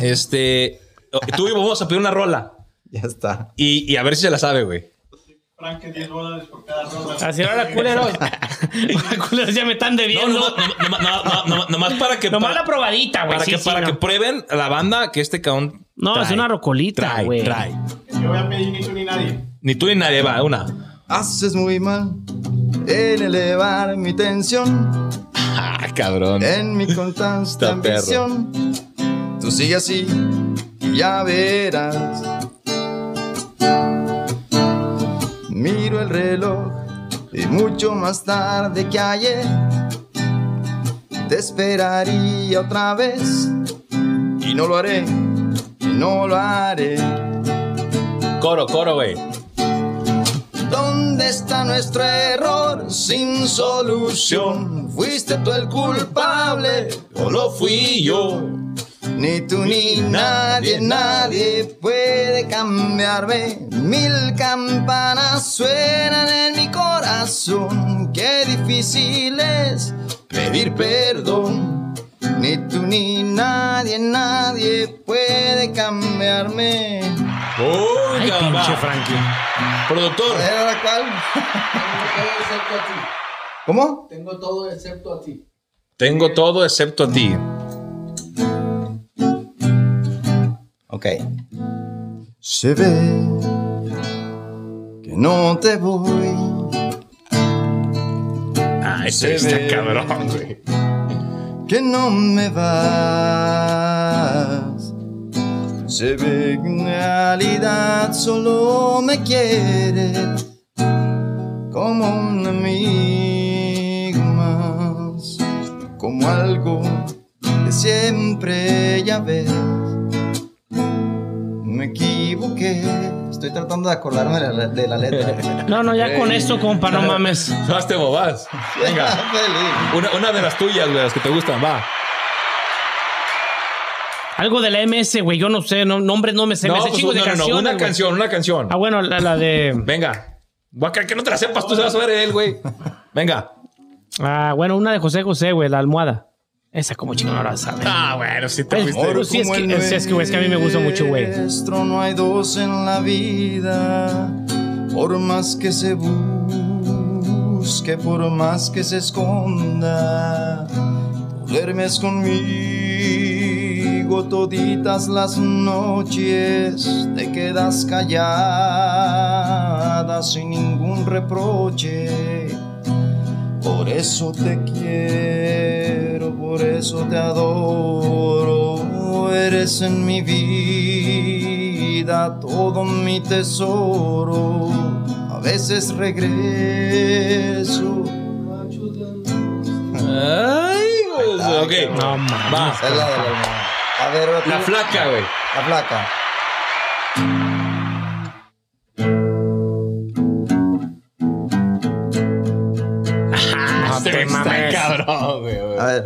Speaker 1: este. Tú y yo vamos a pedir una rola
Speaker 3: Ya está.
Speaker 1: y, y a ver si se la sabe, güey.
Speaker 4: Frank, que 10 dólares por cada rola.
Speaker 2: Así ahora culeros. Ahora, culeros ya me están
Speaker 1: No,
Speaker 2: debiendo.
Speaker 1: no, no, no, no, no, no, nomás para que.
Speaker 2: Nomás
Speaker 1: para-
Speaker 2: la probadita, güey.
Speaker 1: para
Speaker 2: sí,
Speaker 1: que,
Speaker 2: sí,
Speaker 1: para
Speaker 2: no.
Speaker 1: que prueben a la banda que este caón.
Speaker 2: No, es una rocolita,
Speaker 1: Trae,
Speaker 2: güey.
Speaker 1: trae.
Speaker 4: Yo voy a pedir ni tú ni nadie.
Speaker 1: Ni tú ni nadie va, una.
Speaker 3: Haces Ah, muy mal en elevar mi tensión.
Speaker 1: Ah, cabrón.
Speaker 3: En mi constante
Speaker 1: Está perro.
Speaker 3: ambición, tú sigue así y ya verás. Miro el reloj y mucho más tarde que ayer te esperaría otra vez y no lo haré, y no lo haré.
Speaker 1: Coro, coro, güey.
Speaker 3: ¿Dónde está nuestro error sin solución? ¿Fuiste tú el culpable o lo fui yo? Ni tú ni nadie, nadie puede cambiarme. Mil campanas suenan en mi corazón. Qué difícil es pedir perdón. Ni tú ni nadie, nadie puede cambiarme.
Speaker 1: Uy,
Speaker 2: Ay,
Speaker 1: cabrón.
Speaker 2: pinche Frankie.
Speaker 1: Productor.
Speaker 3: ¿Era la cual? ¿Cómo?
Speaker 5: Tengo todo excepto a ti.
Speaker 1: Tengo todo excepto a ti.
Speaker 3: Ok. Se ve que no te voy.
Speaker 1: Ah, ese
Speaker 3: Se
Speaker 1: está
Speaker 3: ve.
Speaker 1: cabrón, güey.
Speaker 3: que no me vas. Se ve que en realidad solo me quieres como un amigo más, como algo que siempre ya ves. Me equivoqué. Estoy tratando de acordarme de la, de la letra.
Speaker 2: No, no, ya con esto, compa, no mames.
Speaker 1: No te bobas. Venga.
Speaker 3: Feliz.
Speaker 1: Una, una de las tuyas, güey, las que te gustan, va.
Speaker 2: Algo de la MS, güey. Yo no sé, no, nombres no me sé. me sé
Speaker 1: pues,
Speaker 2: chingos de
Speaker 1: no, no, no,
Speaker 2: canciones,
Speaker 1: una
Speaker 2: güey.
Speaker 1: canción, una canción.
Speaker 2: Ah, bueno, la, la de.
Speaker 1: Venga. Guaca, que no te la sepas, tú se vas a ver él, güey. Venga.
Speaker 2: Ah, bueno, una de José José, güey, la almohada. Esa como chingón ahora sabe.
Speaker 1: Ah, bueno, sí te
Speaker 2: Ay,
Speaker 1: fuiste.
Speaker 2: Pero sí es
Speaker 3: como
Speaker 2: que-
Speaker 3: el
Speaker 2: es- es que, güey, es que a mí me gusta mucho, güey.
Speaker 3: nuestro, No hay dos en la vida, por más que se busque, por más que se esconda. Tú duermes conmigo toditas las noches, te quedas callada sin ningún reproche. Por eso te quiero, por eso te adoro. Eres en mi vida todo mi tesoro. A veces regreso.
Speaker 1: Ay, güey. ok.
Speaker 2: No mames.
Speaker 1: va.
Speaker 3: Es la de la A ver, otra.
Speaker 1: La flaca, güey.
Speaker 3: La flaca.
Speaker 2: Ah,
Speaker 1: Este
Speaker 2: te
Speaker 1: güey está
Speaker 2: mames.
Speaker 1: cabrón, güey. güey.
Speaker 3: A ver.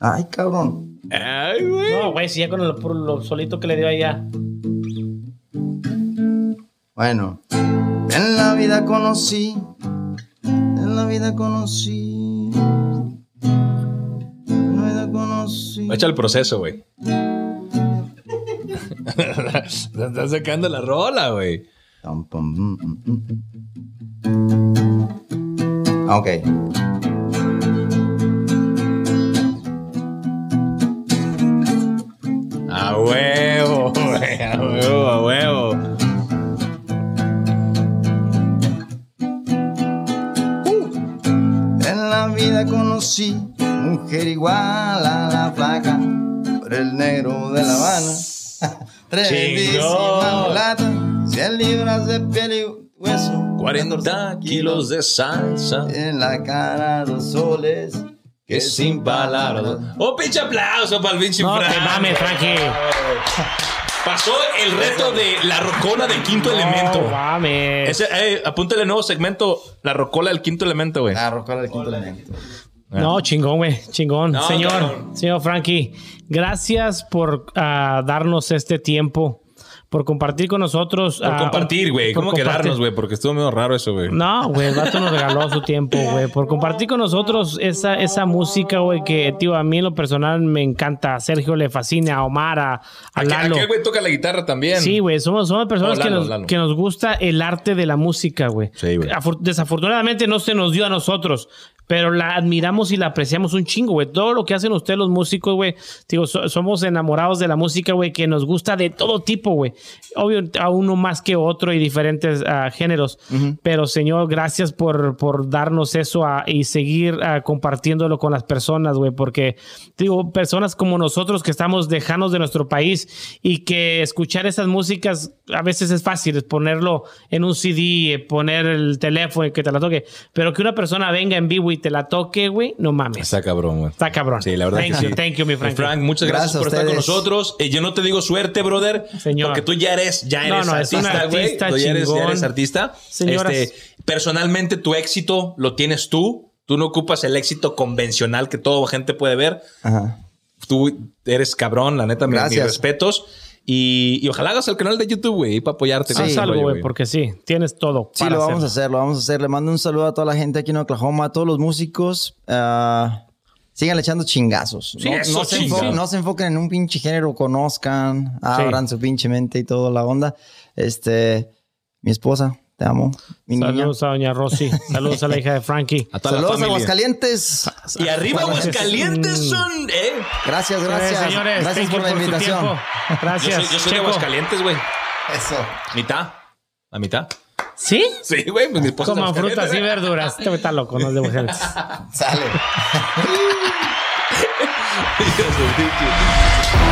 Speaker 3: Ay, cabrón.
Speaker 1: Ay, güey.
Speaker 2: No, güey, si ya con lo, por lo solito que le dio allá.
Speaker 3: Bueno. En la vida conocí. En la vida conocí. En la vida conocí.
Speaker 1: Echa el proceso, güey. Están sacando la rola, güey.
Speaker 3: Tam, pam, mm, mm, mm. Ah, Ok.
Speaker 1: A huevo, güey. A huevo, a huevo.
Speaker 3: En la vida conocí mujer igual a la flaca, por el negro de La Habana. Tremendísima
Speaker 1: Chingón.
Speaker 3: mulata, 100 libras de piel y hueso.
Speaker 1: 40
Speaker 3: 14
Speaker 1: kilos de salsa.
Speaker 3: En la cara dos soles,
Speaker 1: Que sin palabras. Un Oh, pinche aplauso para el pinche
Speaker 2: No,
Speaker 1: Fran.
Speaker 2: te mames, Frankie.
Speaker 1: Pasó el reto de la rocona del quinto elemento.
Speaker 2: No mames.
Speaker 1: Ese, eh, apúntale nuevo segmento, la rocola del quinto elemento, güey.
Speaker 3: Ah, Rocola del quinto elemento.
Speaker 2: No, chingón, güey, chingón.
Speaker 1: No,
Speaker 2: señor,
Speaker 1: cabrón.
Speaker 2: señor Frankie, gracias por ah, darnos este tiempo, por compartir con nosotros.
Speaker 1: por
Speaker 2: ah,
Speaker 1: compartir, güey.
Speaker 2: por
Speaker 1: ¿Cómo
Speaker 2: compartir.
Speaker 1: quedarnos, güey? Porque estuvo medio raro eso, güey.
Speaker 2: No, güey, el vato nos regaló su tiempo, güey, por compartir con nosotros esa, esa música, güey, que, tío, a mí en lo personal me encanta. A Sergio le fascina, a Omar, a, a
Speaker 1: Aquel-
Speaker 2: Lalo.
Speaker 1: Aquel güey toca la guitarra también.
Speaker 2: Sí, güey, somos, somos personas
Speaker 1: No,
Speaker 2: que,
Speaker 1: Lalo,
Speaker 2: nos,
Speaker 1: Lalo.
Speaker 2: que nos gusta el arte de la música, güey.
Speaker 1: Sí, güey.
Speaker 2: Afor- Desafortunadamente no se nos dio a nosotros, pero la admiramos y la apreciamos un chingo, güey. Todo lo que hacen ustedes los músicos, güey, digo, so- somos enamorados de la música, güey, que nos gusta de todo tipo, güey. Obvio, a uno más que otro y diferentes ah, géneros. Pero, señor, gracias por, por darnos eso ah, y seguir ah, compartiéndolo con las personas, güey, porque, digo, personas como nosotros que estamos lejanos de nuestro país y que escuchar esas músicas a veces es fácil, es ponerlo en un CD, eh, poner el teléfono y que te la toque, pero que una persona venga en vivo y te la toque, güey, no mames.
Speaker 1: Está cabrón, güey.
Speaker 2: Está cabrón.
Speaker 1: Sí, la verdad
Speaker 2: Thank
Speaker 1: que sí.
Speaker 2: you,
Speaker 1: Eh,
Speaker 2: thank you, mi Frankie.
Speaker 1: Frank, muchas gracias,
Speaker 3: Gracias a
Speaker 1: por estar con
Speaker 3: ustedes.
Speaker 1: nosotros. Eh, yo no te digo suerte, brother.
Speaker 2: Señor.
Speaker 1: Porque tú ya eres, ya
Speaker 2: No,
Speaker 1: eres
Speaker 2: no, es un
Speaker 1: artista, güey.
Speaker 2: artista
Speaker 1: Tú ya eres, ya
Speaker 2: chingón.
Speaker 1: eres artista.
Speaker 2: Señoras.
Speaker 1: Este, personalmente, tu éxito lo tienes tú. Tú no ocupas el éxito convencional que toda gente puede ver.
Speaker 3: Ajá.
Speaker 1: Tú eres cabrón, la neta, mi- mis,
Speaker 3: Gracias.
Speaker 1: respetos. Y, y ojalá hagas el canal de YouTube, güey, para apoyarte. con
Speaker 2: Haz
Speaker 1: ese
Speaker 2: algo,
Speaker 1: rollo,
Speaker 2: güey, porque sí, tienes todo.
Speaker 3: Sí,
Speaker 2: para
Speaker 3: lo vamos
Speaker 2: hacerlo.
Speaker 3: a hacer, lo vamos a hacer. Le mando un saludo a toda la gente aquí en Oklahoma, a todos los músicos. Ah, síganle echando chingazos.
Speaker 1: Sí, eso,
Speaker 3: se
Speaker 1: chinga.
Speaker 3: enfo- no se enfoquen en un pinche género, conozcan, abran su pinche mente y toda la onda. Este, mi esposa, te amo. Mi niña.
Speaker 2: Saludos a doña Rosy. Saludos a la hija de Frankie.
Speaker 1: A toda la
Speaker 3: Saludos a
Speaker 1: familia.
Speaker 3: Aguascalientes.
Speaker 1: Y arriba Aguascalientes son. ¿eh?
Speaker 3: Gracias, gracias.
Speaker 2: Eh, señores,
Speaker 3: gracias
Speaker 2: thank
Speaker 3: por
Speaker 2: you
Speaker 3: la
Speaker 2: su
Speaker 3: invitación.
Speaker 2: tiempo.
Speaker 1: Yo
Speaker 2: Gracias.
Speaker 1: soy, yo soy de
Speaker 2: Checo.
Speaker 1: Aguascalientes, güey.
Speaker 3: Eso.
Speaker 1: Mitad. A mitad.
Speaker 2: ¿Sí?
Speaker 1: Sí, güey. Pues mi esposa es de
Speaker 2: Coman
Speaker 1: Aguascalientes,
Speaker 2: frutas y
Speaker 1: ¿eh?
Speaker 2: verduras. Este güey está loco, no es de Aguascalientes.
Speaker 3: Sale.
Speaker 1: Dios, güey.